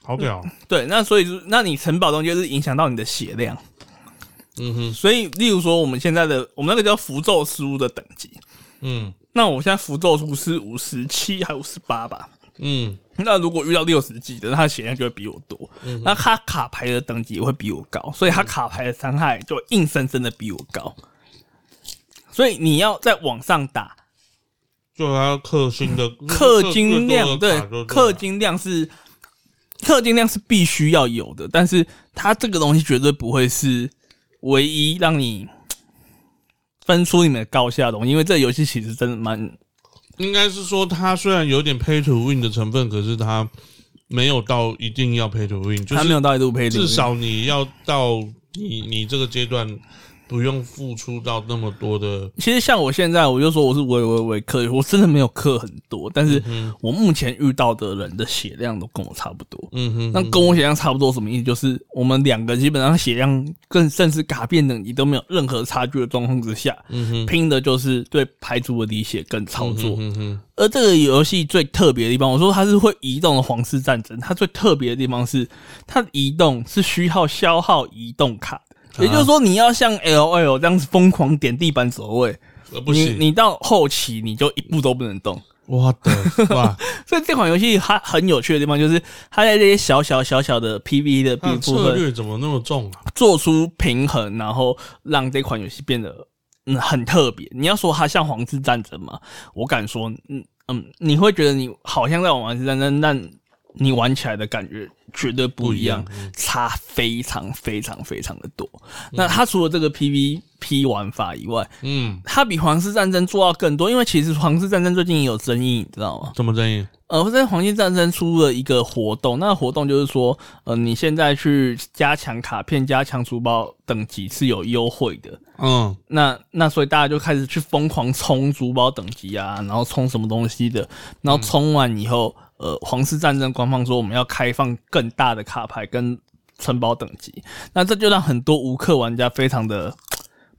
A: 好屌，
B: 对，那所以就是那你城堡中就是影响到你的血量，
A: 嗯哼，
B: 所以例如说我们现在的我们那个叫符咒书的等级，
A: 嗯
B: 那我现在符咒书是五十七还五十八吧，
A: 嗯，
B: 那如果遇到六十级的，他的血量就会比我多，那他卡牌的等级也会比我高，所以他卡牌的伤害就硬生生的比我高。所以你要再往上打，
A: 就还要氪星的
B: 氪金
A: 嗯
B: 量，对，氪
A: 氪
B: 金量是氪金量是必须要有的，但是它这个东西绝对不会是唯一让你分出你们的高下的东西，因为这个游戏其实真的蛮
A: 应该是说它虽然有点 pay to win 的成分，可是它没有到一定要 pay to win，就
B: 它没
A: 是
B: 有到一度配置，
A: 至少你要到你你这个阶段不用付出到那么多的
B: 其实像我现在，我就说我是微微微氪，我真的没有氪很多，但是
A: 嗯
B: 我目前遇到的人的血量都跟我差不多。
A: 嗯哼，
B: 那跟我血量差不多什么意思？就是我们两个基本上血量更甚至嘎变等级都没有任何差距的状况之下，
A: 嗯哼，
B: 拼的就是对排除的理解跟操作。
A: 嗯哼，
B: 而这个游戏最特别的地方，我说它是会移动的皇室战争，它最特别的地方是它的移动是需要消耗移动卡的，也就是说你要像 L O L 这样子疯狂点地板走位，
A: 呃不
B: 你
A: 行，
B: 你到后期你就一步都不能动。
A: 我的 哇，
B: 所以这款游戏它很有趣的地方就是，它在这些小小小小的 PVE 的
A: 它的
B: 部
A: 嗯策
B: 分
A: 略怎么那么重啊？
B: 做出平衡，然后让这款游戏变得嗯很特别。你要说它像《皇室战争》吗？我敢说，嗯嗯，你会觉得你好像在玩《皇室战争》，但你玩起来的感觉绝对不一样
A: 不，嗯
B: 差非常非常非常的多。那它除了这个 PVP 玩法以外，
A: 嗯，
B: 它比《皇室战争》做到更多，因为其实《皇室战争》最近也有争议，你知道吗？
A: 怎么争议？
B: 呃，在《黄金战争》出了一个活动，那活动就是说，呃，你现在去加强卡片、加强书包等级是有优惠的。
A: 嗯
B: 那那所以大家就开始去疯狂冲珠宝等级啊，然后冲什么东西的，然后冲完以后，呃，皇室战争官方说我们要开放更大的卡牌跟城堡等级，那这就让很多无氪玩家非常的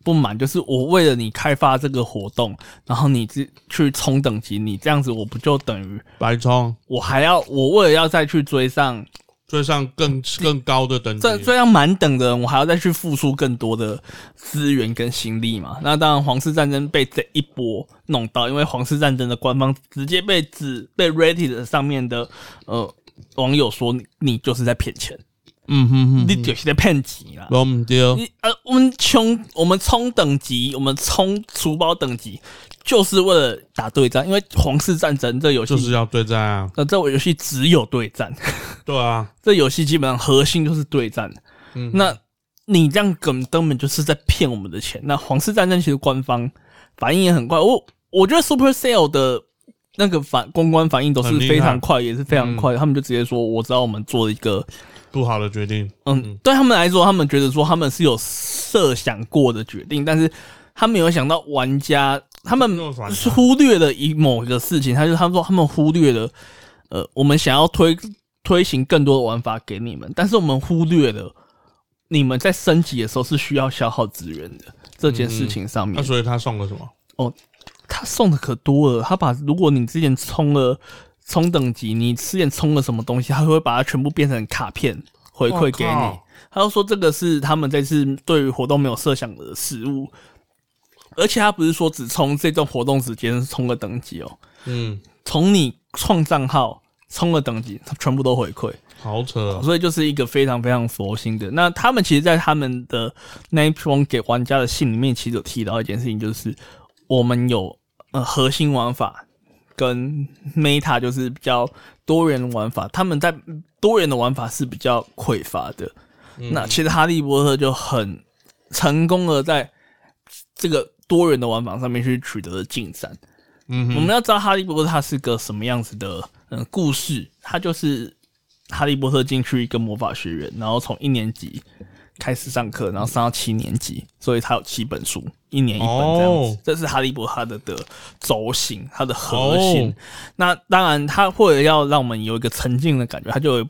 B: 不满，就是我为了你开发这个活动，然后你去去冲等级，你这样子我不就等于
A: 白冲
B: 我还要我为了要再去追上
A: 追上更更高的等级
B: 这，这样满等的人，我还要再去付出更多的资源跟心力嘛？那当然，皇室战争被这一波弄到，因为皇室战争的官方直接被指被 Reddit 上面的呃网友说你你就是在骗钱，
A: 嗯哼
B: 你就是在骗钱啦。
A: 哼，我们丢，
B: 你呃，我们冲我们冲等级，我们冲厨包等级，就是为了打对战，因为皇室战争这游戏，
A: 就是要对战啊，
B: 呃，这游戏只有对战。
A: 对啊，
B: 这游戏基本上核心就是对战。
A: 嗯
B: 那你这样根根本就是在骗我们的钱。那皇室战争其实官方反应也很快，我我觉得 Supercell 的那个反公关反应都是
A: 很厉害嗯
B: 非常快，也是非常快的，他们就直接说我知道我们做了一个。
A: 不好的决定，
B: 嗯，对他们来说，他们觉得说他们是有设想过的决定，但是他没有想到玩家，他们
A: 没有反
B: 是
A: 弹
B: 忽略了一某一个事情，他就他们说他们忽略了，呃，我们想要推推行更多的玩法给你们，但是我们忽略了你们在升级的时候是需要消耗资源的这件事情上面。
A: 那所以他送了什么？
B: 哦，他送的可多了，他把如果你之前充了充等级，你之前充了什么东西，他会把它全部变成卡片回馈给
A: 我
B: 你
A: 靠。
B: 他就说这个是他们这次对于活动没有设想的失误，而且他不是说只充这段活动时间充个等级哦，
A: 嗯，
B: 从你创账号充了等级，他全部都回馈。
A: 好扯哦，
B: 所以就是一个非常非常佛心的。那他们其实，在他们的那一封给玩家的信里面，其实有提到一件事情，就是我们有呃核心玩法跟 Meta 就是比较多元的玩法，他们在多元的玩法是比较匮乏的。那其实哈利波特就很成功的在这个多元的玩法上面去取得了进展。
A: 嗯
B: 我们要知道哈利波特它是个什么样子的嗯故事，它就是哈利波特进去一个魔法学院，然后从一年级开始上课，然后上到七年级，所以它有七本书，一年一本这样子。
A: 哦
B: 这是哈利波特它的的轴心，它的核心。
A: 哦
B: 那当然，它为了要让我们有一个沉浸的感觉，它就有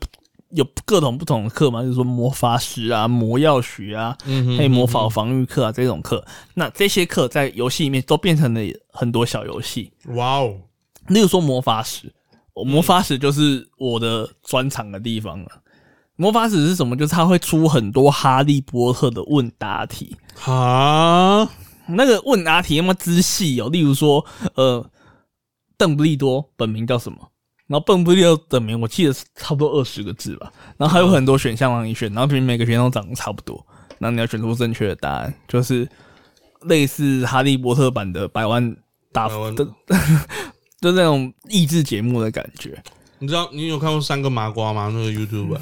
B: 有各种不同的课嘛，就是说魔法史啊、魔药学啊，
A: 嗯哼
B: 还有魔法防御课啊这种课。那这些课在游戏里面都变成了很多小游戏。
A: 哇哦，
B: 例如说魔法史，我魔法史就是我的专长的地方了。魔法史是什么？就是它会出很多哈利波特的问答题，
A: 哈，
B: 那个问答题那么之细哦。例如说，呃，邓布利多本名叫什么？然后邓布利多本名我记得是差不多二十个字吧。然后还有很多选项让你选，然后平每个选项都长得差不多，那你要选出正确的答案，就是类似哈利波特版的百万大
A: 百万
B: 的，就那种益智节目的感觉。
A: 你知道你有看过三个麻瓜吗？那个 YouTube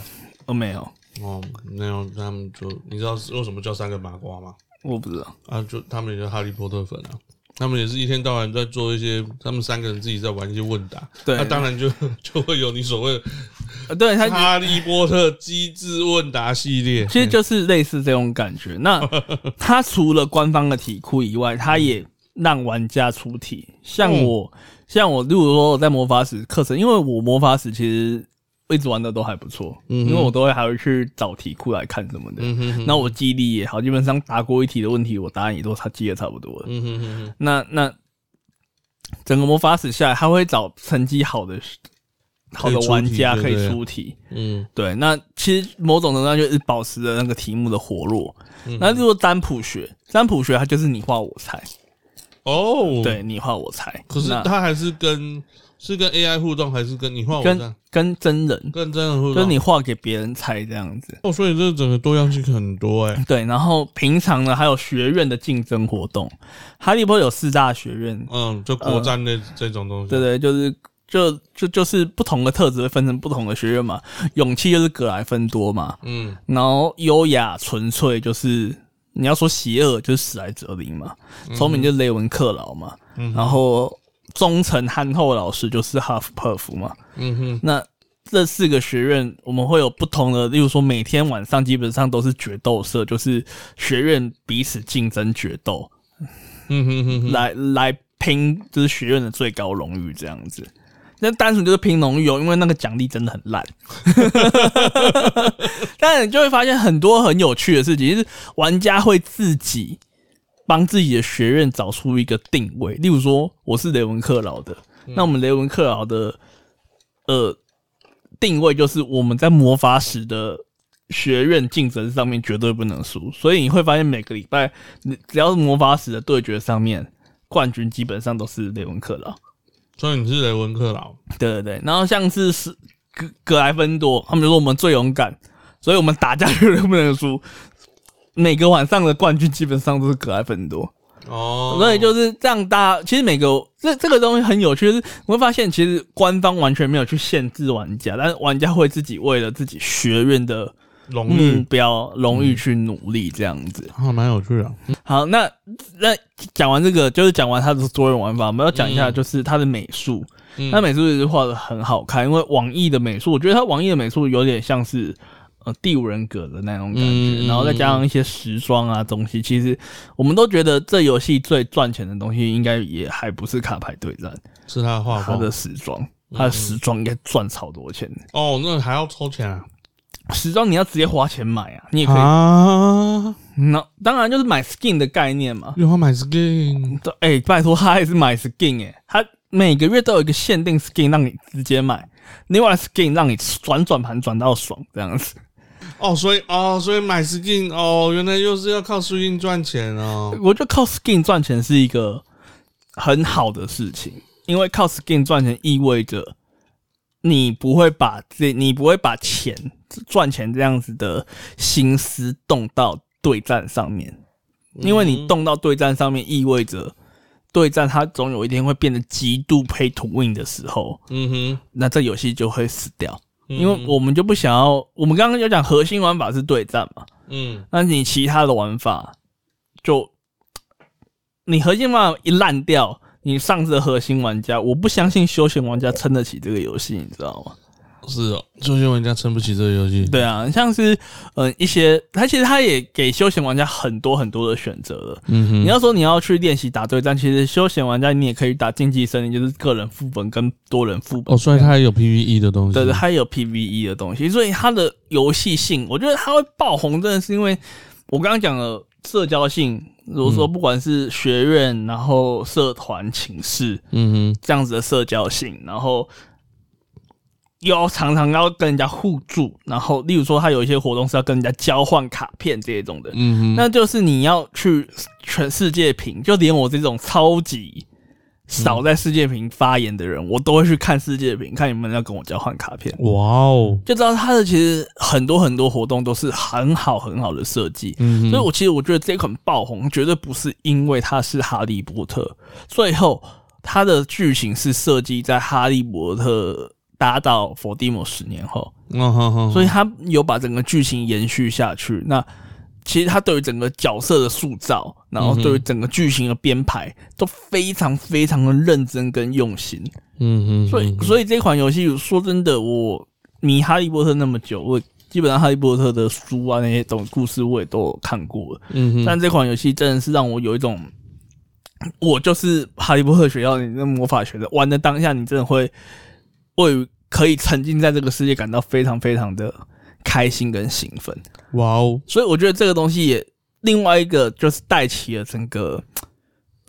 B: 哦，没有，
A: 哦，没有，他们就你知道为什么叫三个麻瓜吗？
B: 我不知道。
A: 啊，就他们也是哈利波特粉啊，他们也是一天到晚在做一些，他们三个人自己在玩一些问答，
B: 对
A: 那、啊当然就 就会有你所谓的
B: 呃，对他
A: 哈利波特机智问答系列，
B: 其实就是类似这种感觉。那 它除了官方的题库以外，它也让玩家出题。像
A: 嗯
B: 我，像我，例如说我在魔法史课程，因为我魔法史其实一直玩的都还不错，
A: 嗯哼
B: 因为我都会还会去找题库来看什么的。
A: 嗯哼哼，
B: 那我记忆力也好，基本上答过一题的问题，我答案也都差记得差不多了。
A: 嗯哼哼哼，
B: 那那整个魔法史下来，他会找成绩好的好的
A: 可以出
B: 玩
A: 题
B: 家
A: 对
B: 可以
A: 对
B: 出题。
A: 嗯
B: 对，那其实某种程度上就是保持着那个题目的活络。
A: 嗯
B: 那就是占卜学，占卜学它就是你画我猜，
A: 哦，，
B: 对你画我猜。
A: 可是
B: 那
A: 他还是跟是跟 AI 互动，还是跟你画我
B: 跟
A: 站，
B: 跟真人，
A: 跟真人互动，
B: 就是你画给别人猜这样子。
A: 哦，所以这整个多样性很多哎、
B: 对，然后平常呢还有学院的竞争活动，哈利波特有四大学院，
A: 嗯，就国战类这种东西，
B: 呃对对，就是就就就是不同的特质会分成不同的学院嘛。勇气就是格莱芬多嘛，
A: 嗯
B: 然后优雅纯粹就是你要说邪恶就是史莱哲林嘛，聪明就是雷文克劳嘛，然后忠诚憨厚老实就是哈夫帕夫嘛。
A: 嗯哼，
B: 那这四个学院我们会有不同的，例如说每天晚上基本上都是决斗社，就是学院彼此竞争决斗，
A: 嗯哼哼哼，
B: 来来拼就是学院的最高荣誉这样子。那单纯就是拼荣誉哦，因为那个奖励真的很烂。 但你就会发现很多很有趣的事情，就是玩家会自己帮自己的学院找出一个定位。例如说，我是雷文克劳的，
A: 嗯
B: 那我们雷文克劳的呃定位就是我们在魔法史的学院竞争上面绝对不能输，所以你会发现每个礼拜，你只要是魔法史的对决上面，冠军基本上都是雷文克劳。
A: 所以你是雷文克劳，
B: 对对对，然后像是是格格莱芬多，他们就说我们最勇敢，所以我们打架绝对不能输。每个晚上的冠军基本上都是格莱芬多，
A: 哦，
B: 所以就是让大家其实每个这这个东西很有趣，就是你会发现其实官方完全没有去限制玩家，但是玩家会自己为了自己学院的
A: 荣誉
B: 目，标荣誉去努力这样子。
A: 还蛮有趣的，
B: 好，那那讲完这个，就是讲完它的多人玩法，我们要讲一下就是它的美术。
A: 嗯
B: 那美术也是画的很好看，因为网易的美术，我觉得它网易的美术有点像是呃第五人格的那种感觉，
A: 嗯
B: 然后再加上一些时装啊东西，其实我们都觉得这游戏最赚钱的东西，应该也还不是卡牌对战，
A: 是他的画
B: 它
A: 风
B: 的时装，
A: 嗯
B: 它的时装应该赚超多钱。
A: 哦，那还要抽钱啊？
B: 时装你要直接花钱买啊，你也可以，
A: 啊，
B: 那当然就是买 skin 的概念嘛。
A: 又要买 skin，
B: 对，哎、拜托，他还是买 skin 哎、他每个月都有一个限定 skin 让你直接买，另外 skin 让你转转盘转到爽这样子。
A: 哦，所以哦，所以买 skin，哦，原来又是要靠 skin 赚钱哦，
B: 我觉得靠 skin 赚钱是一个很好的事情，因为靠 skin 赚钱意味着你不会把这你不会把钱赚钱这样子的心思动到对战上面，因为你动到对战上面意味着。对战，它总有一天会变得极度 pay to win 的时候，
A: 嗯
B: 那这游戏就会死掉，
A: 哼，
B: 因为我们就不想要。我们刚刚有讲核心玩法是对战嘛，
A: 嗯
B: 那你其他的玩法就你核心玩法一烂掉，你上次的核心玩家，我不相信休闲玩家撑得起这个游戏，你知道吗？
A: 是哦，休闲玩家撑不起这个游戏，
B: 对啊，像是嗯、呃一些，它其实它也给休闲玩家很多很多的选择了。
A: 嗯哼
B: 你要说你要去练习打对战，其实休闲玩家你也可以打竞技森林，就是个人副本跟多人副本。
A: 哦，所以它也有 PVE 的东西，
B: 对对，它有 PVE 的东西，所以它的游戏性，我觉得它会爆红，真的是因为我刚刚讲的社交性，比如说不管是学院，然后社团、寝室
A: 嗯哼，
B: 这样子的社交性，然后又要常常要跟人家互助，然后例如说它有一些活动是要跟人家交换卡片这一种的，
A: 嗯哼，
B: 那就是你要去全世界评，就连我这种超级少在世界评发言的人，我都会去看世界评，看有没有人要跟我交换卡片。
A: 哇哦，
B: 就知道它的其实很多很多活动都是很好很好的设计，
A: 嗯
B: 所以我其实我觉得这款爆红绝对不是因为它是哈利波特，最后它的剧情是设计在哈利波特搭到伏地魔十年后，
A: 嗯哼哼，
B: 所
A: 以
B: 以他有把整个剧情延续下去。那其实他对于整个角色的塑造，然后对于整个剧情的编排都非常非常的认真跟用心。
A: 嗯哼，
B: 所以，所以这款游戏说真的，我迷哈利波特那么久，我基本上哈利波特的书啊那些种故事我也都有看过了。
A: 嗯哼，
B: 但这款游戏真的是让我有一种，我就是哈利波特学校里那魔法学的，玩的当下你真的会为于可以沉浸在这个世界感到非常非常的开心跟兴奋。
A: 哇哦，
B: 所以我觉得这个东西也另外一个就是带起了整个，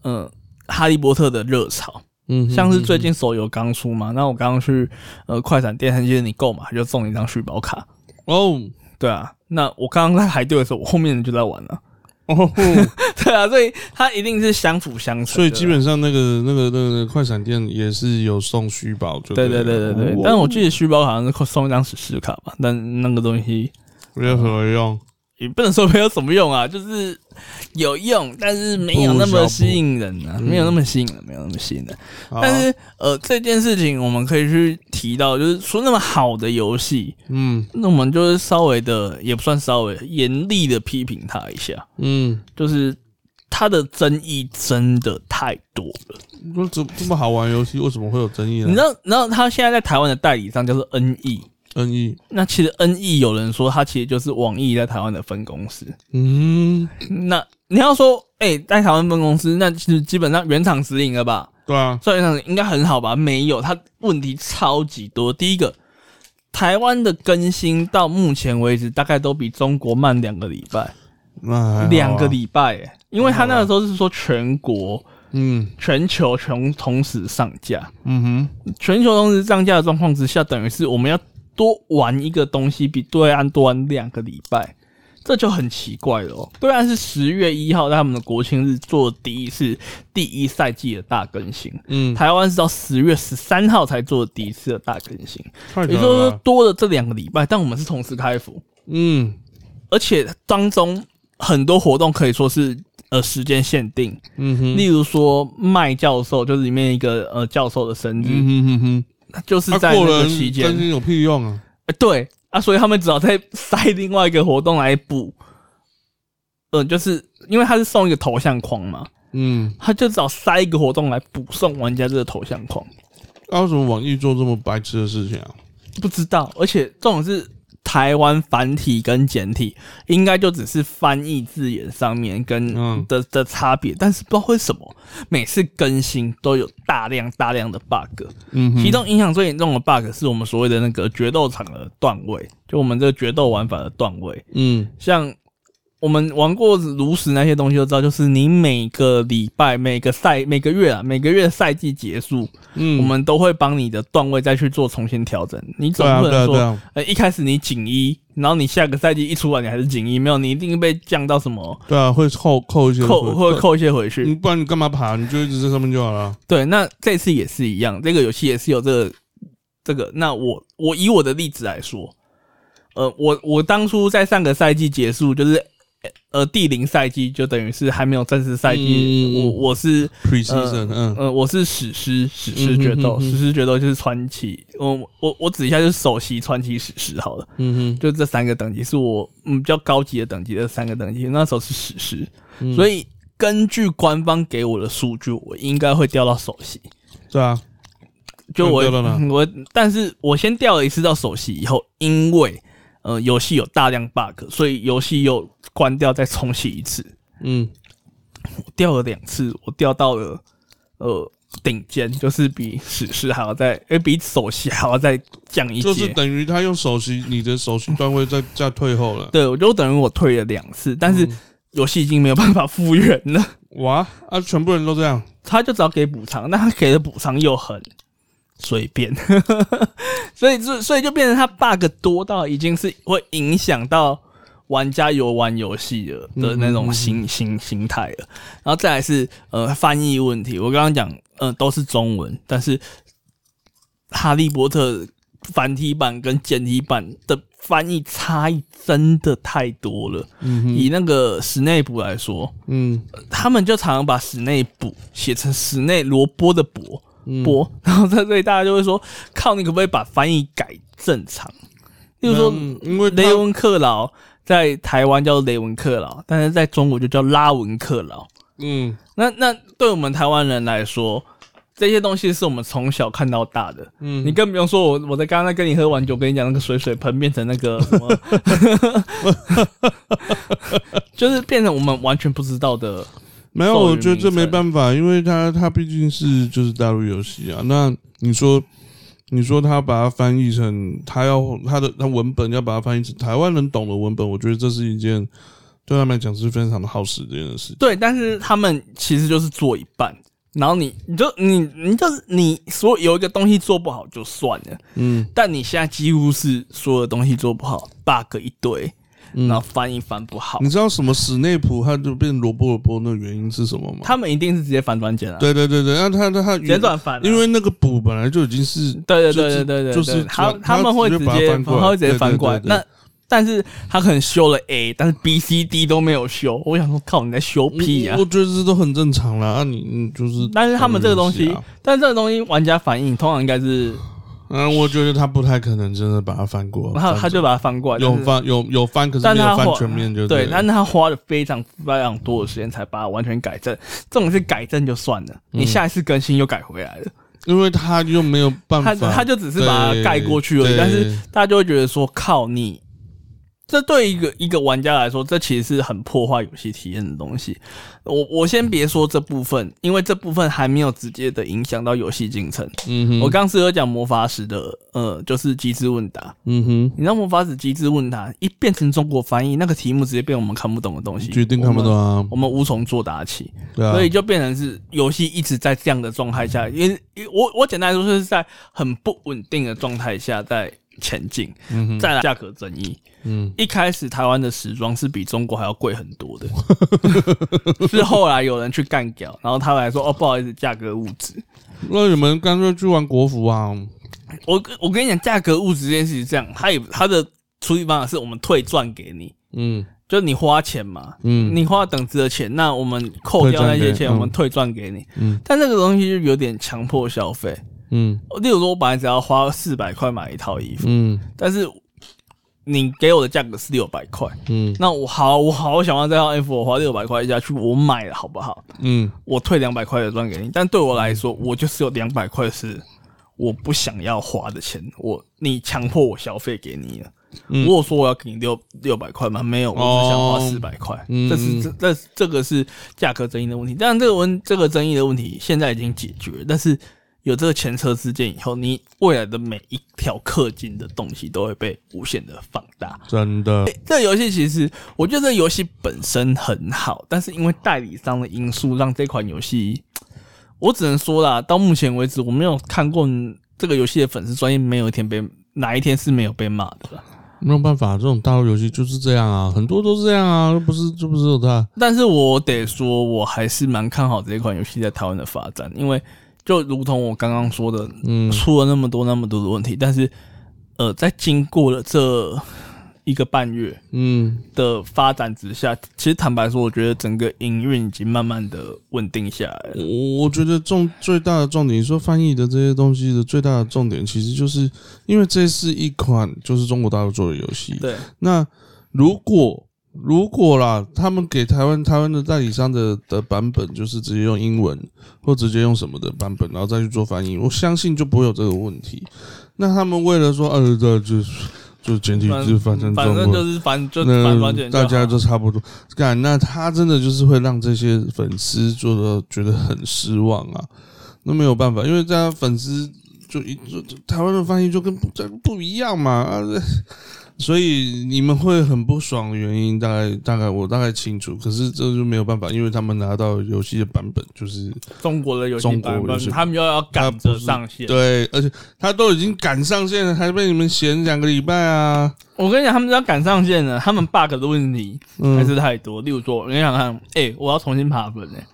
B: 嗯、哈利波特的热潮。
A: 嗯哼，
B: 像是最近手游刚出嘛，那我刚刚去呃快闪店，他 就是你购买他就送你一张续保卡，
A: 哦
B: 对啊。那我刚刚在排队的时候，我后面人就在玩了，
A: 哦，
B: 对啊，所以它一定是相辅相成的。
A: 所以基本上那个那个那个快闪店也是有送虚宝，就哦
B: 对
A: 对
B: 对
A: 了
B: 对对对，但我记得续保卡好像是送一张史诗卡吧，但那个东西
A: 没有什么用，
B: 也不能说没有什么用啊，就是有用，但是没有那么吸引人啊，没有那么吸引人，没有那么吸引人。
A: 好
B: 但是呃，这件事情我们可以去提到，就是说那么好的游戏，
A: 嗯
B: 那我们就是稍微的，也不算稍微严厉的批评他一下，
A: 嗯，
B: 就是他的争议真的太多了。
A: 说嗯这这么好玩的游戏为什么会有争议
B: 你知
A: 呢？
B: 道，你知道他现在在台湾的代理商叫做 NE，
A: 争议，
B: 那其实 NE 有人说它其实就是网易在台湾的分公司。
A: 嗯，
B: 那你要说，哎、在台湾分公司，那其实基本上原厂直营了吧？
A: 对啊，
B: 算原厂直营应该很好吧？没有，它问题超级多。第一个，台湾的更新到目前为止大概都比中国慢两个礼拜。
A: 那还好啊
B: 两个，礼拜、欸，因为他那个时候是说全国、
A: 嗯
B: 全球全同时上架，
A: 嗯
B: 全球同时上架的状况之下，等于是我们要多玩一个东西，比对岸多玩两个礼拜，这就很奇怪了、哦。对岸是十月一号在他们的国庆日做第一次第一赛季的大更新，
A: 哼嗯，
B: 台湾是到十月十三号才做第一次的大更新，
A: 太
B: 也
A: 屌
B: 就是说
A: 了，
B: 多了这两个礼拜，但我们是同时开服。
A: 嗯
B: 而且当中很多活动可以说是呃时间限定，
A: 嗯哼，
B: 例如说麦教授就是里面一个呃教授的生日，
A: 嗯哼哼
B: 就是
A: 哼，
B: 在
A: 啊
B: 那
A: 过
B: 个
A: 人
B: 期间
A: 更，新有屁用啊？
B: 呃对啊，所以他们只好再塞另外一个活动来补。嗯，就是因为他是送一个头像框嘛，
A: 嗯，
B: 他就只好塞一个活动来补送玩家这个头像框。
A: 那为什么网易做这么白痴的事情啊？
B: 不知道，而且这种是台湾繁体跟简体，应该就只是翻译字眼上面跟
A: 嗯
B: 的的差别，但是不知道为什么每次更新都有大量大量的 bug，
A: 嗯
B: 其
A: 哼，
B: 中影响最严重的 bug 是我们所谓的那个决斗场的段位，就我们这个决斗玩法的段位，
A: 嗯
B: 像。我们玩过炉石那些东西都知道，就是你每个礼拜、每个赛、每个月啊，每个月赛季结束，
A: 嗯，
B: 我们都会帮你的段位再去做重新调整。你总
A: 对啊
B: 不
A: 对
B: 能
A: 啊
B: 说
A: 对，啊
B: 呃，一开始你锦衣，然后你下个赛季一出来你还是锦衣，没有，你一定被降到什么
A: 对啊，会扣扣一些
B: 扣，会
A: 对
B: 扣一些回去。
A: 你不然你干嘛爬？你就一直在上面就好了。
B: 对，那这次也是一样，这个游戏也是有这个这个。那我我以我的例子来说，呃，我我当初在上个赛季结束，就是呃第零赛季，就等于是还没有正式赛季，
A: 嗯
B: 我我是
A: Precision，嗯
B: 呃，我是史诗，史诗决斗，
A: 嗯哼哼哼
B: 史诗决斗就是传奇。我我我指一下，就是首席传奇史诗好了，
A: 嗯
B: 就这三个等级是我嗯比较高级的等级，这三个等级那时候是史诗，
A: 嗯
B: 所以根据官方给我的数据，我应该会掉到首席。
A: 哼，对啊，
B: 就我
A: 你掉到哪
B: 我，但是我先掉了一次到首席以后，因为呃游戏有大量 bug，所以游戏又关掉再重启一次。
A: 嗯
B: 我掉了两次，我掉到了呃顶尖，就是比史诗还要再，诶、比首席还要再降一阶。
A: 就是等于他用首席，你的首席段位在在退后了。
B: 对，我就等于我退了两次，但
A: 嗯
B: 是游戏已经没有办法复原了。
A: 哇啊，全部人都这样，
B: 他就只要给补偿，那他给的补偿又很随便， 所以就所以就变成他 bug 多到已经是会影响到玩家游玩游戏的的那种心心心态了。然后再来是呃翻译问题，我刚刚讲呃都是中文，但是《哈利波特》繁体版跟简体版的翻译差异真的太多了。以那个史内普来说，
A: 嗯
B: 他们就常常把史内卜写成史内萝卜的卜卜，
A: 嗯
B: 然后在这里大家就会说，靠，你可不可以把翻译改正常？例如说，
A: 嗯因为他
B: 雷文克劳在台湾叫雷文克劳，但是在中国就叫拉文克劳。
A: 嗯
B: 那那对我们台湾人来说，这些东西是我们从小看到大的。
A: 嗯
B: 你更不用说我我在刚刚跟你喝完酒，跟你讲那个水水盆变成那个 什么， 就是变成我们完全不知道的。
A: 没有，
B: 咒语
A: 我觉得这
B: 名
A: 没
B: 称
A: 办法，因为它它毕竟是就是大陆游戏啊。那你说，你说他把它翻译成他要他的他文本要把它翻译成台湾人懂的文本，我觉得这是一件对他们来讲是非常的耗时间的事情。
B: 对，但是他们其实就是做一半，然后你你就你你就是你所有有一个东西做不好就算了，
A: 嗯，
B: 但你现在几乎是所有东西做不好，bug 一堆，
A: 嗯
B: 然后翻译翻不好，
A: 你知道什么史内普他就变萝卜萝卜的原因是什么吗？
B: 他们一定是直接反转简啊，
A: 对对对对，那他他他
B: 直接转反啊、
A: 因为那个补本来就已经是
B: 对对
A: 就
B: 对
A: 是
B: 对对对，
A: 就是
B: 他
A: 转
B: 他们会直
A: 直接把它
B: 接
A: 翻过来
B: 他会直接
A: 对
B: 翻
A: 对
B: 过来。
A: 对对
B: 那但是他可能修了 A，但是 B、C、D 都没有修。我想说，靠，你在修屁呀、
A: 我我觉得这都很正常啦。啊，你你就是，
B: 但是他们这个东西，
A: 啊
B: 但这个东西玩家反应通常应该是，
A: 嗯，我觉得他不太可能真的把它翻过，
B: 他他就把它翻过来，
A: 有
B: 但是
A: 翻有有翻，可是
B: 但
A: 没
B: 他
A: 有翻
B: 花
A: 全面就
B: 对，
A: 了
B: 但他花了非常非常多的时间才把它完全改正。这种是改正就算了，
A: 嗯
B: 你下一次更新又改回来了。
A: 因为他又没有办
B: 他
A: 法，
B: 他就只是把它
A: 对
B: 盖过去而已，
A: 对
B: 但是大家就会觉得说，靠你，这对一个一个玩家来说，这其实是很破坏游戏体验的东西。我我先别说这部分，因为这部分还没有直接的影响到游戏进程。
A: 嗯哼，
B: 我刚是有讲魔法使的，呃，就是机智问答。
A: 嗯哼，
B: 你知道魔法使机智问答一变成中国翻译，那个题目直接变我们看不懂的东西，
A: 决定看不懂
B: 我们，
A: 啊，
B: 我们无从作答起。
A: 对啊，
B: 所以就变成是游戏一直在这样的状态下，因为因为我我简单来说就是在很不稳定的状态下在前进。
A: 嗯哼，
B: 再来价格争议，
A: 嗯
B: 一开始台湾的时装是比中国还要贵很 多的，是后来有人去干掉，然后他来说哦不好意思，价格物质。
A: 那你们干脆去玩国服啊，
B: 我跟我跟你讲，价格物质这件事是这样，他也他的处理方法是我们退赚给你，
A: 嗯
B: 就你花钱嘛，
A: 嗯
B: 你花等值的钱，那我们扣掉那
A: 退赚
B: 些
A: 给
B: 钱，
A: 嗯
B: 我们退赚给你。
A: 嗯
B: 但这个东西就有点强迫消费。
A: 嗯
B: 例如说，我本来只要花四百块买一套衣服，
A: 嗯
B: 但是你给我的价格是六百块，
A: 嗯
B: 那我好，我好想要这套衣服，我花六百块下去，我买了好不好？
A: 嗯，
B: 我退两百块的赚给你，但对我来说，我就是有两百块是我不想要花的钱，我你强迫我消费给你了。
A: 嗯
B: 我有说我要给你六六百块吗？没有，我只想花四百块。
A: 嗯
B: 这是这这这个是价格争议的问题，但这个问这个争议的问题现在已经解决了，但是有这个前车之鉴以后，你未来的每一条氪金的东西都会被无限的放大。
A: 真的，
B: 这游戏其实，我觉得这游戏本身很好，但是因为代理商的因素，让这款游戏，我只能说啦，到目前为止，我没有看过这个游戏的粉丝专业没有一天被哪一天是没有被骂的啦。
A: 没有办法，这种大陆游戏就是这样啊，很多都是这样啊，又不是就不是有啊他，
B: 但是我得说，我还是蛮看好这款游戏在台湾的发展，因为就如同我刚刚说的，
A: 嗯
B: 出了那么多那么多的问题，但是呃，在经过了这一个半月，
A: 嗯
B: 的发展之下，其实坦白说，我觉得整个营运已经慢慢的稳定下来了。
A: 我我觉得重最大的重点，你说翻译的这些东西的最大的重点，其实就是因为这是一款就是中国大陆做的游戏。
B: 对，
A: 那如果如果啦，他们给台湾台湾的代理商的的版本，就是直接用英文或直接用什么的版本，然后再去做翻译，我相信就不会有这个问题。那他们为了说，呃，对，就是就简体字翻成中
B: 反
A: 文
B: 正，就是反就反
A: 那
B: 转简，
A: 大家都差不多。干，那他真的就是会让这些粉丝做的觉得很失望啊。那没有办法，因为大家粉丝就一就就台湾的翻译就跟不这不一样嘛啊， 所以你们会很不爽的原因，大概大概我大概清楚，可是这就没有办法，因为他们拿到游戏的版本就是
B: 中国的游戏
A: 中国
B: 版本
A: 游，戏
B: 他们又要赶着上线。
A: 对，而且他都已经赶上线了，还被你们闲两个礼拜啊，
B: 我跟你讲，他们只要赶上线了，他们 bug 的问题
A: 嗯
B: 还是太多。例如说，我跟你讲看，哎、我要重新爬分哎、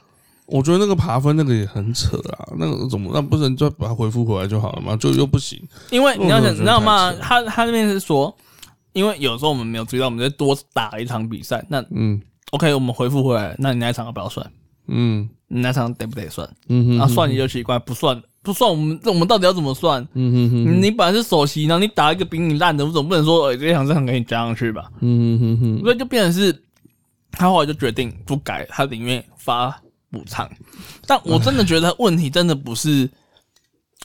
A: 我觉得那个爬分那个也很扯啊，那个怎么那不是你就把它回复回来就好了嘛？就又不行，
B: 因为你要想，
A: 嗯
B: 你知道吗
A: 我觉？得
B: 他他那边是说，因为有时候我们没有追到，我们就多打一场比赛。那
A: 嗯
B: OK，我们回复回来，那你那一场要不要算？
A: 嗯
B: 你那场得不得算？
A: 嗯哼
B: 啊，算你就奇怪，不算不算，我们我们到底要怎么算？
A: 嗯哼哼
B: 你本来是首席，然后你打一个比你烂的，我总不能说、欸、这场这场给你加上去吧？
A: 嗯哼哼哼，
B: 所以就变成是，他后来就决定不改，他宁愿发补偿。但我真的觉得问题真的不是，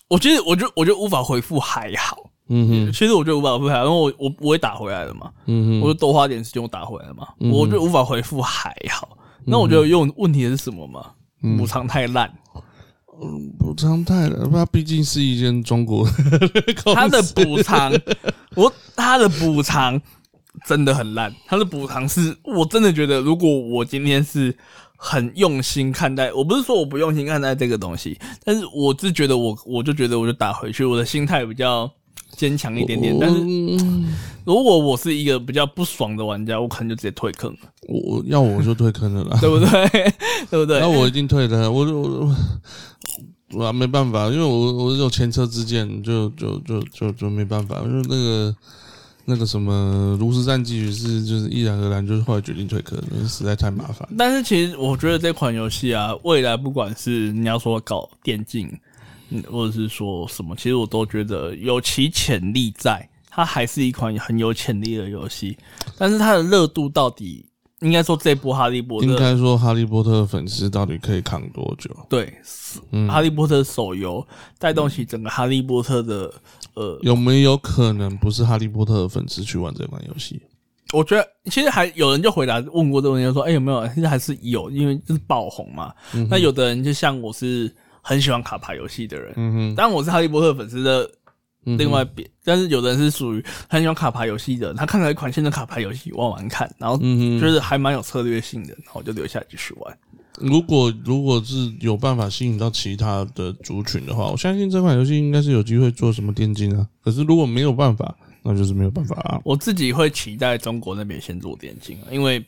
B: 我觉得我就我就无法回复还好，
A: 嗯哼
B: 其实我就无法回复还好，因为我我我也打回来了嘛，
A: 嗯
B: 我
A: 哼，
B: 就多花点时间我打回来了嘛，我就无法回复还
A: 嗯
B: 好。那我觉得有问题的是什么嘛？补偿太烂，
A: 补偿太了，它毕竟是一间中国 公
B: 他的
A: 司
B: 补偿，我他的补偿真的很烂。他的补偿是我真的觉得，如果我今天是很用心看待，我不是说我不用心看待这个东西，但是我是觉得我我就觉得我就打回去，我的心态比较坚强一点点。但是
A: 嗯
B: 如果我是一个比较不爽的玩家，我可能就直接退坑了，
A: 我要我就退坑了啦。
B: 对不对？ 对不对？
A: 那我一定退的，我我我我啊没办法，因为我我有前车之鉴，就就就就就没办法，因为那个那个什么炉石战记是就是毅然而然，就是后来决定退坑，因为实在太麻烦。
B: 但是其实我觉得这款游戏啊，未来不管是你要说搞电竞，嗯，或者是说什么，其实我都觉得有其潜力在，它还是一款很有潜力的游戏。但是它的热度到底，应该说这波《哈利波特
A: 应》该说，哈利波特的粉丝到底可以扛多久？
B: 对，是
A: 嗯
B: 哈利波特》手游带动起整个《哈利波特》的，呃，
A: 有没有可能不是哈利波特的粉丝去玩这款游戏？
B: 我觉得其实还有人就回答问过这个问题，就说：“哎、有没有？”其实还是有，因为就是爆红嘛。
A: 嗯
B: 那有的人就像我是很喜欢卡牌游戏的人，
A: 嗯
B: 当然我是哈利波特粉丝的
A: 哼，
B: 另外别，但是有的人是属于很喜欢卡牌游戏的，他看到一款新的卡牌游戏玩玩看，然后
A: 嗯哼，
B: 觉得还蛮有策略性的，然后就留下来继续玩。
A: 如果如果是有办法吸引到其他的族群的话，我相信这款游戏应该是有机会做什么电竞啊。可是如果没有办法，那就是没有办法啊。
B: 我自己会期待中国那边先做电竞，因为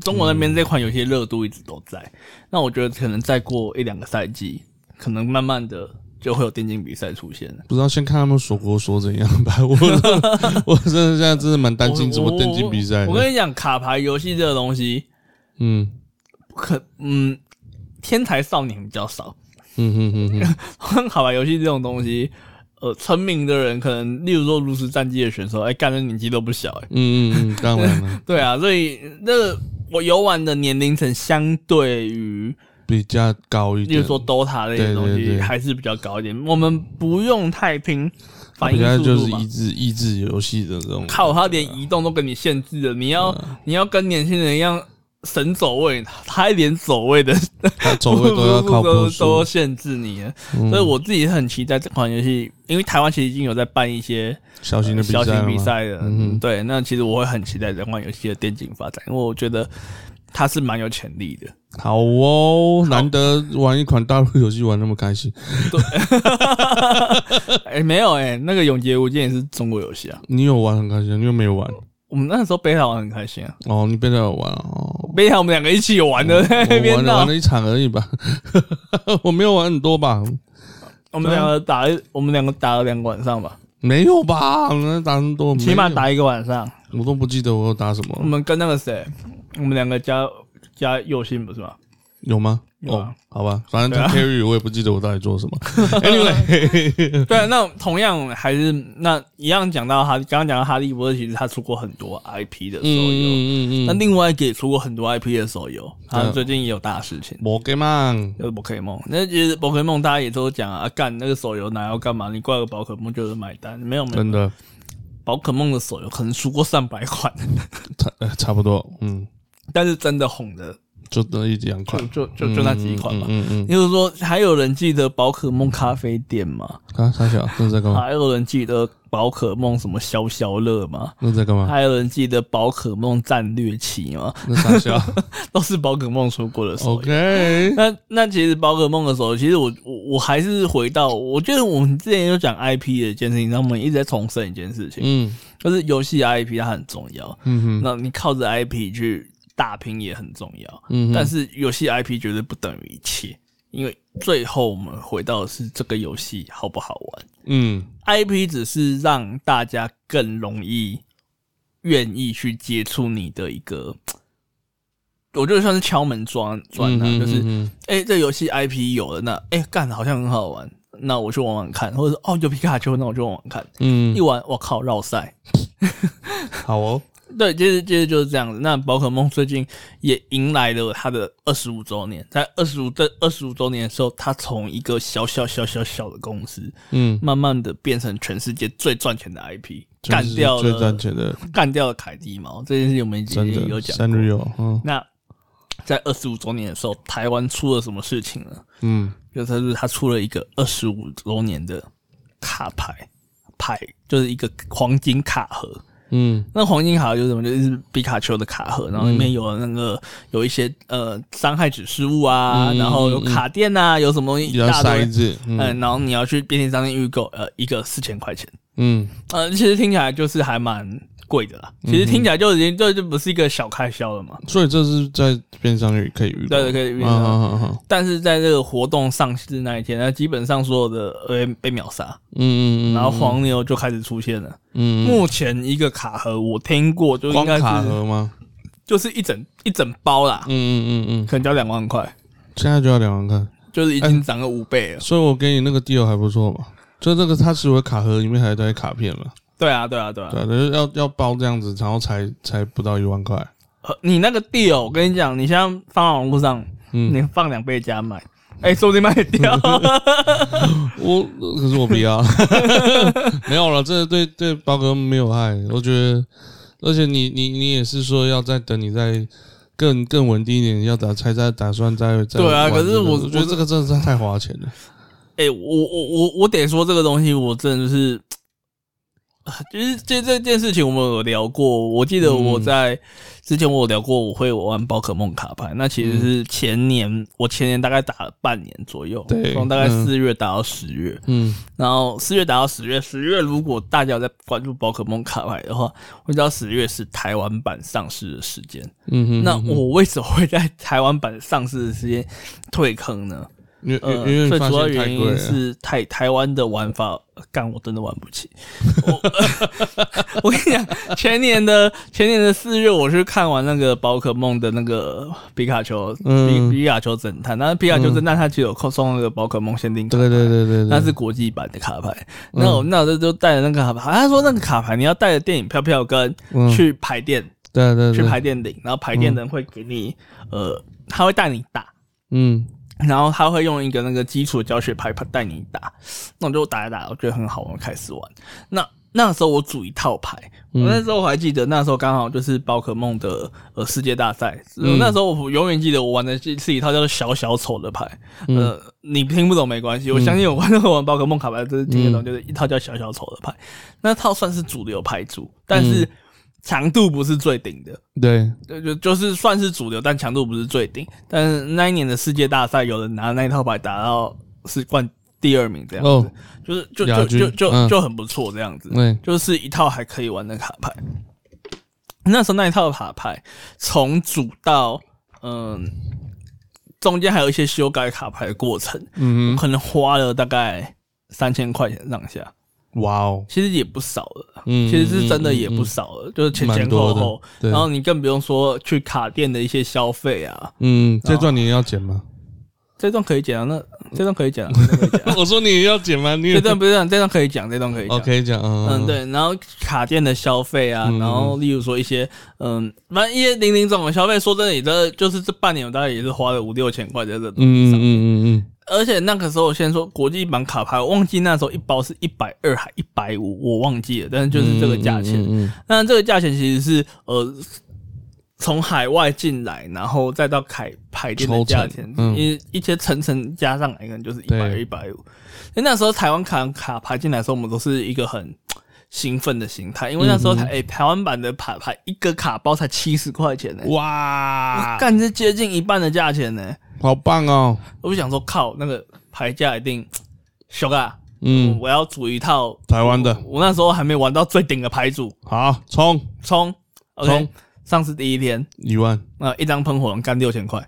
B: 中国那边这款游戏热度一直都在。那我觉得可能再过一两个赛季，可能慢慢的就会有电竞比赛出现了。
A: 不知道先看他们锁国锁怎样吧。我 我真的现在真的蛮担心怎么电竞比赛
B: 我
A: 的
B: 我。我跟你讲，卡牌游戏这个东西，
A: 嗯
B: 不可嗯，天才少年比较少。
A: 嗯哼哼哼，
B: 卡牌游戏这种东西，呃，成名的人可能，例如说炉石战绩的选手，哎、干的年纪都不小、哎，
A: 嗯嗯嗯，当然了，
B: 对啊，所以那个我游玩的年龄层相对于，
A: 比较高一
B: 例如
A: 点，
B: 说 DOTA 类的东
A: 对对
B: 西
A: 对
B: 还是比较高一点，我们不用太拼反
A: 比较
B: 应速
A: 就
B: 度
A: 是
B: 嘛
A: 益。智益智游戏的这种。
B: 靠，他连
A: 啊
B: 移动都跟你限制了，你要、你要跟年轻人一样神走位，他连走位的
A: 他走位都要靠步
B: 都 都
A: 数。嗯
B: 限制你了，所以我自己很期待这款游戏，因为台湾其实已经有在办一些
A: 小型的比赛
B: 小
A: 了吗，
B: 型比赛了，嗯，对，那其实我会很期待这款游戏的电竞发展，因为我觉得它是蛮有潜力的。
A: 好哦，难得玩一款大陆游戏玩那么开心。
B: 哎、没有哎、那个《永劫无间》也是中国游戏啊，
A: 你有玩很开心，你又没有玩
B: 我们那时候贝塔玩很开心啊，
A: 哦，你被他有玩啊 哦。
B: 贝塔我们两个一起玩 的，在那
A: 嗯我
B: 边
A: 玩了
B: 闹
A: 玩，了一场而已吧， 我没有玩很多吧，
B: 我们两个打了，我们两个打了两个晚上吧，
A: 没有吧，那打很多，
B: 起码
A: 没有
B: 打一个嗯晚上。
A: 我都不记得我有打什
B: 我
A: 么，
B: 们跟那个谁，我们两个加加右心不是吗？
A: 有吗？
B: 有
A: 哦
B: 啊，
A: 好吧，反正他 carry 我也不记得我到底做 什么。Anyway，
B: 对啊，那同样还是那一样讲到哈，刚刚讲到哈利波特，其实他出过很多 IP 的手游。
A: 嗯嗯
B: 那
A: 嗯
B: 另外一个也出过很多 IP 的手游，他
A: 对啊
B: 最近也有大事情，
A: ，Pokemon，
B: 就是宝可梦。那其实宝可梦大家也都讲啊，啊干那个手游哪要干嘛？你挂个宝可梦就是买单，没有没有
A: 真，的，
B: 宝可梦的手游可能出过上百款，
A: 差呃差不多，嗯
B: 但是真的红的
A: 就那一两款，
B: 就就就那几款嘛。
A: 嗯嗯嗯，
B: 就是说，还有人记得宝可梦咖啡店吗？
A: 啊，傻小，那在干嘛？
B: 还有人记得宝可梦什么消消乐吗？
A: 那在干嘛？
B: 还有人记得宝可梦战略棋吗？
A: 那傻小
B: 都是宝可梦出过的手游。
A: ，OK，
B: 那那其实宝可梦的时候，其实我我我还是回到，我觉得我们之前有讲 IP 的一件事情，他们一直在重申一件事情，
A: 嗯
B: 就是游戏 IP 它很重要，
A: 嗯哼
B: 那你靠着 IP 去打拼也很重要，
A: 嗯哼，
B: 但是游戏 IP 绝对不等于一切，因为最后我们回到的是这个游戏好不好玩
A: 嗯
B: ，IP 只是让大家更容易愿意去接触你的一个，我觉得算是敲门砖砖啊，
A: 嗯
B: 就是。
A: 嗯
B: 哎、这游戏 IP 有了，那哎干、好像很好玩，那我去玩玩看，或者是哦有皮卡丘，那我就玩玩看。
A: 嗯
B: 一玩，我靠，绕赛。
A: 好哦，
B: 对，接着接着就是这样子。那宝可梦最近也迎来了它的二十五周年，在二十五这二十五周年的时候，它从一个小小小小小的公司，
A: 嗯，
B: 慢慢的变成全世界最赚钱的 IP，
A: 这
B: 干
A: 是
B: 掉
A: 最赚
B: 了
A: 钱的，
B: 干掉了凯蒂猫这件事，我们已
A: 真
B: 经
A: 的
B: 有讲
A: 三日
B: 过。
A: 游，嗯
B: 那在二十五周年的时候，台湾出了什么事情呢？
A: 嗯
B: 就是他是他出了一个二十五周年的卡牌牌，就是一个黄金卡盒。
A: 嗯
B: 那黄金卡盒就是什么？就是皮卡丘的卡盒，然后里面有那个有一些呃伤害指示物啊，
A: 嗯
B: 然后有卡垫啊，有什么东西
A: 比
B: 一
A: 较
B: 大堆
A: 塞。子，嗯
B: 嗯，然后你要去便利商店预购，呃，一个四千块钱，
A: 嗯
B: 呃，其实听起来就是还蛮贵的啦。其实听起来就已经这就不是一个小开销了嘛。
A: 所以这是在边上可以遇到，
B: 对对，可以预
A: 啊
B: 算。
A: 啊啊，
B: 但是在这个活动上市那一天，那基本上所有的呃被秒杀。
A: 嗯嗯嗯，
B: 然后黄牛就开始出现了。
A: 嗯
B: 目前一个卡盒我听过，就应
A: 光
B: 该
A: 卡
B: 是
A: 盒吗？
B: 就是一整一整包啦，
A: 嗯嗯嗯嗯，
B: 可能就要两万块，
A: 现在就要两万看，
B: 就是已经涨了五倍了。
A: 所以我给你那个 deal 还不错嘛。就这个，它除了卡盒里面还带卡片嘛，
B: 对啊，对啊，对啊。
A: 对啊，就是要要包这样子，然后才才不到一万块，
B: 呃你那个 deal，我跟你讲，你现在放到网络上，
A: 嗯，
B: 你放两倍加买，哎，说不定卖得 掉。
A: 我可是我不要， 没有了，这对对包哥没有害，我觉得，而且你你你也是说要再等你再更更稳定一点，要打才在打算再再
B: 对啊
A: 玩
B: 可是
A: 这个
B: 我
A: 我觉得这个真的是太花钱了，
B: 哎，我我我我得说这个东西，我真的是。啊就是这这件事情，我们有聊过。我记得
A: 嗯
B: 我在、之前我有聊过，我会玩宝可梦卡牌。那其
A: 嗯
B: 实是前年，我前年大概打了半年左右
A: 对，
B: 从大概
A: 嗯
B: 四月打到十月。
A: 嗯
B: 然后四月打到十月，十月如果大家有在关注宝可梦卡牌的话，会知道十月是台湾版上市的时间。
A: 嗯哼，
B: 那我为什么会在台湾版上市的时间退坑呢？
A: 因为
B: 呃，
A: 因为
B: 最
A: 发
B: 主要
A: 现太
B: 原
A: 贵
B: 因
A: 了，
B: 是台台湾的玩法，呃干我真的玩不起。 我我跟你讲，前年的前年的四月，我去看完那个宝可梦的那个皮卡丘，
A: 嗯
B: 皮皮卡丘侦探。那皮卡丘侦探它其实有扣送那个宝可梦限定卡牌，
A: 对对对对对，嗯
B: 那是国际版的卡牌。那我那我就就带着那个卡牌，他说那个卡牌你要带着电影票票跟
A: 嗯
B: 去排店，
A: 对对
B: 去
A: 对，
B: 排店领，然后排店人会给你呃，他会带你打。
A: 嗯
B: 然后他会用一个那个基础的教学牌带你打，那我就打一打，我觉得很好玩，我开始玩。那那时候我组一套牌，我那时候我还记得，那时候刚好就是宝可梦的呃世界大赛，
A: 嗯
B: 那时候我永远记得我玩的是是一套叫做小小丑的牌，
A: 嗯
B: 呃，你听不懂没关系，我相信我玩那个玩宝可梦卡牌都是听得懂，就是一套叫小小丑的牌，那套算是主流牌组，但是强度不是最顶的，
A: 对，
B: 就就就是算是主流，但强度不是最顶。但是那一年的世界大赛，有人拿那一套牌打到是冠第二名，这样子，
A: 哦，
B: 就是就
A: 亚
B: 就
A: 军
B: 就就、
A: 嗯
B: 就很不错，这样子，
A: 对，
B: 就是一套还可以玩的卡牌。那时候那一套卡牌从主到嗯，中间还有一些修改卡牌的过程，
A: 嗯
B: 可能花了大概三千块钱上下，
A: 哼，哇哦，
B: 其实也不少了。
A: 嗯，
B: 其实是真的也
A: 嗯
B: 不
A: 嗯
B: 少了，就是前
A: 蛮
B: 前
A: 多
B: 后
A: 的
B: 后，
A: 对
B: 然后你更不用说去卡店的一些消费啊，
A: 嗯，这段你要剪吗？
B: 这段可以
A: 嗯
B: 讲啊，那这段可以讲啊，这段可以讲
A: 我说你要剪吗？你
B: 这段不是这样，这段可以讲，这段可以讲。
A: OK 讲，嗯
B: 嗯，，对，然后卡店的消费啊，
A: 嗯
B: 然后例如说一些，嗯，反正一些零零总总的消费，说真的，也这就是这半年我大概也是花了五六千块在这
A: 嗯
B: 东西
A: 嗯
B: 上，
A: 嗯嗯
B: 而且那个时候我先说国际版卡牌，我忘记那时候一包是一百二还一百五，我忘记了，但是
A: 嗯，
B: 就是这个价钱，
A: 嗯，嗯
B: 那这个价钱其实是呃从海外进来，然后再到凯排店的
A: 抽成
B: 价钱，
A: 嗯
B: 一一些层层加上来，可能就是一百
A: 对
B: 一百五。因为那时候台湾卡卡排进来的时候，我们都是一个很兴奋的心态，因为那
A: 嗯
B: 时候台、诶台湾版的卡牌一个卡包才七十块钱呢、
A: 嗯哇，
B: 干是接近一半的价钱呢、
A: 好棒哦！
B: 我就想说，靠，那个牌价一定小啊！
A: 嗯，
B: 我要组一套，
A: 台湾的
B: 我那时候还没玩到最顶的牌组，
A: 好冲
B: 冲，OK，
A: 冲
B: 上市第一天，
A: 一 万，
B: 那、呃一张喷火龙干六千块，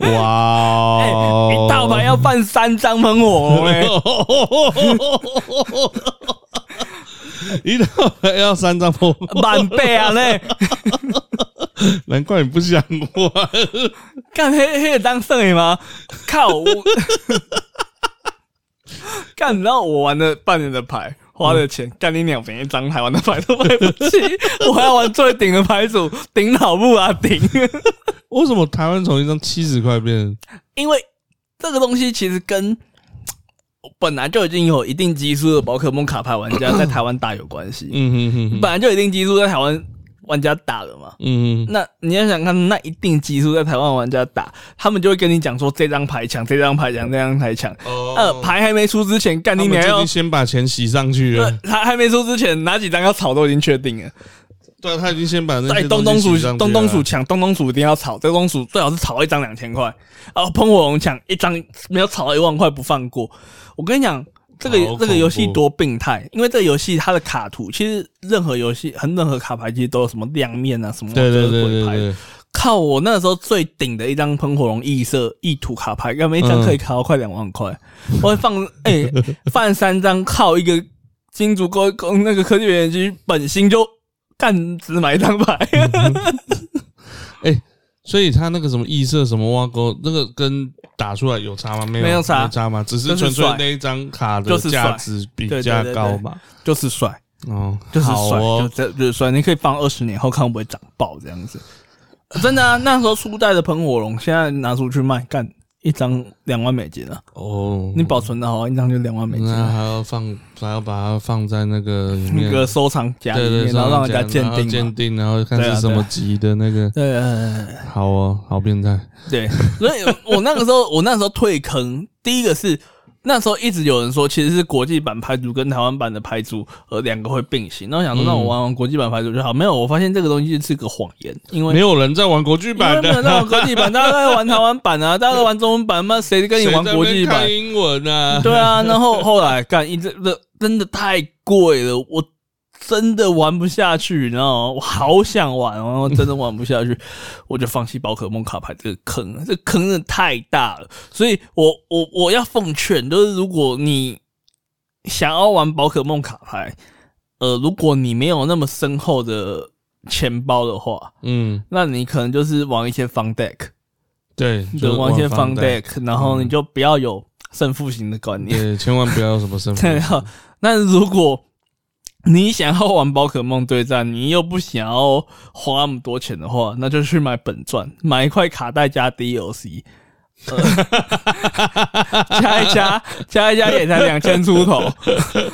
A: 哇
B: 哎、
A: 哦！
B: 一大牌要办三张喷火龙、哎
A: 一套还要三张破，
B: 满倍啊嘞！
A: 难怪你不想玩。
B: 干黑黑当剩的吗？靠！我干，你知道我玩了半年的牌，花的钱，干你两每一张台湾的牌都买不起，我还要玩最顶的牌组，顶老木啊顶！
A: 为什么台湾从一张七十块变？
B: 因为这个东西其实跟本来就已经有一定基数的宝可梦卡牌玩家在台湾打有关系，
A: 嗯哼哼哼，
B: 本来就有一定基数在台湾玩家打了嘛。
A: 嗯哼，
B: 那你要想看，那一定基数在台湾玩家打，他们就会跟你讲说这张牌强，这张牌强，这张牌强。呃，
A: 哦，
B: 牌还没出之前，干
A: 他
B: 你
A: 们
B: 娘
A: 最
B: 要
A: 近！先把钱洗上去了
B: 呃。还还没出之前，哪几张要炒都已经确定了。
A: 对啊，他已经先把那
B: 哎，
A: 些
B: 东
A: 东
B: 东
A: 西
B: 鼠
A: 洗上啊去
B: 东东鼠
A: 了
B: 抢，东东鼠一定要炒，这个东鼠最好是炒一张两千块，啊，喷火龙抢一张没有炒到一万块不放过。我跟你讲，这个
A: 哦好恐怖
B: 这个游戏多病态，因为这个游戏它的卡图，其实任何游戏很任何卡牌其实都有什么亮面啊什么
A: 对对对
B: 鬼
A: 对
B: 牌
A: 对，
B: 靠！我那时候最顶的一张喷火龙异色异图卡牌，要每一张可以卡到快两万块。
A: 嗯
B: 我会放哎、放三张，靠一个金主公公那个科技园区本薪就干只买一张牌，
A: 嗯所以他那个什么异色什么挖沟，那个跟打出来有差吗？没有，
B: 没有差
A: 没差吗？只是
B: 就是
A: 纯粹
B: 帅
A: 那一张卡的
B: 就是帅
A: 价值比
B: 对对
A: 较
B: 对对
A: 高嘛。
B: 就是帅，
A: 哦，
B: 就是
A: 好
B: 帅，就
A: 哦，
B: 这就是帅。你可以放二十年后看会不会长爆这样子。真的啊，那时候初代的喷火龙，现在拿出去卖，干一张两万美金啊！
A: 哦，
B: 你保存的好，一张就两万美金啊、
A: 那还要放，还要把它放在那个里面
B: 那个收藏夹里
A: 对嗯对，
B: 面，然后让人家鉴
A: 然后
B: 定嘛
A: 鉴。定，然后看
B: 对啊
A: 是什
B: 对
A: 么
B: 啊
A: 级的那个。
B: 对对
A: 好哦，好变态。
B: 对，对所以我那个时候，我那时候退坑，第一个是那时候一直有人说，其实是国际版牌组跟台湾版的牌组，呃，两个会并行。那我想说，
A: 嗯
B: 那我玩玩国际版牌组就好。没有，我发现这个东西是个谎言，因为
A: 没。有人在玩国剧
B: 因为
A: 版
B: 没有
A: 的，
B: 在玩国际版，大家都在玩台湾版啊，大家都玩中文版，那谁跟你
A: 谁
B: 玩
A: 在
B: 国
A: 那边
B: 际版
A: 看？英文 啊？
B: 对啊，然后后来干一直这真的太贵了，我真的玩不下去，你知道吗？我好想玩，然后真的玩不下去，我就放弃宝可梦卡牌这个坑了，这个坑真的太大了。所以我我我要奉劝，就是如果你想要玩宝可梦卡牌，呃，如果你没有那么深厚的钱包的话，
A: 嗯，
B: 那你可能就是玩一些 fun deck，
A: 对，
B: 对，
A: 就是
B: 玩一些 fun
A: 房贷
B: deck，然后你就不要有胜负型的 观念。
A: 对，千万不要有什么身
B: 对
A: 份。
B: 啊，那如果你想要玩宝可梦对战，你又不想要花那么多钱的话，那就去买本传，买一块卡带加 DLC，、呃、 加一加，加一加也才两千出头。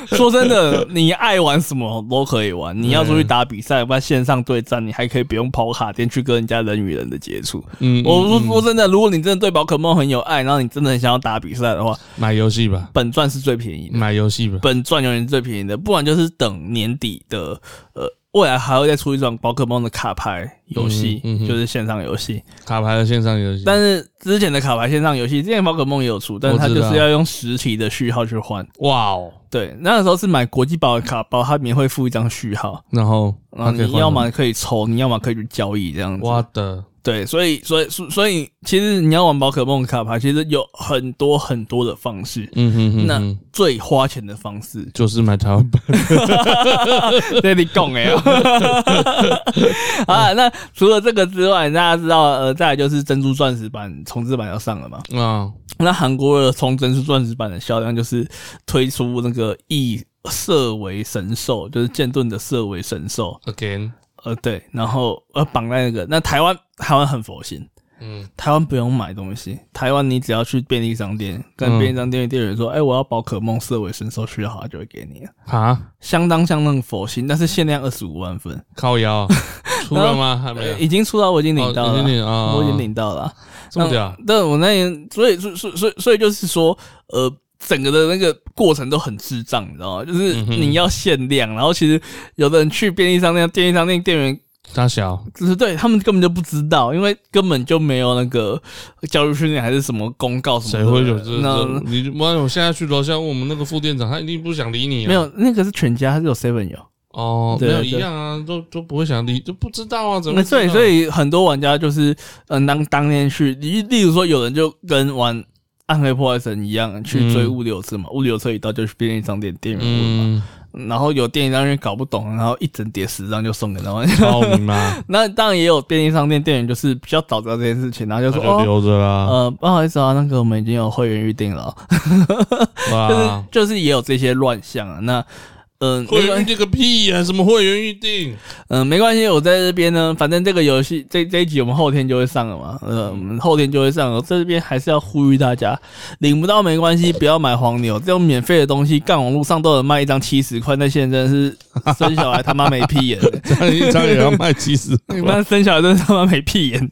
B: 说真的，你爱玩什么都可以玩，你要出去打比赛，不然线上对战，你还可以不用跑卡店去跟人家人与人的接触。
A: 嗯，
B: 我
A: 嗯
B: 说说真的，如果你真的对宝可梦很有爱，然后你真的很想要打比赛的话，
A: 买游戏吧，
B: 本传是最便宜的。
A: 买游戏吧。
B: 本传永远是最便宜的，不然就是等年底的呃，未来还会再出一张宝可梦的卡牌游戏，
A: 嗯哼嗯哼
B: 就是线上游戏。
A: 卡牌的线上游戏，
B: 但是之前的卡牌线上游戏，之前宝可梦也有出，但是它
A: 我
B: 就
A: 知道
B: 是要用实体的序号去换。
A: 哇哦，
B: 对，那个时候是买国际宝的卡包，它里面会附一张序号，
A: 然后
B: 然后啊
A: 它可以
B: 你
A: 换
B: 要
A: 什
B: 么可以抽，你要么可以去交易这样子
A: 么？。我的，
B: 对，所以所以所以所以其实你要玩宝可梦卡牌，其实有很多很多的方式。
A: 嗯哼哼
B: 那
A: 哼，
B: 最花钱的方式
A: 就是买台湾版。
B: 这里讲哎 哦，啊，那除了这个之外，大家知道呃，再来就是珍珠钻石版重置版要上了嘛？
A: 啊，
B: 那韩国的从珍珠钻石版的销量就是推出那个异色为神兽，就是剑盾的色为神兽，
A: again，
B: 呃对，然后呃绑在那个那台湾台湾很佛心，
A: 嗯，
B: 台湾不用买东西，台湾你只要去便利商店，跟
A: 嗯
B: 便利商店的店员说：“哎、我要宝可梦色尾神兽序号，他就会给你了。
A: 啊，
B: 相当相当佛心，但是限量二十五万份，
A: 靠 腰出了吗？还没有
B: 呃，已经出到我已经领到
A: 啊哦已
B: 了，
A: 经领啊，
B: 我已经领到了。
A: 这么屌，
B: 但我那天，所以，所以，所以所以，所以就是说，呃，整个的那个过程都很智障，你知道吗？就是
A: 嗯哼
B: 你要限量，然后其实有的人去便利商店，便利商店店员
A: 大小，
B: 就是对他们根本就不知道，因为根本就没有那个教育训练还是什么公告什
A: 谁
B: 么的。
A: 会有这
B: 那
A: 这？你妈，我现在去楼下问我们那个副店长，他一定不想理你啊。
B: 没有那个是全家，只有 seven 有。
A: 哦，没
B: 对
A: 有
B: 对
A: 一样啊，都都不会想理，都不知道啊，怎么
B: 那
A: 会知道？
B: 嗯所以，所以很多玩家就是，嗯，当当天去，例例如说，有人就跟玩《暗黑破坏神》一样去追
A: 嗯
B: 物流车嘛，物流车一到就去便利商店店员问嘛，
A: 嗯，
B: 然后有电影商店搞不懂，然后一整叠十张就送给他们。
A: 靠你妈，
B: 那当然也有便利商店店员就是比较早知道这件事情，然后就
A: 那
B: 说
A: 就
B: 哦，
A: 留着啦，
B: 呃，不好意思啊，那个我们已经有会员预定了，
A: 对啊，
B: 就是就是也有这些乱象啊。那嗯，
A: 会
B: 没
A: 员
B: 关
A: 预定个屁呀，什么会员预 定？
B: 嗯，没关系，我在这边呢，反正这个游戏这这一集我们后天就会上了嘛，呃，我们后天就会上了。在这边还是要呼吁大家，领不到没关系，不要买黄牛，这种免费的东西，干网络上都有卖一张七十块，那些人真的是生小孩他妈没屁眼的，
A: 这样一张也要卖七十
B: 你妈生小孩真的他妈没屁眼。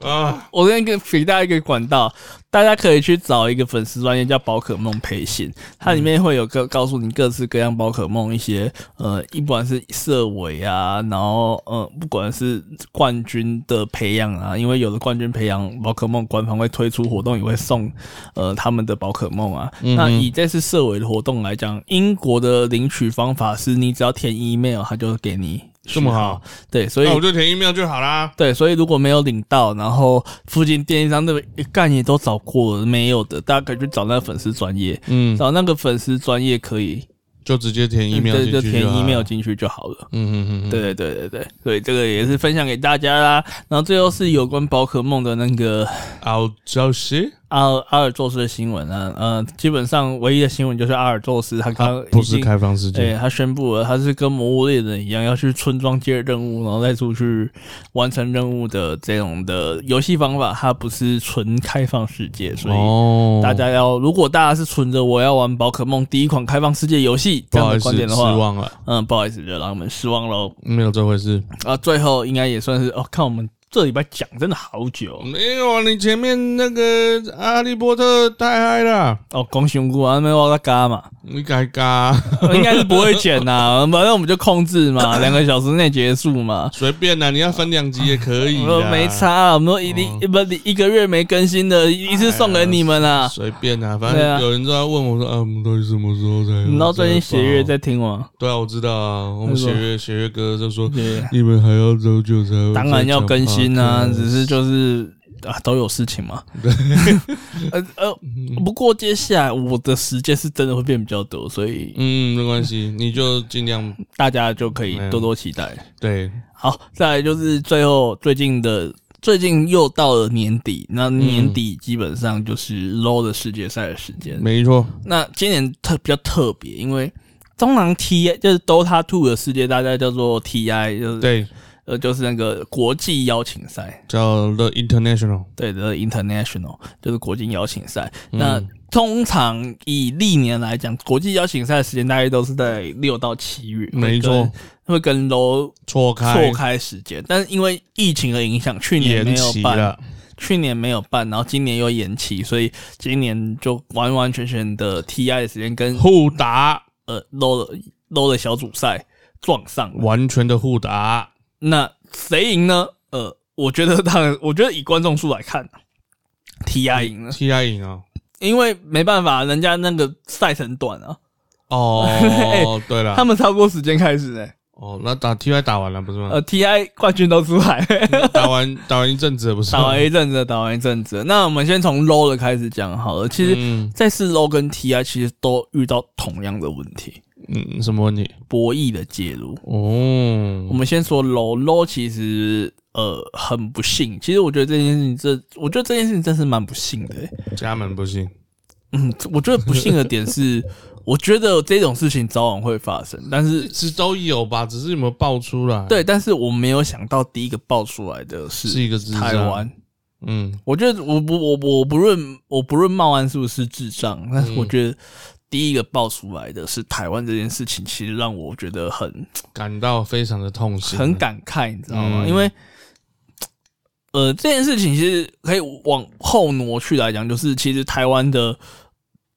A: 啊？
B: 我这边给给大家一个管道，大家可以去找一个粉丝专业叫宝可梦培训，它里面会有个告诉你各式各样宝可梦一些呃，一不管是色尾啊，然后呃，不管是冠军的培养啊，因为有的冠军培养宝可梦官方会推出活动，也会送呃他们的宝可梦啊。
A: 嗯
B: 那以这次色尾的活动来讲，英国的领取方法是你只要填 email，它就给你。
A: 这么好，
B: 对，所以
A: 那我就填 email 就好啦。
B: 对，所以如果没有领到，然后附近电商那边一干也都找过了，没有的，大家可以去找那个粉丝专业，
A: 嗯，
B: 找那个粉丝专业可以，
A: 就直接填
B: 对，
A: email 进去
B: 就填
A: 好了
B: email 进去就好了。
A: 嗯嗯嗯，嗯，
B: 对对对对对，所以这个也是分享给大家啦。然后最后是有关宝可梦的那个
A: 澳洲是
B: 阿尔阿尔宙斯的新闻啊，呃，基本上唯一的新闻就是阿尔宙斯他刚
A: 不是
B: 已经
A: 开放世
B: 对
A: 界，
B: 他宣布了，他是跟《魔物猎人》一样，要去村庄接任务，然后再出去完成任务的这种的游戏方法，它不是纯开放世界，所以
A: 哦，
B: 大家要，如果大家是存着我要玩宝可梦第一款开放世界游戏
A: 不
B: 这样
A: 好
B: 的
A: 意思，
B: 观点
A: 失
B: 的话，
A: 望了，
B: 嗯，不好意思，就让我们失望喽。
A: 没有这回事。
B: 啊，最后应该也算是哦，看我们这礼拜讲真的好久
A: 没有啊，你前面那个《哈利波特》太嗨了，
B: 哦，恭喜我啊，没有我在嘎嘛，哦
A: 你该 嘎，
B: 应该是不会剪呐， 反正我们就控制嘛，两个小时内结束嘛。
A: 随便啦，你要分两集也可以
B: 我
A: 啦，
B: 没差啊，我们都一定不一个月没更新的，一次送给你们啦。
A: 随便啦，反
B: 啊对啊
A: 正有人都在问我说，啊，我们到底什么时候才？
B: 你知道最近
A: 才
B: 血月
A: 报
B: 在听吗？
A: 对啊，我知道啊，我们
B: 那个
A: 血月血月哥就说，
B: 对，
A: 你们还要多久才？
B: 当然要更新啊，
A: 才讲 podcast
B: 只是就是啊都有事情嘛。 呃呃，不过接下来我的时间是真的会变比较多，所以
A: 嗯，没关 系，你就尽量
B: 大家就可以多多期待。
A: 对，
B: 好，再来就是最后最近的。最近又到了年底，那年底基本上就是 low 的世界赛的时间。
A: 没错，
B: 那今年特比较特别，因为中狼 T 就是 Dota Two 的世界大赛叫做 TI，就是
A: 对，
B: 呃就是那个国际邀请赛，
A: 叫 The International，
B: 对的 International 就是国际邀请赛。
A: 嗯
B: 那通常以历年来讲，国际邀请赛的时间大概都是在六到七月，
A: 没错，
B: 会跟 low
A: 错开
B: 错开时间，但是因为疫情的影响，去年没
A: 延
B: 有
A: 期啊
B: 办，
A: 了，
B: 去年没有办，然后今年又延期，所以今年就完完全全的 TI 的时间跟
A: 互打，
B: 呃 low 的 low 的小组赛撞上了，
A: 完全的互 打，
B: 那谁赢呢？呃，我觉得当然，我觉得以观众数来看，TI 赢了，
A: T I 赢啊。
B: 因为没办法，人家那个赛程短啊，
A: 哦，对了，
B: 他们超过时间开始哎、
A: 哦，那打 T Y 打完了不是 吗？
B: 呃，TI 冠军都出来，
A: 打完打完一阵子了不是吗？
B: 呃打完一阵子，打完一阵子，那我们先从 low 的开始讲好了。其实
A: 嗯
B: 这次 low 跟 TI 其实都遇到同样的问题，
A: 嗯，什么问题？
B: 博弈的介入。
A: 嗯
B: 我
A: 哦，
B: 们先说 low low，其实呃很不幸。其实我觉得这件事情这，我觉得这件事情真是蛮不幸的欸、
A: 家门不幸，
B: 嗯，我觉得不幸的 点是，我觉得这种事情早晚会发生，但是
A: 是都有吧，只是有没有爆出来？，
B: 对，但是我没有想到第一个爆出来的
A: 是一
B: 是
A: 个智障
B: 台湾，
A: 嗯，
B: 我觉得我不我我不论我不论茂安是不是智障，但
A: 嗯
B: 是我觉得第一个爆出来的是台湾这件事情，其实让我觉得很
A: 感到非常的痛心，啊
B: 很感慨，你知道吗？
A: 嗯
B: 因为呃，这件事情其实可以往后挪去来讲，就是其实台湾的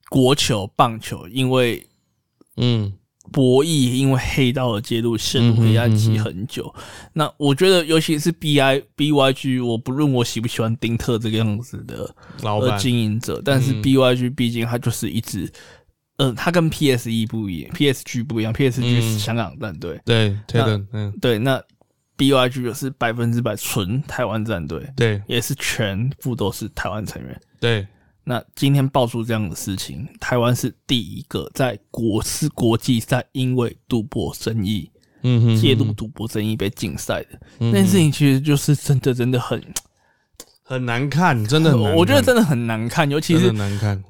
B: 国球棒球因为
A: 嗯
B: 博弈因为黑道的介入陷入黑暗
A: 嗯
B: 期很久。那我觉得，尤其是 B I B Y G，我不论我喜不喜欢丁特这个样子的
A: 老
B: 呃
A: 板，
B: 经营者，但是
A: 嗯
B: B Y G 毕竟它就是一直，呃，它跟 P S E 不一样，P S G 不一样，P S G 是
A: 嗯
B: 香港战队，
A: 对 t a y 嗯，
B: 对，那 B Y G 就是百分之百纯台湾战队，
A: 对
B: 也是全部都是台湾成员。
A: 对，
B: 那今天爆出这样的事情，台湾是第一个在国是国际赛因为赌博生意
A: 嗯哼，
B: 介入赌博生意被禁赛的、
A: 嗯
B: 那件事情，其实就是真的真的很，
A: 很难看，真的很难看，
B: 我觉得真的很难看，尤其
A: 真
B: 是
A: 的难看，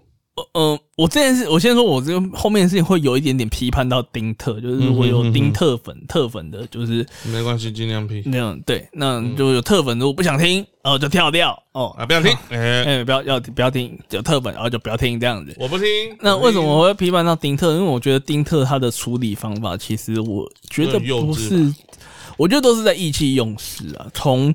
B: 呃，我这件事，我先说，我这个后面的事情会有一点点批判到丁特，就是如
A: 嗯
B: 果
A: 哼
B: 有
A: 嗯哼
B: 丁特粉、特粉的，就是
A: 没关系，尽量批
B: 那样对，那就有特粉，如果不想听，然后就跳掉哦，
A: 啊，不要听，嗯哎，
B: 哎、不要要不要听有特粉，然后就不要听这样子。
A: 我不听，
B: 那为什么
A: 我
B: 我会批判到丁特？因为我觉得丁特他的处理方法，其实我觉得
A: 很幼稚
B: 不是，我觉得都是在意气用事啊，从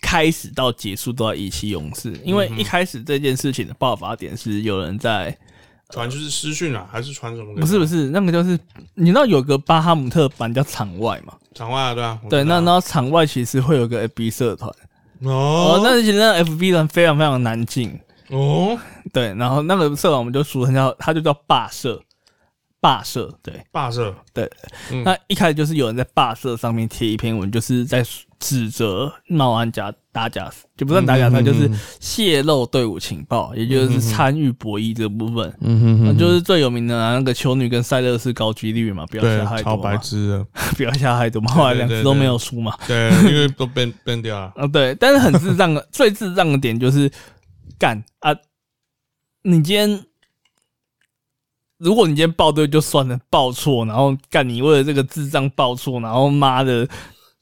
B: 开始到结束都在意气用事。因
A: 嗯
B: 为一开始这件事情的爆发点是有人
A: 不
B: 在。
A: 听传就是私讯啊，还是传什么给他？
B: 不是不是，那个就是你知道有个巴哈姆特版叫场外嘛？
A: 场外啊，对啊，我
B: 对，
A: 知
B: 那
A: 道
B: 那场外其实会有个 FB 社团，哦
A: 哦，
B: 那其实那 FB 人非常非常难进。
A: 哦，
B: 对，然后那个社团我们就俗称叫，它就叫霸社，霸社。对
A: 霸社，
B: 对，
A: 嗯
B: 那一开始就是有人在霸社上面贴一篇文，就是在指责闹安家打假，就不算打假赛，
A: 嗯嗯嗯
B: 就是泄露队伍情报，也就是参与博弈这部分。
A: 嗯哼
B: 那就是最有名的、啊、那个球女跟塞勒斯高几率嘛，不要
A: 对
B: 下，太多
A: 超
B: 嘛
A: 白痴的，
B: 不要下太多嘛，后来两次都没有输嘛。
A: 对，因为都 ban ban 掉了，
B: 啊，对，但是很智障的， 最智障的点就是干啊！你今天如果你今天报对就算了，报错，然后干你为了这个智障报错，然后妈的，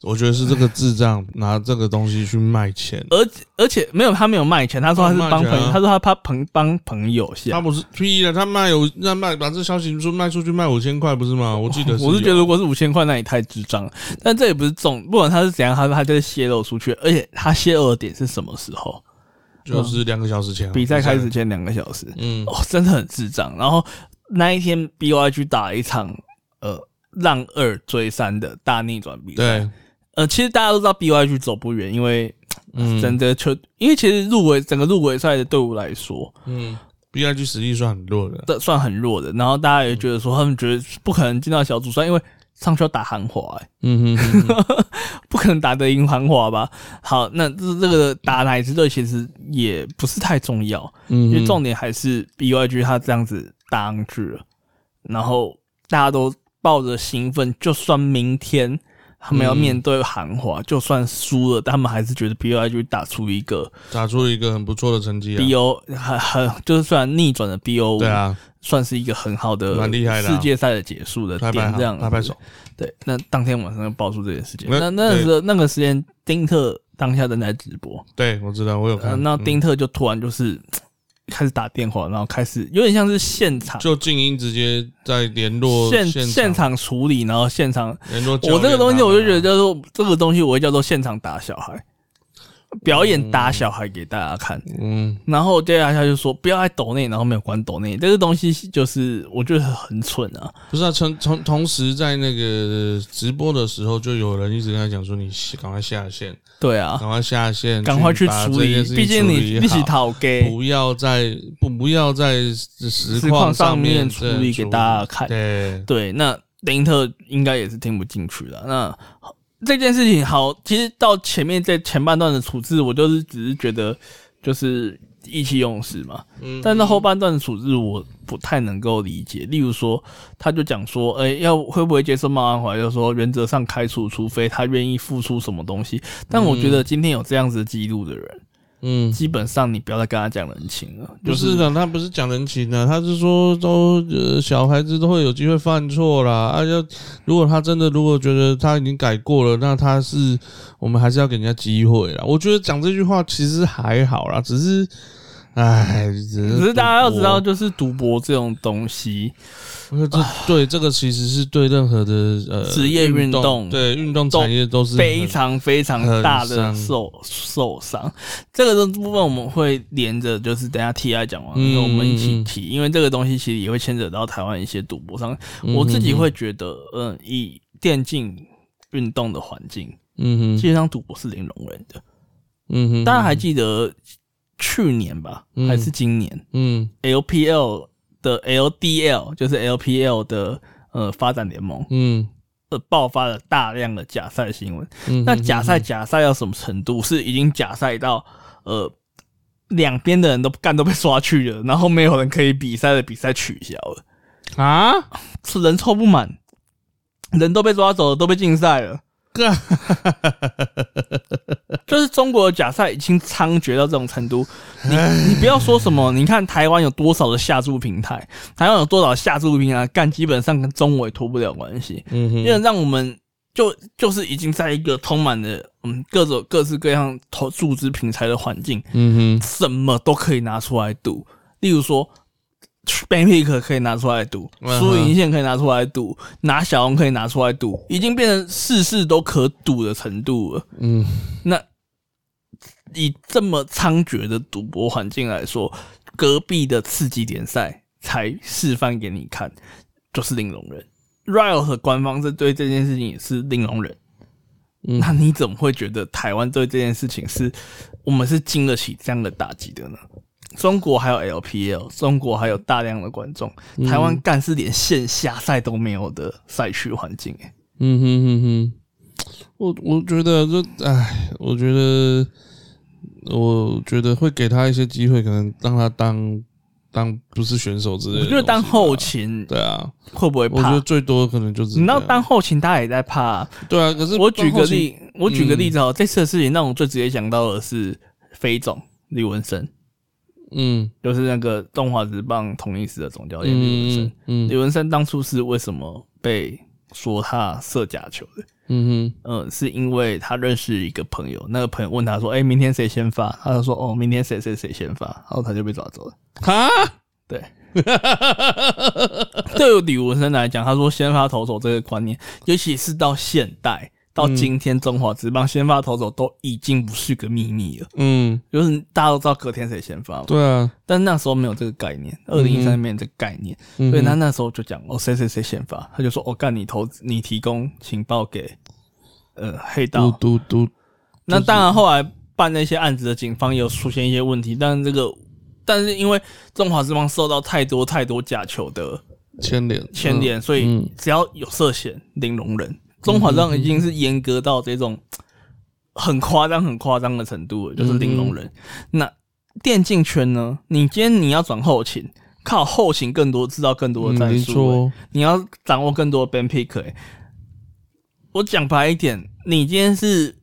A: 我觉得是这个智障拿这个东西去卖 钱，
B: 而且而且没有他没有卖钱，他说他是帮朋
A: 没有卖钱
B: 友，
A: 啊
B: 他说他怕朋帮朋友下
A: 他。不是屁的，他卖有那卖把这消息说卖出去卖五千块不是吗？我记得
B: 我
A: 有
B: 是觉得，如果是五千块，那也太智障了。但这也不是重，不管他是怎样，他他就是泄露出去，而且他泄露的点是什么时候？
A: 就是两个小时前啊
B: 比赛开始，前两个小时。
A: 嗯
B: 哦，真的很智障。然后那一天 BYG 打了一场呃让二追三的大逆转比 赛。
A: 对，
B: 呃，其实大家都知道 BYG 走不远，因为
A: 嗯
B: 整个球，因为其实入围整个入围赛的队伍来说，
A: 嗯，B I G 实力算很弱的，
B: 这算很弱的。然后大家也觉得说，他们觉得不可能进到小组赛，因为上去要打韩华、欸，
A: 嗯哼哼，
B: 不可能打得赢韩华吧？好，那这这个打哪一支队其实也不是太重要。
A: 嗯
B: 因为
A: 哼
B: 重点还是 BYG 他这样子搭上去了，然后大家都抱着兴奋，就算明天他们要
A: 嗯
B: 面对韩华，就算输了，他们还是觉得 BYG 打出一个
A: 打出了一个很不错的成绩啊，
B: BO 很很就是虽然逆转的 BO
A: 对啊，
B: 算是一个很好的
A: 蛮厉害的啊
B: 世界赛的结束的
A: 拍拍
B: 点，
A: 好
B: 这样
A: 拍拍手，
B: 对，那当天晚上就爆出这件事情，
A: 那
B: 那那时候那个时间，丁特当下正在直播，
A: 对我知道，我有
B: 呃
A: 看，
B: 那
A: 嗯
B: 丁特就突然就是开始打电话，然后开始有点像是现场
A: 就静音直接在联络
B: 现
A: 现
B: 场处理，然后现场
A: 联络教练啊，
B: 我这个东西我就觉得叫做这个东西，我会叫做现场打小孩，表演打小孩给大家看。
A: 嗯，
B: 然后接下来他就说不要爱抖内，然后没有关抖内，这个东西就是我觉得很蠢啊。
A: 不是啊，从从同时在那个直播的时候，就有人一直跟他讲说，你赶快下线，
B: 对啊，
A: 赶快下线，
B: 赶快去
A: 嗯把
B: 处
A: 这件
B: 理，
A: 事情
B: 毕竟
A: 处理
B: 你
A: 好
B: 一起讨给
A: 不要在不不要在实
B: 实况
A: 上
B: 上面
A: 处
B: 处理给大家看
A: 对，
B: 对，那林特应该也是听不进去的。那这件事情好，其实到前面在前半段的处置，我就是只是觉得就是意气用事嘛。
A: 嗯
B: 但是后半段的处置我不太能够理解。例如说，他就讲说，哎、要会不会接受冒安怀，就说原则上开除，除非他愿意付出什么东西。但我觉得今天有这样子记录的人，
A: 嗯，
B: 基本上你不要再跟他讲人情了，
A: 不是的，他不是讲人情的，他是说都呃小孩子都会有机会犯错啦。啊，要如果他真的如果觉得他已经改过了，那他是我们还是要给人家机会啦。我觉得讲这句话其实还好啦，只是，唉，只
B: 只是大家要知道，
A: 赌
B: 就是赌博这种东西，
A: 博，我觉得这对这个其实是对任何的呃
B: 职业运动
A: 对运动产业都是很
B: 非常非常大
A: 很
B: 的
A: 伤
B: 受受伤。这个的部分我们会连着，就是等一下 T I 讲完，
A: 嗯
B: 我们一
A: 嗯
B: 起
A: 嗯
B: 提，因为这个东西其实也会牵扯到台湾一些赌博上。
A: 嗯
B: 我自己会觉得，嗯，以电竞运动的环境，
A: 嗯
B: 基
A: 哼
B: 本上赌博是零容忍的。
A: 嗯哼，
B: 大家还记得去年吧，
A: 嗯
B: 还是今年
A: 嗯
B: LPL 的 LDL，就是 LPL 的呃发展联盟，
A: 嗯
B: 呃爆发了大量的假赛新闻。
A: 嗯，
B: 那假赛假赛到什么程度？是已经假赛到呃两边的人都干都被刷去了，然后没有人可以比赛的比赛取消了，
A: 啊，
B: 是人凑不满，人都被抓走了，都被禁赛了。
A: 干
B: 就是中国的假赛已经猖獗到这种程度，你你不要说什么，你看台湾有多少的下注平台，台湾有多少下注平台，干基本上跟中国也脱不了关系。
A: 嗯
B: 因为
A: 哼，
B: 让我们就就是已经在一个充满了嗯各种各式各样投注资平台的环境，
A: 嗯哼，
B: 什么都可以拿出来赌。例如说 Banpick 可以拿出来赌，
A: 嗯哼
B: 输赢线可以拿出来赌，拿小红可以拿出来赌，已经变成事事都可赌的程度了。
A: 嗯
B: 那以这么猖獗的赌博环境来说，隔壁的刺激联赛才示范给你看，就是零容忍。Riot 和官方是对这件事情也是零容忍。
A: 嗯
B: 那你怎么会觉得台湾对这件事情是我们是经得起这样的打击的呢？中国还有 LPL，中国还有大量的观众，
A: 嗯
B: 台湾干是连线下赛都没有的赛区环境、欸，
A: 嗯哼哼哼，我我觉得这，哎，我觉得，我觉得会给他一些机会，可能让他当当不是选手之类的
B: 我
A: 东西吧。
B: 觉得当后勤
A: 对啊，
B: 会不会
A: 我觉
B: 怕
A: 得？最多可能就是
B: 你知道
A: 这样
B: 当后勤大家也在怕、
A: 对啊，可是
B: 我举
A: 当
B: 个
A: 后嗯勤，
B: 例，我举个例子哦，这次的事情让我最直接想到的是飞总李文生，
A: 嗯
B: 就是那个中华职棒同一时的总教练李文
A: 嗯
B: 生。
A: 嗯
B: 李
A: 嗯
B: 文生当初是为什么被说他射假球的？
A: 嗯
B: 嗯，是因为他认识一个朋友，那个朋友问他说：“哎、明天谁先发？”他就说：“哦，明天谁谁谁先发。”然后他就被抓走了。
A: 哼，哈，
B: 对，对于李文生来讲，他说先发投手这个观念，尤其是到现代
A: 嗯
B: 到今天中华职棒先发投手都已经不是个秘密了，
A: 嗯，
B: 就是大家都知道隔天谁先发嘛，
A: 对啊，
B: 但那时候没有这个概念，二零一三年没有这个概念，
A: 嗯
B: 所以他
A: 哼
B: 那时候就讲哦谁谁谁先发，他就说哦干你投你提供情报给呃黑道
A: 嘟，嘟嘟，
B: 那当然，后来办那些案子的警方也有出现一些问题，但这个，但是因为中华之邦受到太多太多假球的
A: 牵连
B: 牵，连，所以
A: 嗯
B: 只要有涉嫌，零容忍。中华之邦已经是严格到这种很夸张、很夸张的程度
A: 嗯
B: 了，就是零容忍。那电竞圈呢？你今天你要转后勤，靠后勤更多知道更多
A: 嗯，
B: 的战
A: 没
B: 术、欸
A: 错，
B: 你要掌握更多的 ban pick、欸。我讲白一点，你今天是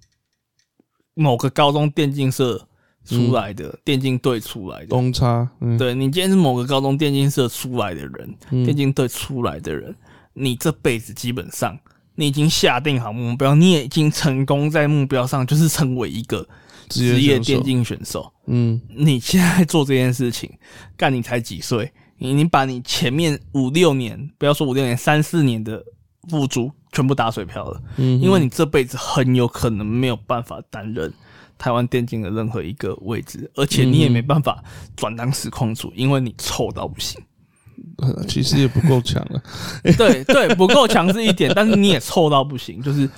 B: 某个高中电竞社出来
A: 嗯
B: 的，电竞队出来的，
A: 东差，嗯，
B: 对你今天是某个高中电竞社出来的人，
A: 嗯
B: 电竞队出来的人，你这辈子基本上你已经下定好目标，你也已经成功在目标上，就是成为一个
A: 职业
B: 职业
A: 选手
B: 电竞选手。
A: 嗯
B: 你现在做这件事情，干你才几岁？你你把你前面五六年，不要说五六年，三四年的付出全部打水漂了，
A: 嗯哼，
B: 因为你这辈子很有可能没有办法担任台湾电竞的任何一个位置，而且你也没办法转当实况
A: 嗯
B: 主，因为你臭到不行。
A: 其实也不够强啊了。
B: 对对，不够强是一点，但是你也臭到不行，就是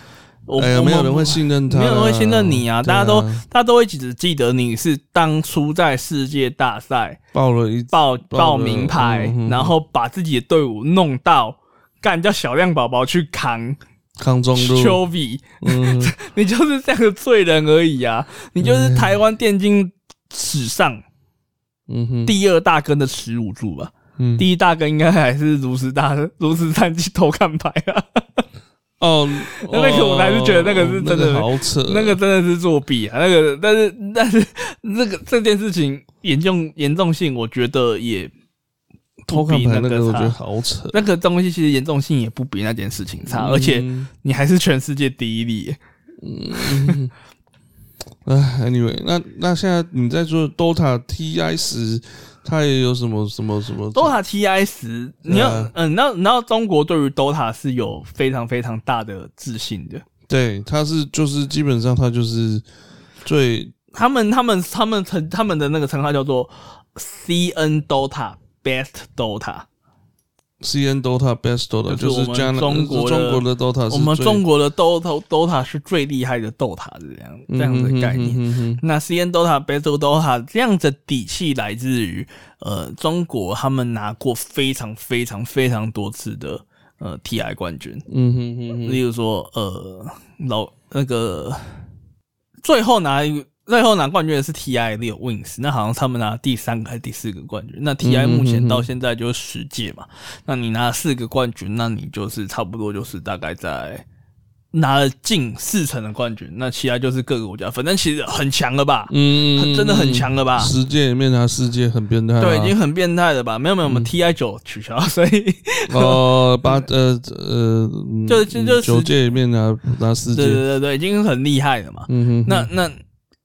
B: 我、
A: 哎呀，
B: 我
A: 没有
B: 们
A: 人会信任他啦，
B: 没有人会信任你啊！
A: 对
B: 大
A: 啊
B: 家都、大家都会只记得你是当初在世界大赛
A: 报了一，
B: 报报
A: 了
B: 名牌，
A: 嗯嗯嗯
B: 然后把自己的队伍弄到干叫小亮宝宝去扛
A: 康中路，
B: 丘比，
A: 嗯，
B: 你就是这样的罪人而已啊！你就是台湾电竞史上
A: 嗯哼，
B: 第二大根的耻辱柱吧？
A: 嗯
B: 第一大根应该还是如实大如实战绩偷看牌啊！
A: 哦，
B: 那个我还是觉得那个是真的
A: 那个好扯，
B: 那个真的是作弊啊！那个，但是但是那个这件事情严重严重性，我觉得也
A: 偷看
B: 比
A: 牌
B: 那
A: 那
B: 个
A: 个，我觉得
B: 差
A: 好扯。
B: 那个东西其实严重性也不比那件事情差，而且
A: 嗯
B: 你还是全世界第一例 耶。
A: 哎，anyway，那那现在你在做 DOTA TI 十，它也有什么什么什么
B: DOTA TI 十，你要
A: 对啊
B: 嗯，那那中国对于 DOTA 是有非常非常大的自信的。
A: 对，它是就是基本上它就是最
B: 他们他们他们称他们的那个称号叫做 CN DOTA Best DOTA。
A: CN DOTA best DOTA，
B: 就
A: 就是
B: 我
A: 是
B: 们
A: 加拿
B: 中国
A: 中
B: 的
A: 国的 DOTA，是
B: 我们
A: 最
B: 中国的 DOTA DOTA 是最厉害的 DOTA 这样这样的概念。
A: 嗯哼哼哼哼
B: 那 CN DOTA、b a t l e DOTA 这样的底气来自于呃中国，他们拿过非常非常非常多次的呃 TI 冠军，
A: 嗯哼哼哼
B: 例如说呃老那个最后拿一个最后拿冠军的是 TI 六 Wins，那好像他们拿第三个还是第四个冠军。那 TI
A: 嗯
B: 目前
A: 嗯嗯
B: 到现在就是十届嘛，那你拿了四个冠军，那你就是差不多就是大概在拿了近四成的冠军，那其他就是各个国家，反正其实很强了吧，
A: 嗯
B: 很真的很强了吧。
A: 世界里面它世界很变态啊，
B: 啊
A: 嗯
B: 对，已经很变态了吧？没有没有，我们 T I 九取消，所以
A: 哦八呃呃，嗯
B: 就就就
A: 九届里面拿拿世
B: 对对
A: 界，
B: 对对，已经很厉害了嘛。
A: 嗯哼哼，
B: 那那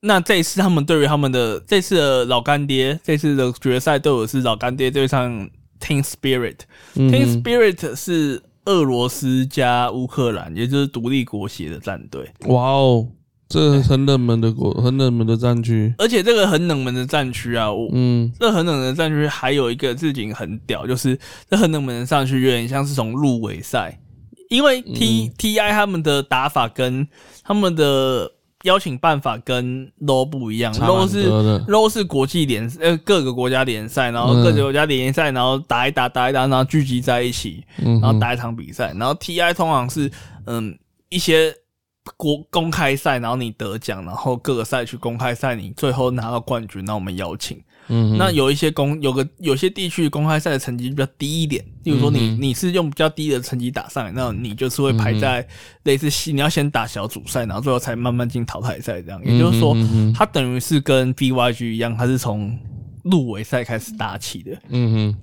B: 那这一次他们对于他们的这次的老干爹，这次的决赛队伍是老干爹对上 Team Spirit。
A: 嗯
B: Team
A: 哼
B: Spirit 是俄罗斯加乌克兰，也就是独立国协的战队，
A: 哇哦，这很冷门的国，很冷门的战区，
B: 而且这个很冷门的战区啊，我。
A: 嗯
B: 这很冷门的战区还有一个事情很屌，就是这很冷门的战区有点像是从入围赛，因为
A: 嗯
B: T、T I 他们的打法跟他们的邀请办法跟 LO 不一样
A: 差蛮
B: ，LO 是
A: 多的
B: LO 是国际联呃各个国家联赛，然后
A: 嗯
B: 各个国家联赛，然后打一打打一打，然后聚集在一起，
A: 嗯
B: 然后
A: 哼，
B: 打一场比赛。然后 TI 通常是嗯一些国公开赛，然后你得奖，然后各个赛区公开赛你最后拿到冠军，那我们邀请。
A: 嗯哼，
B: 那有一些公有个有些地区公开赛的成绩比较低一点，例如说你、
A: 嗯
B: 你是用比较低的成绩打上来，那你就是会排
A: 嗯
B: 在类似西，你要先打小组赛，然后最后才慢慢进淘汰赛这样。也就是说，
A: 嗯哼嗯哼
B: 它等于是跟 BYG 一样，它是从入围赛开始打起的。
A: 嗯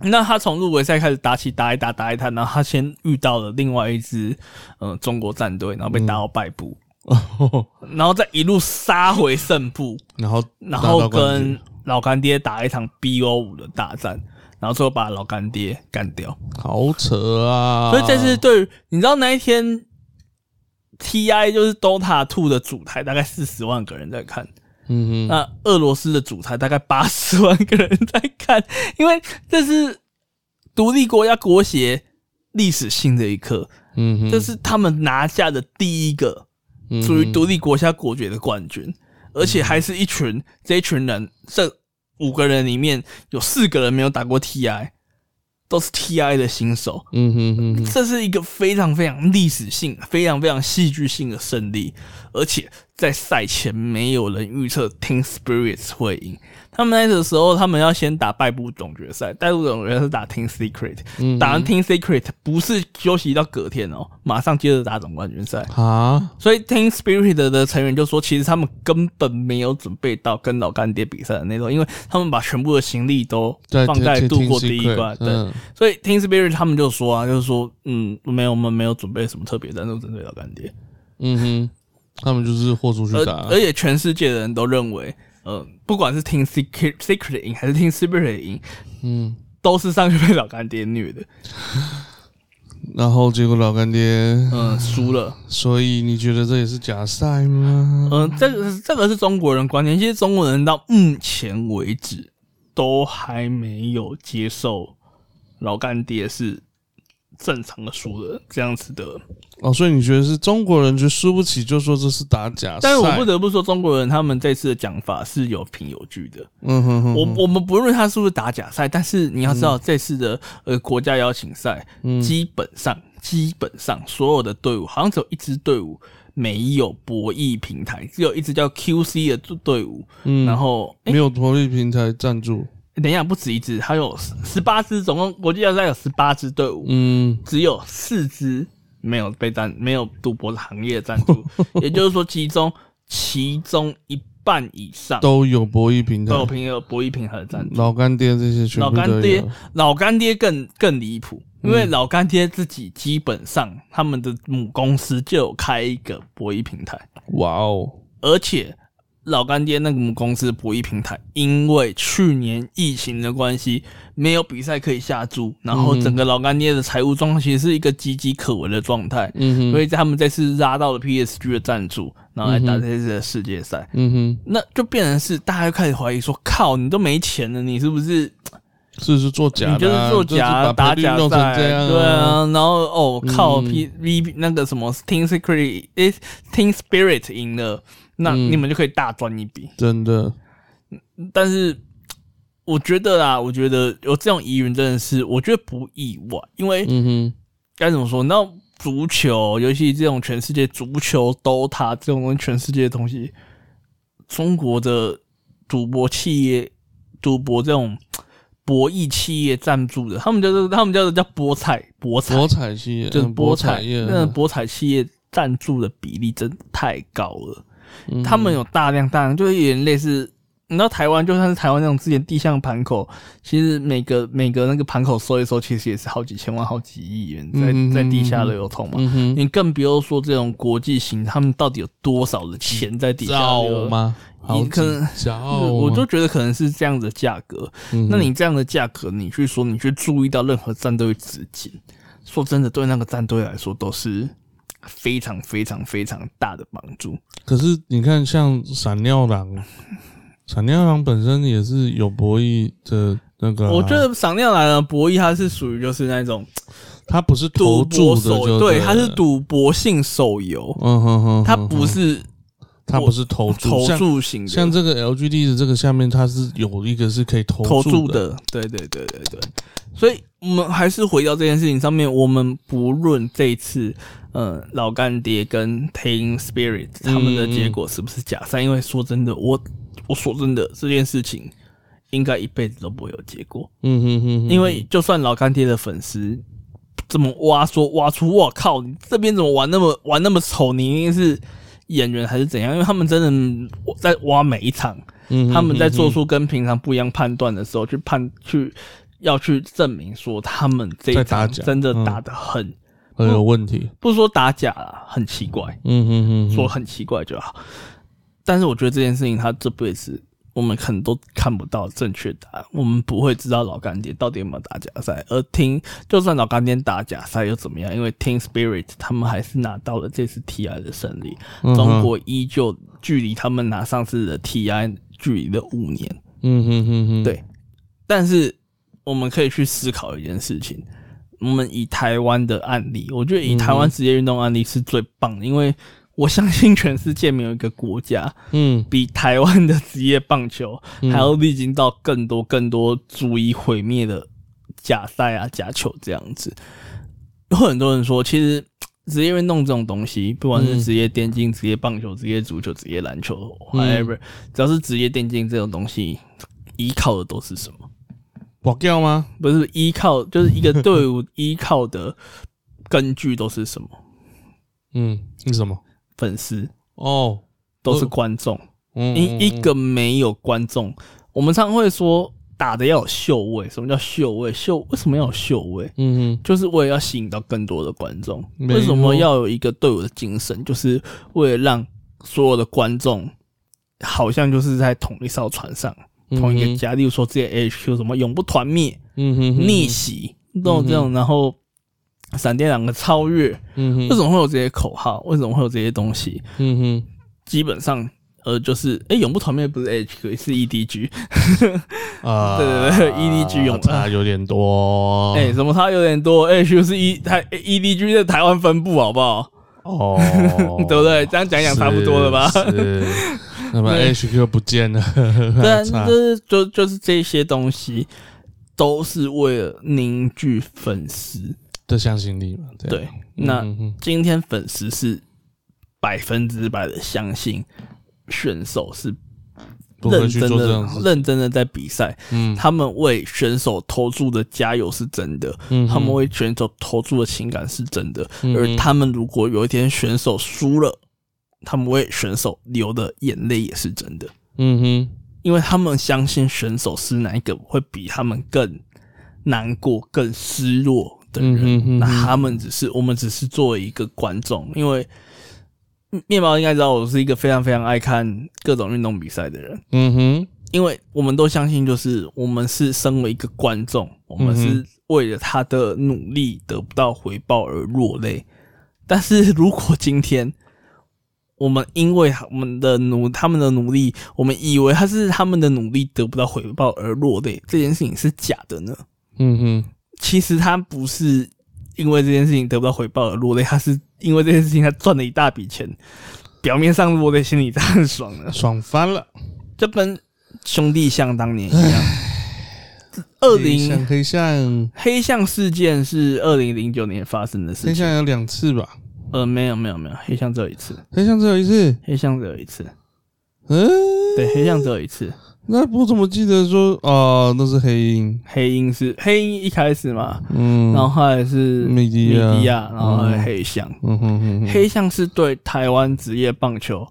B: 那他从入围赛开始打起，打一打，打一打，然后他先遇到了另外一支呃中国战队，然后被打到败部，
A: 哼，
B: 然后再一路杀回胜部，
A: 然后
B: 然
A: 拿
B: 后
A: 到冠军
B: 跟老干爹打一场 BO 五的大战，然后最后把老干爹干掉。
A: 好扯啊，
B: 所以这次对于你知道那一天 TI 就是 DOTA Two 的主台，大概四十万个人在看。
A: 嗯哼，
B: 那俄罗斯的主台大概八十万个人在看，因为这是独立国家国协历史性的一刻，
A: 嗯哼，
B: 这是他们拿下的第一个
A: 嗯哼
B: 属于独立国家国决的冠军，而且还是一群这一群人，这五个人里面有四个人没有打过 TI，都是 TI 的新手，
A: 嗯哼嗯哼，
B: 这是一个非常非常历史性、非常非常戏剧性的胜利，而且在赛前没有人预测 Team Spirits 会赢。他们那个时候，他们要先打败部总决赛，败部总决赛是打 Team Secret，、
A: 嗯
B: 打完 Team Secret 不是休息到隔天哦，马上接着打总冠军赛。
A: 啊，
B: 所以 Team Spirit 的成员就说，其实他们根本没有准备到跟老干爹比赛的那种，因为他们把全部的行李都
A: 在
B: 放在度过第一关。对，
A: 嗯
B: 所以 Team Spirit 他们就说啊，就是说，嗯，没有，我们没有准备什么特别战术针对老干爹，
A: 嗯哼，他们就是啊豁出
B: 而
A: 去打
B: 而，且全世界的人都认为，呃，不管是 Team Secret Secret 赢还是 Team Spirit 赢，
A: 嗯，
B: 都是上去被老干爹虐的，
A: 然后结果老干爹，
B: 嗯，输了。
A: 所以你觉得这也是假赛吗？
B: 嗯，这个这个是中国人观念，其实中国人到目前为止都还没有接受老干爹是正常的输的这样子的。
A: 哦，所以你觉得是中国人觉得输不起，就说这是打假赛？
B: 但是我不得不说，中国人他们这次的讲法是有凭有据的。
A: 嗯哼哼，嗯
B: 我我们不论他是不是打假赛，但是你要知道，这次的呃国家邀请赛，基本上基本上所有的队伍，好像只有一支队伍没有博弈平台，只有一支叫 QC 的队伍，
A: 嗯
B: 然后诶
A: 没有投币平台赞助，
B: 等一下，不止一支，它有十八支，总共国际大赛有十八支队伍，
A: 嗯
B: 只有四支没有被赞，没有赌博的行业赞 助，也就是说，其中其中一半以上
A: 都有博弈平台
B: 都，有朋友博弈平台的赞助。
A: 老干爹这些全
B: 老
A: 部都有。嗯
B: 干爹，老干爹更更离谱，因为老干爹自己基本上他们的母公司就有开一个博弈平台，
A: 哇哦，
B: 而且老干爹那个母公司的博弈平台，因为去年疫情的关系，没有比赛可以下注，然后
A: 嗯
B: 整个老干爹的财务状况其实是一个岌岌可危的状态，
A: 嗯
B: 所
A: 哼，
B: 以他们这次拉到了 PSG 的赞助，然后来打这次的世界赛。
A: 嗯哼，
B: 那就变成是大家就开始怀疑说，靠，你都没钱了，你是不是
A: 是是做假的啊，
B: 你就是做
A: 就
B: 假
A: 是
B: 打
A: 把培
B: 假
A: 训弄成
B: 赛，
A: 这样，
B: 对啊，然后哦靠
A: 嗯
B: P V 那个什么 Team Secret is Team Spirit 赢了，那
A: 嗯
B: 你们就可以大赚一笔。
A: 真的，
B: 但是我觉得啦，我觉得有这种疑云真的是，我觉得不意外，因为
A: 嗯哼，
B: 该怎么说，那足球，尤其这种全世界足球、DOTA 这种东西，全世界的东西，中国的赌博企业、赌博这种博弈企业赞助的，他们叫做他们叫做叫博彩，博彩
A: 博彩企业
B: 哎就是
A: 嗯
B: 博
A: 博
B: 彩，
A: 业，
B: 那博彩企业赞助的比例真的太高了。
A: 嗯
B: 他们有大量大量，就是有点类似，你知道台湾就算是台湾那种之前地下盘口，其实每个每个那个盘口收一收，其实也是好几千万、好几亿元在、
A: 嗯
B: 在地下流通嘛。
A: 嗯哼，
B: 你更不用说这种国际型，他们到底有多少的钱在底下流
A: 造
B: 通？
A: 吗？好
B: 可能
A: 几兆吗，嗯
B: 我就觉得可能是这样的价格。
A: 哦嗯哼，
B: 那你这样的价格，你去说你去注意到任何战队的资金，说真的，对那个战队来说都是非常非常非常大的帮助。
A: 可是你看，像闪尿狼， 闪尿狼本身也是有博弈的那个啊、
B: 我觉得赏亮来了博弈，它是属于就是那种
A: 他不是
B: 赌
A: 投注
B: 博
A: 的
B: 手，
A: 就
B: 对，
A: 了
B: 它是，赌博性手游，
A: 嗯哼哼，
B: 它
A: 哼
B: 不是
A: 他不是投注，
B: 投
A: 像
B: 注型的，
A: 像这个 LGD 的这个下面，它是有一个是可以投
B: 投注
A: 的，
B: 的，对对对对对。所以我们还是回到这件事情上面，我们不论这一次，呃，老干爹跟 Team Spirit 他们的结果是不是假
A: 嗯
B: 赛，因为说真的，我我说真的这件事情。应该一辈子都不会有结果，
A: 嗯哼哼哼，
B: 因为就算老干爹的粉丝这么挖说挖出，我靠，你这边怎么玩那么玩那么丑？你一定是演员还是怎样？因为他们真的在挖每一场，
A: 嗯哼
B: 他们在做出跟平常不一样判断的时候，去判去要去证明说他们这一
A: 在打
B: 场
A: 假
B: 真的
A: 嗯
B: 打得很，
A: 很哎有问题，
B: 不是说打假啦，很奇怪，
A: 嗯哼哼哼，
B: 说很奇怪就好。但是我觉得这件事情，他这辈子我们可能都看不到正确答案，我们不会知道老干爹到底有没有打假赛。而听，就算老干爹打假赛又怎么样？因为 Team Spirit 他们还是拿到了这次 TI 的胜利，
A: 嗯哼
B: 中国依旧距离他们拿上次的 TI 距离了五年。
A: 嗯哼哼哼，
B: 对但是我们可以去思考一件事情，我们以台湾的案例，我觉得以台湾职业运动案例是最棒的，因为我相信全世界没有一个国家
A: 嗯
B: 比台湾的职业棒球还要历经到更多更多足以毁灭的假赛啊、假球这样子。有很多人说，其实职业运动这种东西，不管是
A: 嗯
B: 职业电竞、职业棒球、职业足球、职业篮球
A: 嗯
B: ，whatever，、只要是职业电竞这种东西，依靠的都是什么？
A: 保掉吗？
B: 不是依靠，就是一个队伍依靠的根据都是什么？
A: 嗯，是什么？
B: 粉丝
A: 哦，
B: 都是观众。
A: 嗯，嗯
B: 一一个没有观众，我们常会说打的要有秀位。什么叫秀位？秀为什么要有秀位？
A: 嗯哼，
B: 就是为了要吸引到更多的观众。
A: 没
B: 为什
A: 错
B: 么要有一个队伍的精神？就是为了让所有的观众好像就是在同一艘船上，同一个家。例如说，这些 HQ 什么永不团灭、
A: 嗯哼，嗯嗯哼，
B: 逆袭这种这种，然后闪电两个超越，
A: 嗯哼，
B: 为什么会有这些口号？为什么会有这些东西？
A: 嗯哼，
B: 基本上。呃，就是哎、永不团灭不是 HQ，是 E EDG。
A: 啊，
B: 对对对 EDG 用
A: 呃差有点多，
B: 哎、什么差有点多，HQ 是 E 台 EDG 在台湾分部，好不好？，
A: 哦
B: 对不对？这样讲讲差不多了吧？
A: 是，是那么 HQ 不见了，
B: 对啊，
A: 差
B: 就是就就是这些东西都是为了凝聚粉丝。
A: 的向心力嘛，对
B: 对
A: 啊，，
B: 那
A: 嗯哼
B: 今天粉丝是百分之百的相信选手是
A: 不
B: 认
A: 会去
B: 真
A: 做这样
B: 的
A: 子、
B: 认真的在比赛，
A: 嗯
B: 他们为选手投注的加油是真的，
A: 嗯
B: 他们为选手投注的情感是真的，
A: 嗯
B: 而他们如果有一天选手输了，他们为选手流的眼泪也是真的，
A: 嗯哼，
B: 因为他们相信选手是哪一个会比他们更难过、更失落的人。
A: 嗯哼嗯哼
B: 那他们只是我们只是作为一个观众，因为嗯面包应该知道我是一个非常非常爱看各种运动比赛的人，
A: 嗯哼，
B: 因为我们都相信，就是我们是身为一个观众，我们是为了他的努力得不到回报而落泪。但是如果今天我们因为我们的努他们的努力，我们以为他是他们的努力得不到回报而落泪，这件事情是假的呢？
A: 嗯哼，
B: 其实他不是因为这件事情得不到回报而落泪，他是因为这件事情他赚了一大笔钱，表面上落泪，心里当然爽了。
A: 爽翻了！
B: 这跟兄弟像当年一样。二
A: 黑象
B: 零
A: 黑象，
B: 黑象事件是二零零九年发生的事
A: 黑
B: 情。
A: 象有两次吧？
B: 呃，没有没有没有，黑象只有一次，
A: 黑象只有一次。
B: 黑象只有一次，
A: 嗯，
B: 对，黑象只有一次。
A: 那我怎么记得说哦，那是黑鹰，
B: 黑鹰是黑鹰一开始嘛，
A: 嗯，
B: 然后后来是
A: 米迪亚
B: 米迪亚，然后后来黑象。
A: 嗯哼哼哼，
B: 黑象是对台湾职业棒球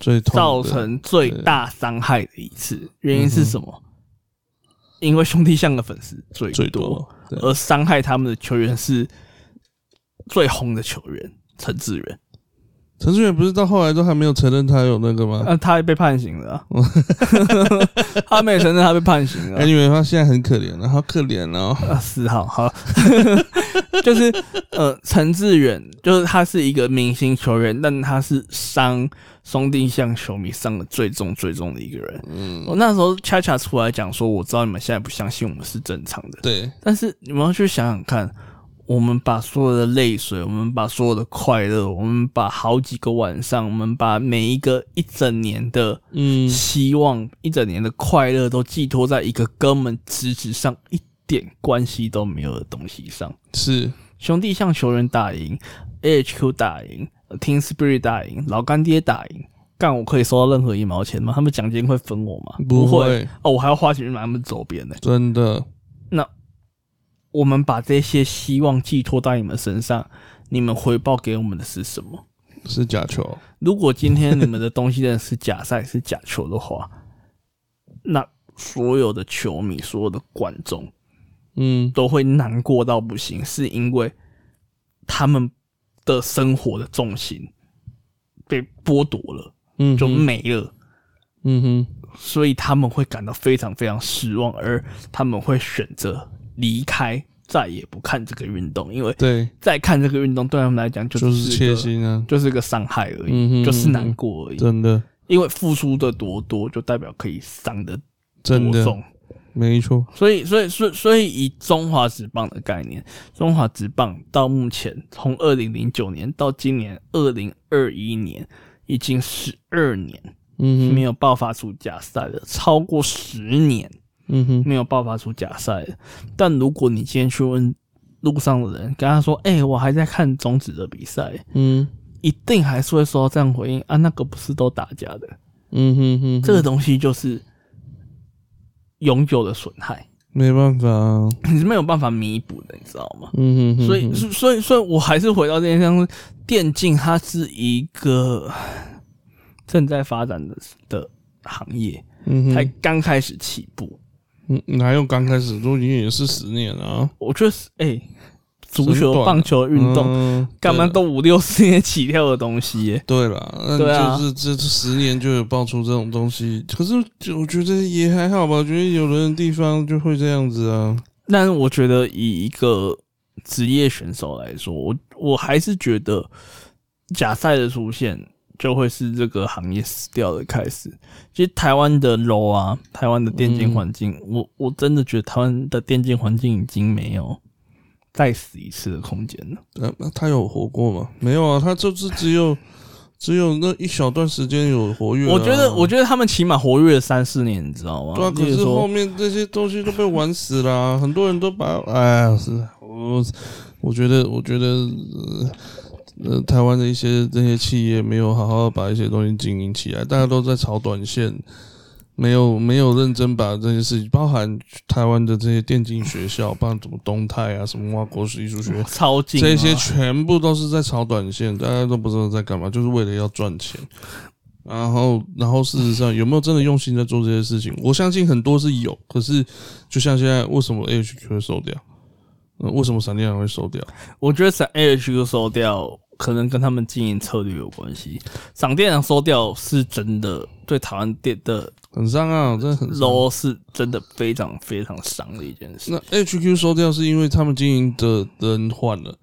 A: 最痛的
B: 造成最大伤害的一次，
A: 嗯
B: 原因是什么？因为兄弟象的粉丝最
A: 最
B: 多，
A: 多，对
B: 而伤害他们的球员是最红的球员陈志远，
A: 陈志远不是到后来都还没有承认他有那个吗？
B: 那、他也被判刑了啊、他没有承认他被判刑了
A: 哎，
B: 啊。
A: 你们他现在很可怜了，好可怜哦。
B: 啊，四号好， 就是呃，陈志远，就是他是一个明星球员，但他是伤松定向球迷伤的最重最重的一个人。嗯，我那时候恰恰出来讲说，我知道你们现在不相信我们是正常的，
A: 对，
B: 但是你们要去想想看，我们把所有的泪水，我们把所有的快乐，我们把好几个晚上，我们把每一个一整年的
A: 嗯
B: 希望、一整年的快乐，都寄托在一个根本实质上一点关系都没有的东西上。
A: 是，
B: 兄弟像球员打赢，AHQ 打赢，Team Spirit 打赢，老干爹打赢。干我可以收到任何一毛钱吗？他们奖金会分我吗？
A: 不
B: 会
A: 会
B: 哦，我还要花钱去买他们周边呢、
A: 真的，
B: 那我们把这些希望寄托在你们身上，你们回报给我们的是什么？
A: 是假球。
B: 如果今天你们的东西真的是假赛、是假球的话，那所有的球迷、所有的观众
A: 嗯，
B: 都会难过到不行，是因为他们的生活的重心被剥夺了，
A: 嗯
B: 就
A: 哼，
B: 没了。
A: 嗯哼，
B: 所以他们会感到非常非常失望，而他们会选择离开，再也不看这个运动，因为
A: 对，
B: 再看这个运动对他们来讲就
A: 就
B: 只
A: 是
B: 是
A: 切
B: 一个，
A: 心啊，
B: 就是一个伤害而已，
A: 嗯哼
B: 就是难过而已。
A: 真的，
B: 因为付出的多多，就代表可以伤的
A: 真
B: 多
A: 的，
B: 重。
A: 没错。
B: 所以，所以，所以所以，以中华职棒的概念，中华职棒到目前，从二零零九年到今年二零二一年，已经十二年
A: 嗯哼，
B: 没有爆发出假赛了，超过十年。
A: 嗯哼，
B: 没有爆发出假赛的。但如果你今天去问路上的人，跟他说：“哎、我还在看中职的比赛。
A: 嗯”
B: 一定还是会收到这样回应啊，那个不是都打假的？
A: 嗯哼哼，
B: 这个东西就是永久的损害，
A: 没办法啊。
B: 你是没有办法弥补的，你知道吗？
A: 嗯哼哼，
B: 所以，所以所以，所以我还是回到这件事上，电竞它是一个正在发展的的行业，
A: 嗯
B: 才
A: 哼，
B: 刚开始起步。
A: 嗯哪有刚开始都已经也是十年了啊，
B: 我觉得是哎、足
A: 很短
B: 球、
A: 啊
B: 棒球运动
A: 动
B: 干嘛都五六十年起跳的东西耶。
A: 对啦，那
B: 对啊
A: 就是这这十年就有爆出这种东西，可是就我觉得也还好吧，我觉得有的人地方就会这样子啊。
B: 但是我觉得以一个职业选手来说，我我还是觉得假赛的出现就会是这个行业死掉的开始。其实台湾的 low 啊，台湾的电竞环境，
A: 嗯
B: 我我真的觉得台湾的电竞环境已经没有再死一次的空间了。
A: 呃，那他有活过吗？没有啊，他就是只有只有那一小段时间有活跃啊、
B: 我觉得，我觉得他们起码活跃了三四年，你知道吗？
A: 对啊，可
B: 例如
A: 是
B: 说
A: 后面这些东西都被玩死了啊、很多人都把哎呀，是我我觉得，我觉得呃呃，台湾的一些这些企业没有好好把一些东西经营起来，大家都在炒短线。没有没有认真把这些事情，包含台湾的这些电竞学校，包含什么东泰啊，什么挖国史艺术学院，
B: 超近
A: 这
B: 啊
A: 些全部都是在炒短线，大家都不知道在干嘛，就是为了要赚钱。然后，然后事实上有没有真的用心在做这些事情？我相信很多是有，可是就像现在，为什么 AHQ 会收掉？呃为什么闪电狼会收掉？
B: 我觉得闪 AHQ 收掉，可能跟他们经营策略有关系。闪电狼收掉是真的对台湾电的
A: 很伤啊，真的很伤。
B: low 是真的非常非常伤的一件事。
A: 那 HQ 收掉是因为他们经营的人换了，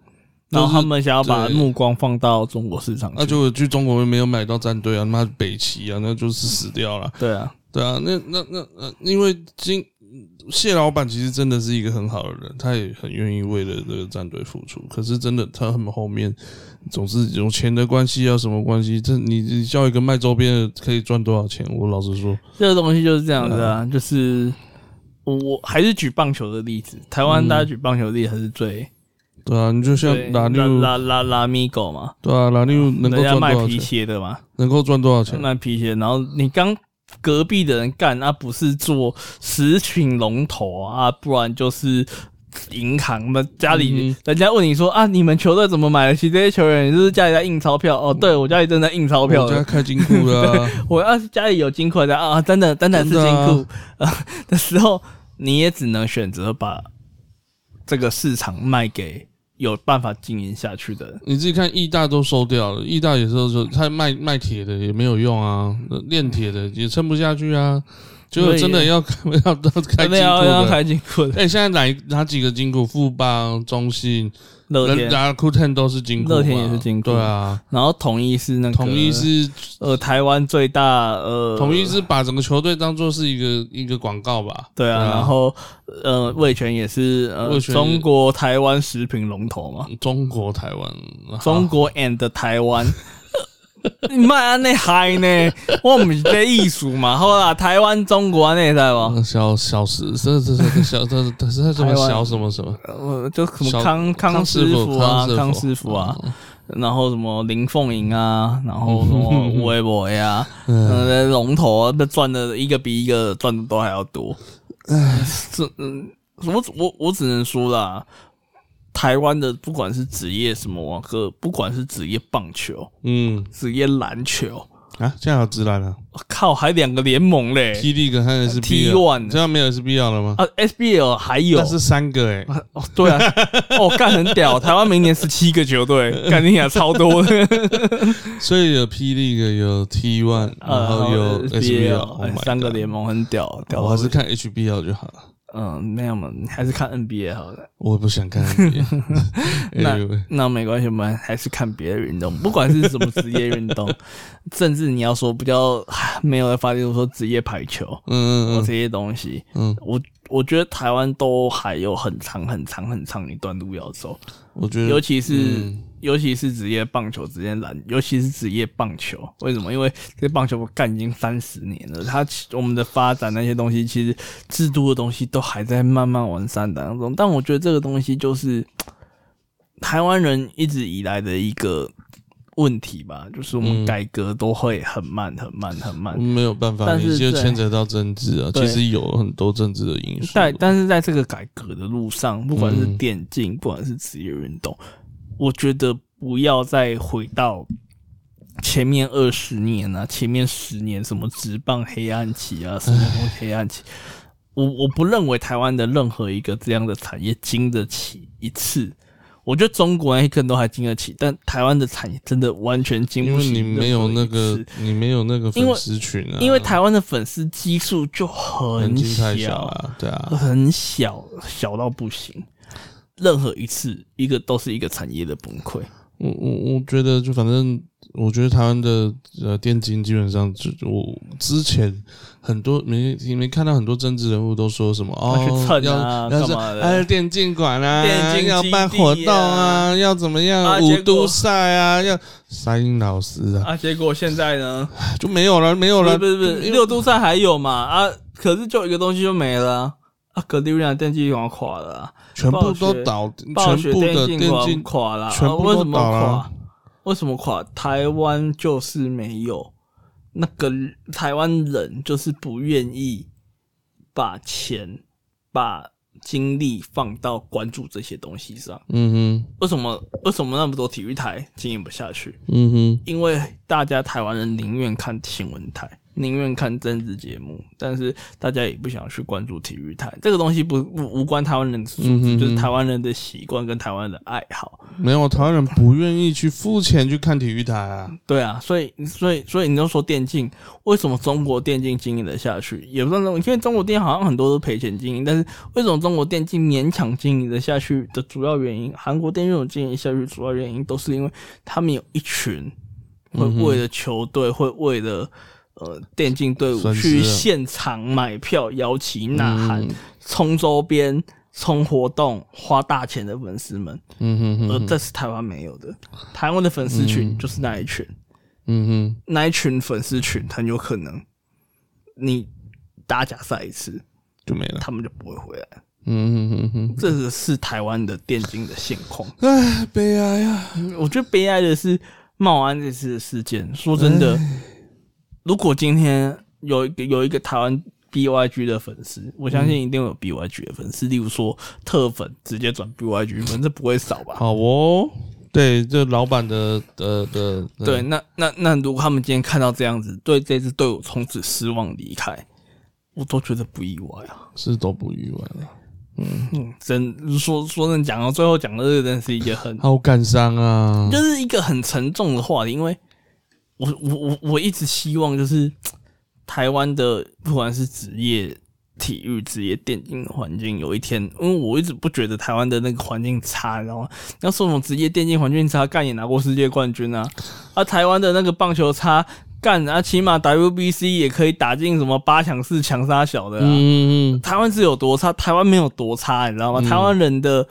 B: 然后他们想要把
A: 对
B: 目光放到中国市场
A: 那
B: 去，
A: 就去中国没有买到战队啊，他妈北齐啊，那就是死掉了。
B: 对啊，
A: 对啊，那那那呃，因为今谢老板其实真的是一个很好的人，他也很愿意为了这个战队付出。可是真的，他们后面总是有钱的关系啊，什么关系？这你你叫一个卖周边的可以赚多少钱？我老实说，
B: 这个东西就是这样子啊，就是我我还是举棒球的例子，台湾大家举棒球的例子还是最
A: 对啊，你嗯就像
B: 最
A: 拉六，
B: 拉拉拉米狗嘛，
A: 对啊，拉六能够
B: 人家
A: 赚
B: 卖
A: 多少
B: 皮
A: 钱？
B: 鞋的嘛，
A: 能够赚多少钱？
B: 卖皮鞋，然后你刚隔壁的人干，那、不是做食品龙头啊，不然就是。银行嘛，家里、
A: 嗯
B: 人家问你说啊，你们球队怎么买得起这些球员？你是不是家里在印钞票？哦，对我家里正在印钞
A: 嗯
B: 票
A: 我
B: 呢，
A: 家开金库的啊，
B: 我要是家里有金库的啊，真的真的是
A: 真的
B: 金
A: 啊
B: 库啊的时候，你也只能选择把这个市场卖给有办法经营下去的人。
A: 你自己看，义大都收掉了，义大也是说他卖卖铁的也没有用啊，炼铁的也撑不下去啊，结果真的要要到开金
B: 真的要要
A: 库的。
B: 开金库的
A: 哎、现在哪哪几个金库？富邦、中信、
B: 乐天，
A: 然后酷天都是金库嘛，
B: 乐天也是金库
A: 对啊，
B: 然后统一是那个
A: 统一是
B: 呃台湾最大呃
A: 统一是把整个球队当做是一个一个广告吧？
B: 对啊，然后呃味全也是呃
A: 味全嗯
B: 中国台湾食品龙头嘛，
A: 中国台湾，
B: 中国 and 台湾。 你卖安内嗨呢？我们是在艺术嘛，好啦，台湾、中国安内在吧？
A: 好小小时，这这这这小这这这什么
B: 台湾
A: 小什么什么
B: 呃，就什
A: 小
B: 么康康师傅啊，康师傅啊，，
A: 嗯
B: 然后什么林凤营啊，然后什 么吴微博呀，
A: 嗯
B: 呃，龙头啊，那赚的一个比一个赚的都还要多。这嗯，我我我只能说啦，台湾的不管是职业什么网课，不管是职业棒球、
A: 嗯
B: 职业篮球，
A: 啊，这样有直男了
B: 我靠，还两个联盟嘞
A: ，T D 跟和
B: T
A: SBL，
B: one
A: 这样没有 SBL 了吗？
B: 啊，SBL 还有
A: 那是三个 哎，
B: 哦，对啊，哦，干很屌，台湾明年十七个球队，干你俩超多的，
A: 所以有 P League 有 T one，然
B: 啊
A: 后有 SBL，Oh
B: 哎
A: Oh my
B: 三个
A: God
B: 联盟很屌，屌
A: 我还
B: 到
A: 是看 HBL 就好了，
B: 嗯，没有嘛，你还是看 NBA 好了。
A: 我不想看 NBA。
B: 那
A: Anyway，
B: 那没关系，我们还是看别的运动，不管是什么职业运 动，甚至你要说比较没有发现说职业排球或
A: 嗯嗯
B: 这些东西，
A: 嗯，
B: 我我觉得台湾都还有很长很长很长一段路要走，
A: 我觉
B: 尤
A: 得
B: 其是、
A: 嗯
B: 尤其是职业棒球、职业篮，尤其是职业棒球，为什么？因为这棒球我干已经三十年了，它其我们的发展那些东西，其实制度的东西都还在慢慢完善当中。但我觉得这个东西就是台湾人一直以来的一个问题吧，就是我们
A: 嗯
B: 改革都会很慢、很慢、很慢。
A: 没有办法，
B: 但是
A: 你就
B: 对
A: 牵扯到政治啊，
B: 对
A: 其实有很多政治的因素。
B: 但但是在这个改革的路上，不管是
A: 嗯
B: 电竞，不管是职业运动，我觉得不要再回到前面二十年啊，前面十年什么职棒黑暗期啊，什么东西黑暗期，我我不认为台湾的任何一个这样的产业经得起一次。我觉得中国那一个都还经得起，但台湾的产业真的完全经
A: 因
B: 不
A: 为
B: 起。
A: 你没有那个，你没有那个
B: 因为
A: 粉丝群啊，
B: 因为台湾的粉丝基数就
A: 很
B: 很
A: 金太小
B: 小
A: 啊，对啊，
B: 很小，小到不行。任何一次，一个都是一个产业的崩溃。
A: 我我我觉得就反正，我觉得台湾的呃电竞基本上就我之前很多没你没看到很多政治人物都说什么哦
B: 要去蹭
A: 要要
B: 啊干
A: 是
B: 嘛的
A: 哎电竞馆啊，
B: 电竞
A: 要
B: 基
A: 办
B: 地
A: 活动
B: 啊
A: 啊，要怎么样、
B: 啊
A: 五
B: 结果
A: 都赛啊，要三英老师啊
B: 啊，结果现在呢？
A: 就没有了没有
B: 不
A: 了，
B: 啊是不是不是，
A: 因为
B: 六都赛还有嘛？啊，可是就一个东西就没了啊啊，格力瑞亚电竞馆垮了啊，
A: 全部
B: 暴
A: 都
B: 雪
A: 倒，
B: 暴
A: 全
B: 雪
A: 部的
B: 电
A: 电
B: 竞
A: 竞
B: 馆垮了啊，
A: 全部
B: 啊为
A: 都
B: 什么
A: 倒了
B: 垮？为什么垮？台湾就是没有那个台湾人就是不愿意把钱、把精力放到关注这些东西上。
A: 嗯
B: 为什么为什么那么多体育台经营不下去？
A: 哼，嗯哼，
B: 因为大家台湾人宁愿看新闻台，宁愿看政治节目，但是大家也不想去关注体育台。这个东西不不无关台湾人的素质，
A: 嗯哼
B: 就是台湾人的习惯跟台湾人的爱好。
A: 没有，台湾人不愿意去付钱去看体育台啊。
B: 对啊，所以所以所以你就说电竞为什么中国电竞经营得下去？也不算中，因为中国电竞好像很多都赔钱经营，但是为什么中国电竞勉强经营得下去的主要原因，韩国电竞有经营下去的主要原因都是因为他们有一群会为了球队，会为了呃电竞队伍
A: 嗯损失
B: 去
A: 了
B: 现场买票、摇旗呐喊
A: 嗯、
B: 冲周边、冲活动、花大钱的粉丝们，
A: 嗯哼哼
B: 而
A: 哼，
B: 这是台湾没有的。台湾的粉丝群就是那一群。
A: 嗯哼，
B: 那一群粉丝群很有可能你打假赛一次，
A: 就没了。
B: 他们就不会回来。
A: 嗯哼哼哼，
B: 这个是台湾的电竞的现况。
A: 唉，悲哀啊。
B: 我觉得悲哀的是茂安这次的事件。说真的，如果今天有一个有一个台湾 BYG 的粉丝，我相
A: 嗯
B: 信一定会有 BYG 的粉丝，例如说特粉直接转 BYG 粉，这不会少吧？
A: 好哦，对，这老板的的的，呃的
B: 对，，那那那如果他们今天看到这样子，对这支队伍从此失望离开，我都觉得不意外啊。
A: 是都不意外了，
B: 嗯， 真说说真的讲到啊最后讲的这个真的是一个 很，
A: 好感伤啊。
B: 就是一个很沉重的话题，因为我我我我一直希望就是台湾的不管是职业体育、职业电竞的环境，有一天，因为我一直不觉得台湾的那个环境差，你知道吗？要说什么职业电竞环境差，干也拿过世界冠军啊，啊，台湾的那个棒球差。干啊，起码 WBC 也可以打进什么八强、四强、杀小的啊！
A: 嗯嗯
B: 台湾是有多差，台湾没有多差，你知道吗？台湾人的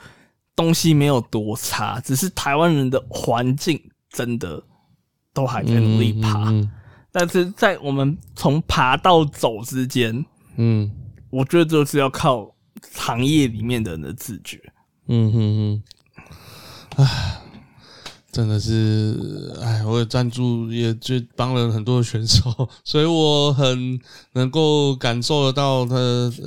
B: 东西没有多差，只是台湾人的环境真的都还在努力爬，
A: 嗯
B: 但是在我们从爬到走之间，
A: 嗯
B: 我觉得就是要靠行业里面的人的自觉。
A: 嗯嗯嗯，唉，真的是，唉，我也赞助也就帮了很多的选手，所以我很能够感受得到他，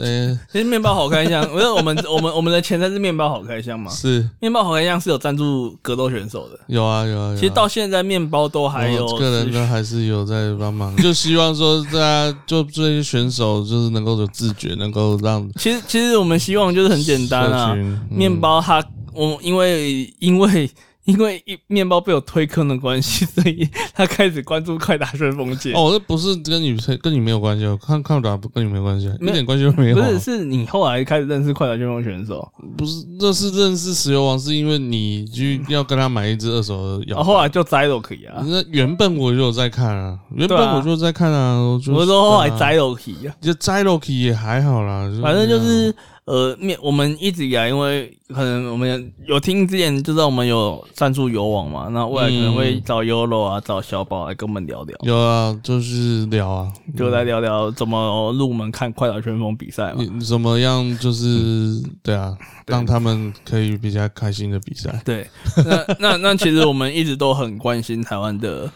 A: 诶、
B: 其实哎面包好 开箱，因为我们我们我们的前身是面包好开箱嘛，
A: 是
B: 面包好开箱是有赞助格斗选手的。哦
A: 有啊有啊有啊。
B: 其实到现在，面包都还有
A: 我个人呢还是有在帮忙，就希望说大家就这些选手就是能够有自觉，能够让
B: 其实其实我们希望就是很简单啊
A: 社，群嗯
B: 面包它我因为因为因为一面包被我推坑的关系，所以 他开始关注快打旋风界。
A: 哦，这不是跟你跟你没有关系，哦，看看打不跟你没有关系，一
B: 没有
A: 点关系都没有
B: 不
A: 啊。
B: 是，是你后来开始认识快打旋风选手，
A: 不是，这是认识石油王，是因为你去要跟他买一只二手的
B: 然
A: 摇
B: 后
A: 摆。
B: 嗯哦后来就摘了可以啊。
A: 那原本我就有在看啊，原本
B: 对啊
A: 我就有在看啊，我就
B: 我是说后来
A: 对啊嗯
B: 摘了可以啊，
A: 就摘 Loki 也还好啦，
B: 反正就是
A: 嗯
B: 呃面我们一直以来，因为可能我们有听之前就知道我们有赞助游网嘛，那未来可能会找 Yolo 啊，找小宝来跟我们聊聊，
A: 嗯有啊，就是聊啊，
B: 就来聊聊怎么入门看快打旋风比赛嘛。
A: 你怎么样？就是
B: 嗯
A: 对啊，让他们可以比较开心的比赛。
B: 对，那那那其实我们一直都很关心台湾的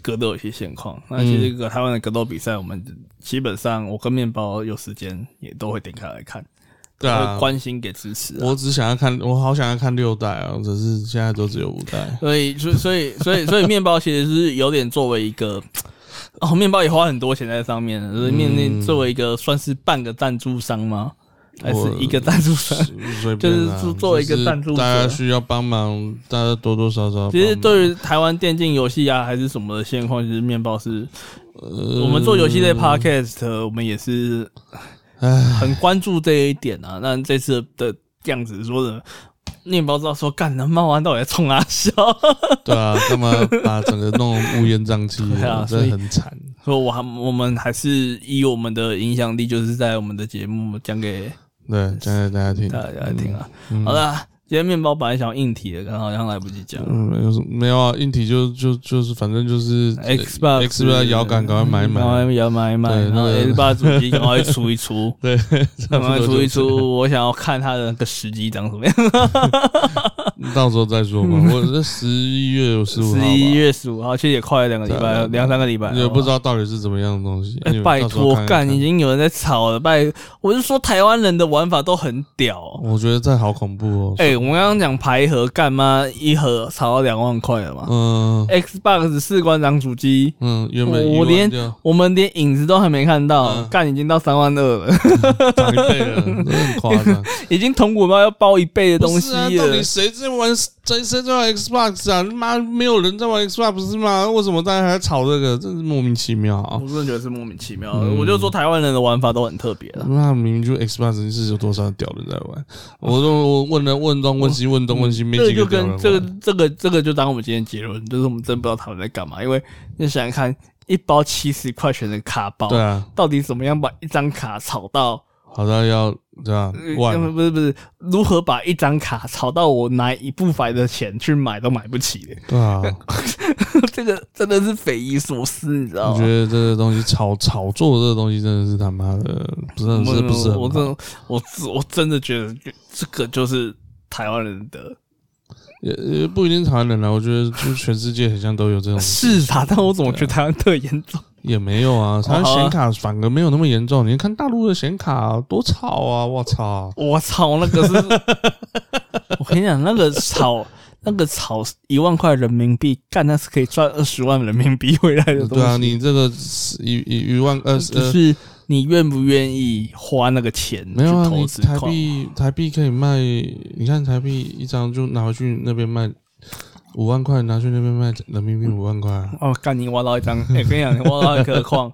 B: 格斗有些现况。那其
A: 嗯
B: 实个台湾的格斗比赛，我们基本上我跟面包有时间也都会点开来看，
A: 对啊
B: 会，关心给支持、啊。
A: 我只想要看，我好想要看六代啊，只是现在都只有五代。
B: 所以所以所以所以所以面包其实是有点作为一个。哦，面包也花很多钱在上面，所以面
A: 嗯
B: 面作为一个算是半个赞助商吗？还是一个赞助商？
A: 随便啊
B: 就是作为一个赞助者
A: 大家需要帮忙，大家多多少少帮忙。
B: 其实对于台湾电竞游戏啊，还是什么的现况，其实面包是
A: 呃
B: 我们做游戏类 podcast，我们也是
A: 唉
B: 很关注这一点啊。那这次的样子说的，面包知道说干那漫玩到底在冲啊笑，
A: 对啊，干嘛把整个弄乌烟瘴气
B: 对
A: 的
B: 啊，
A: 真的很惨。
B: 说我还我们还是以我们的影响力，就是在我们的节目讲给
A: 对，讲给大家听。嗯
B: 大家来听啊。好啦，今天面包本来想要硬体的，刚好像来不及讲。
A: 嗯，没有什么没有啊，硬体就就就是反正就是
B: Xbox
A: X 八摇杆，赶快买一
B: 赶快
A: 买。
B: 要买一买，
A: 对
B: 然后
A: 那
B: S
A: 个，
B: 八主机赶快出一出
A: 对，差
B: 赶
A: 不
B: 快
A: 多
B: 出一
A: 就这样，
B: 出。我想要看它的那个时机长什么样。
A: 到时候再 说吧。我这十一月十五号
B: 十
A: 吧，
B: 一月十五号，其实也快两个礼
A: 对
B: 拜
A: 啊，
B: 两三个礼拜了，
A: 也不知
B: 道。
A: 道到底是怎么样的东西。
B: 哎、
A: 你们
B: 拜
A: 到时候
B: 托，
A: 看一看
B: 干，已经有人在吵了。拜，我是说台湾人的玩法都很屌、
A: 我觉得这好恐怖哦。
B: 哎、我们刚刚讲排盒，干嘛一盒炒到两万块了嘛、
A: 嗯
B: x b o x 四关长主机，
A: 嗯，原本
B: 我
A: 一万
B: 连
A: 六
B: 我们连影子都还没看到，
A: 嗯
B: 干、已经到三万二了，
A: 涨一倍了，真的很夸张。
B: 已经同股包要包一倍的东
A: 不
B: 西
A: 是啊，
B: 了
A: 到。底谁在玩谁谁在玩 Xbox 啊？妈，没有人在玩 Xbox 不是吗？为什么大家还吵这个？真是莫名其妙啊！
B: 我真的觉得是莫名其妙，
A: 嗯
B: 我就说台湾人的玩法都很特别了。
A: 那明明就 Xbox 是有多少屌人在玩？我都我问了问东问西问东问西，没
B: 这个
A: 几
B: 就
A: 个屌人
B: 跟
A: 玩。
B: 这个这个这个就当我们今天结论，就是我们真不知道他们在干嘛。因为你想想看，一包七十块钱的卡包，
A: 对啊，
B: 到底怎么样把一张卡炒到？
A: 好像要对吧？
B: 呃
A: 万
B: 不是不是，如何把一张卡炒到我拿一部分的钱去买都买不起的？
A: 对啊，
B: 这个真的是匪夷所思，你知道
A: 我
B: 吗
A: 觉？得这个东西炒炒作这个东西真的是他妈的，真的是不是很好
B: 我真的我真我真的觉得这个就是台湾人的
A: 也也不一定台湾人啦，我觉得就全世界好像都有这 种，
B: 是啊，但我怎么觉得台湾特严重？
A: 也没有啊。
B: 哦
A: 台湾显卡反而没有那么严重，你看大陆的显卡多吵啊！我操，
B: 我操，那个是， 我跟你讲，那个炒那个炒一万块人民币，干那是可以赚二十万人民币回来的东
A: 对
B: 西。
A: 啊，你这个是一一一万二十
B: 就
A: 呃，
B: 是你愿不愿意花那个钱
A: 没
B: 去
A: 有啊，
B: 投
A: 你
B: 资
A: 台
B: 矿？
A: 币台币可以卖，你看台币一张就拿回去那边卖五万块，拿去那边卖人民币五万块啊，
B: 哦，干你挖到一 张，哎、跟你讲，你挖到一颗 矿，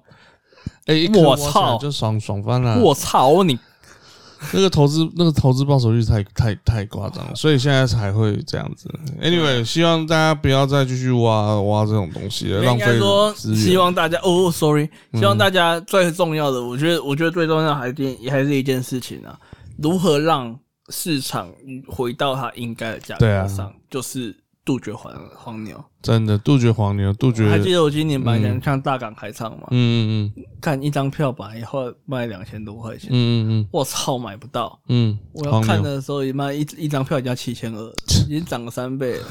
A: 哎，一颗
B: 我
A: 挖起来
B: 操
A: 就爽爽翻了。
B: 我操你！
A: 那个投资那个投资报酬率太太太夸张
B: 啊
A: 了，所以现在才会这样子。Anyway，希望大家不要再继续挖挖这种东西了，浪
B: 应该
A: 费
B: 说，
A: 资源。嗯
B: 希望大家哦，sorry，希望大家最重要的，我觉得，我觉得最重要的还是一还是一件事情啊，如何让市场回到它应该的价
A: 对啊
B: 格上，就是杜绝黄黄牛。
A: 真的杜绝黄牛，杜绝
B: 还记
A: 嗯
B: 得我今年本来想看大港开唱嘛，
A: 嗯嗯
B: 看一张票本来要卖两千多块钱，
A: 嗯嗯
B: 我操，买不到。
A: 嗯
B: 我
A: 嗯，
B: 要
A: 黄
B: 看
A: 牛
B: 的时候，也卖一一张票已经要七千二，已经涨了三倍了。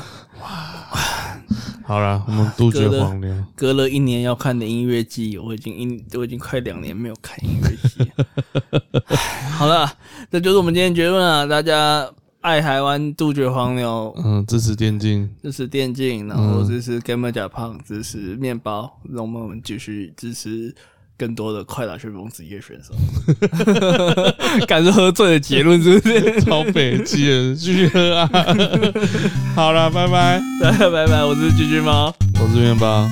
A: 好了，我们杜绝
B: 割的
A: 黄牛。
B: 隔了一年要看的音乐季，我已经一我已经快两年没有看音乐季了。 唉好了，这就是我们今天结论啊！大家爱台湾，杜绝黄牛，
A: 嗯，支持电竞，
B: 支持电竞，然后支持 Gamer 甲胖，支持面包，让我们我们继续支持。更多的快打旋风职业选手， 感觉喝醉的结论是不 是？
A: 超北极人继续 喝啊！好了，拜拜，
B: 拜拜拜，我是居居猫。
A: 我是面包。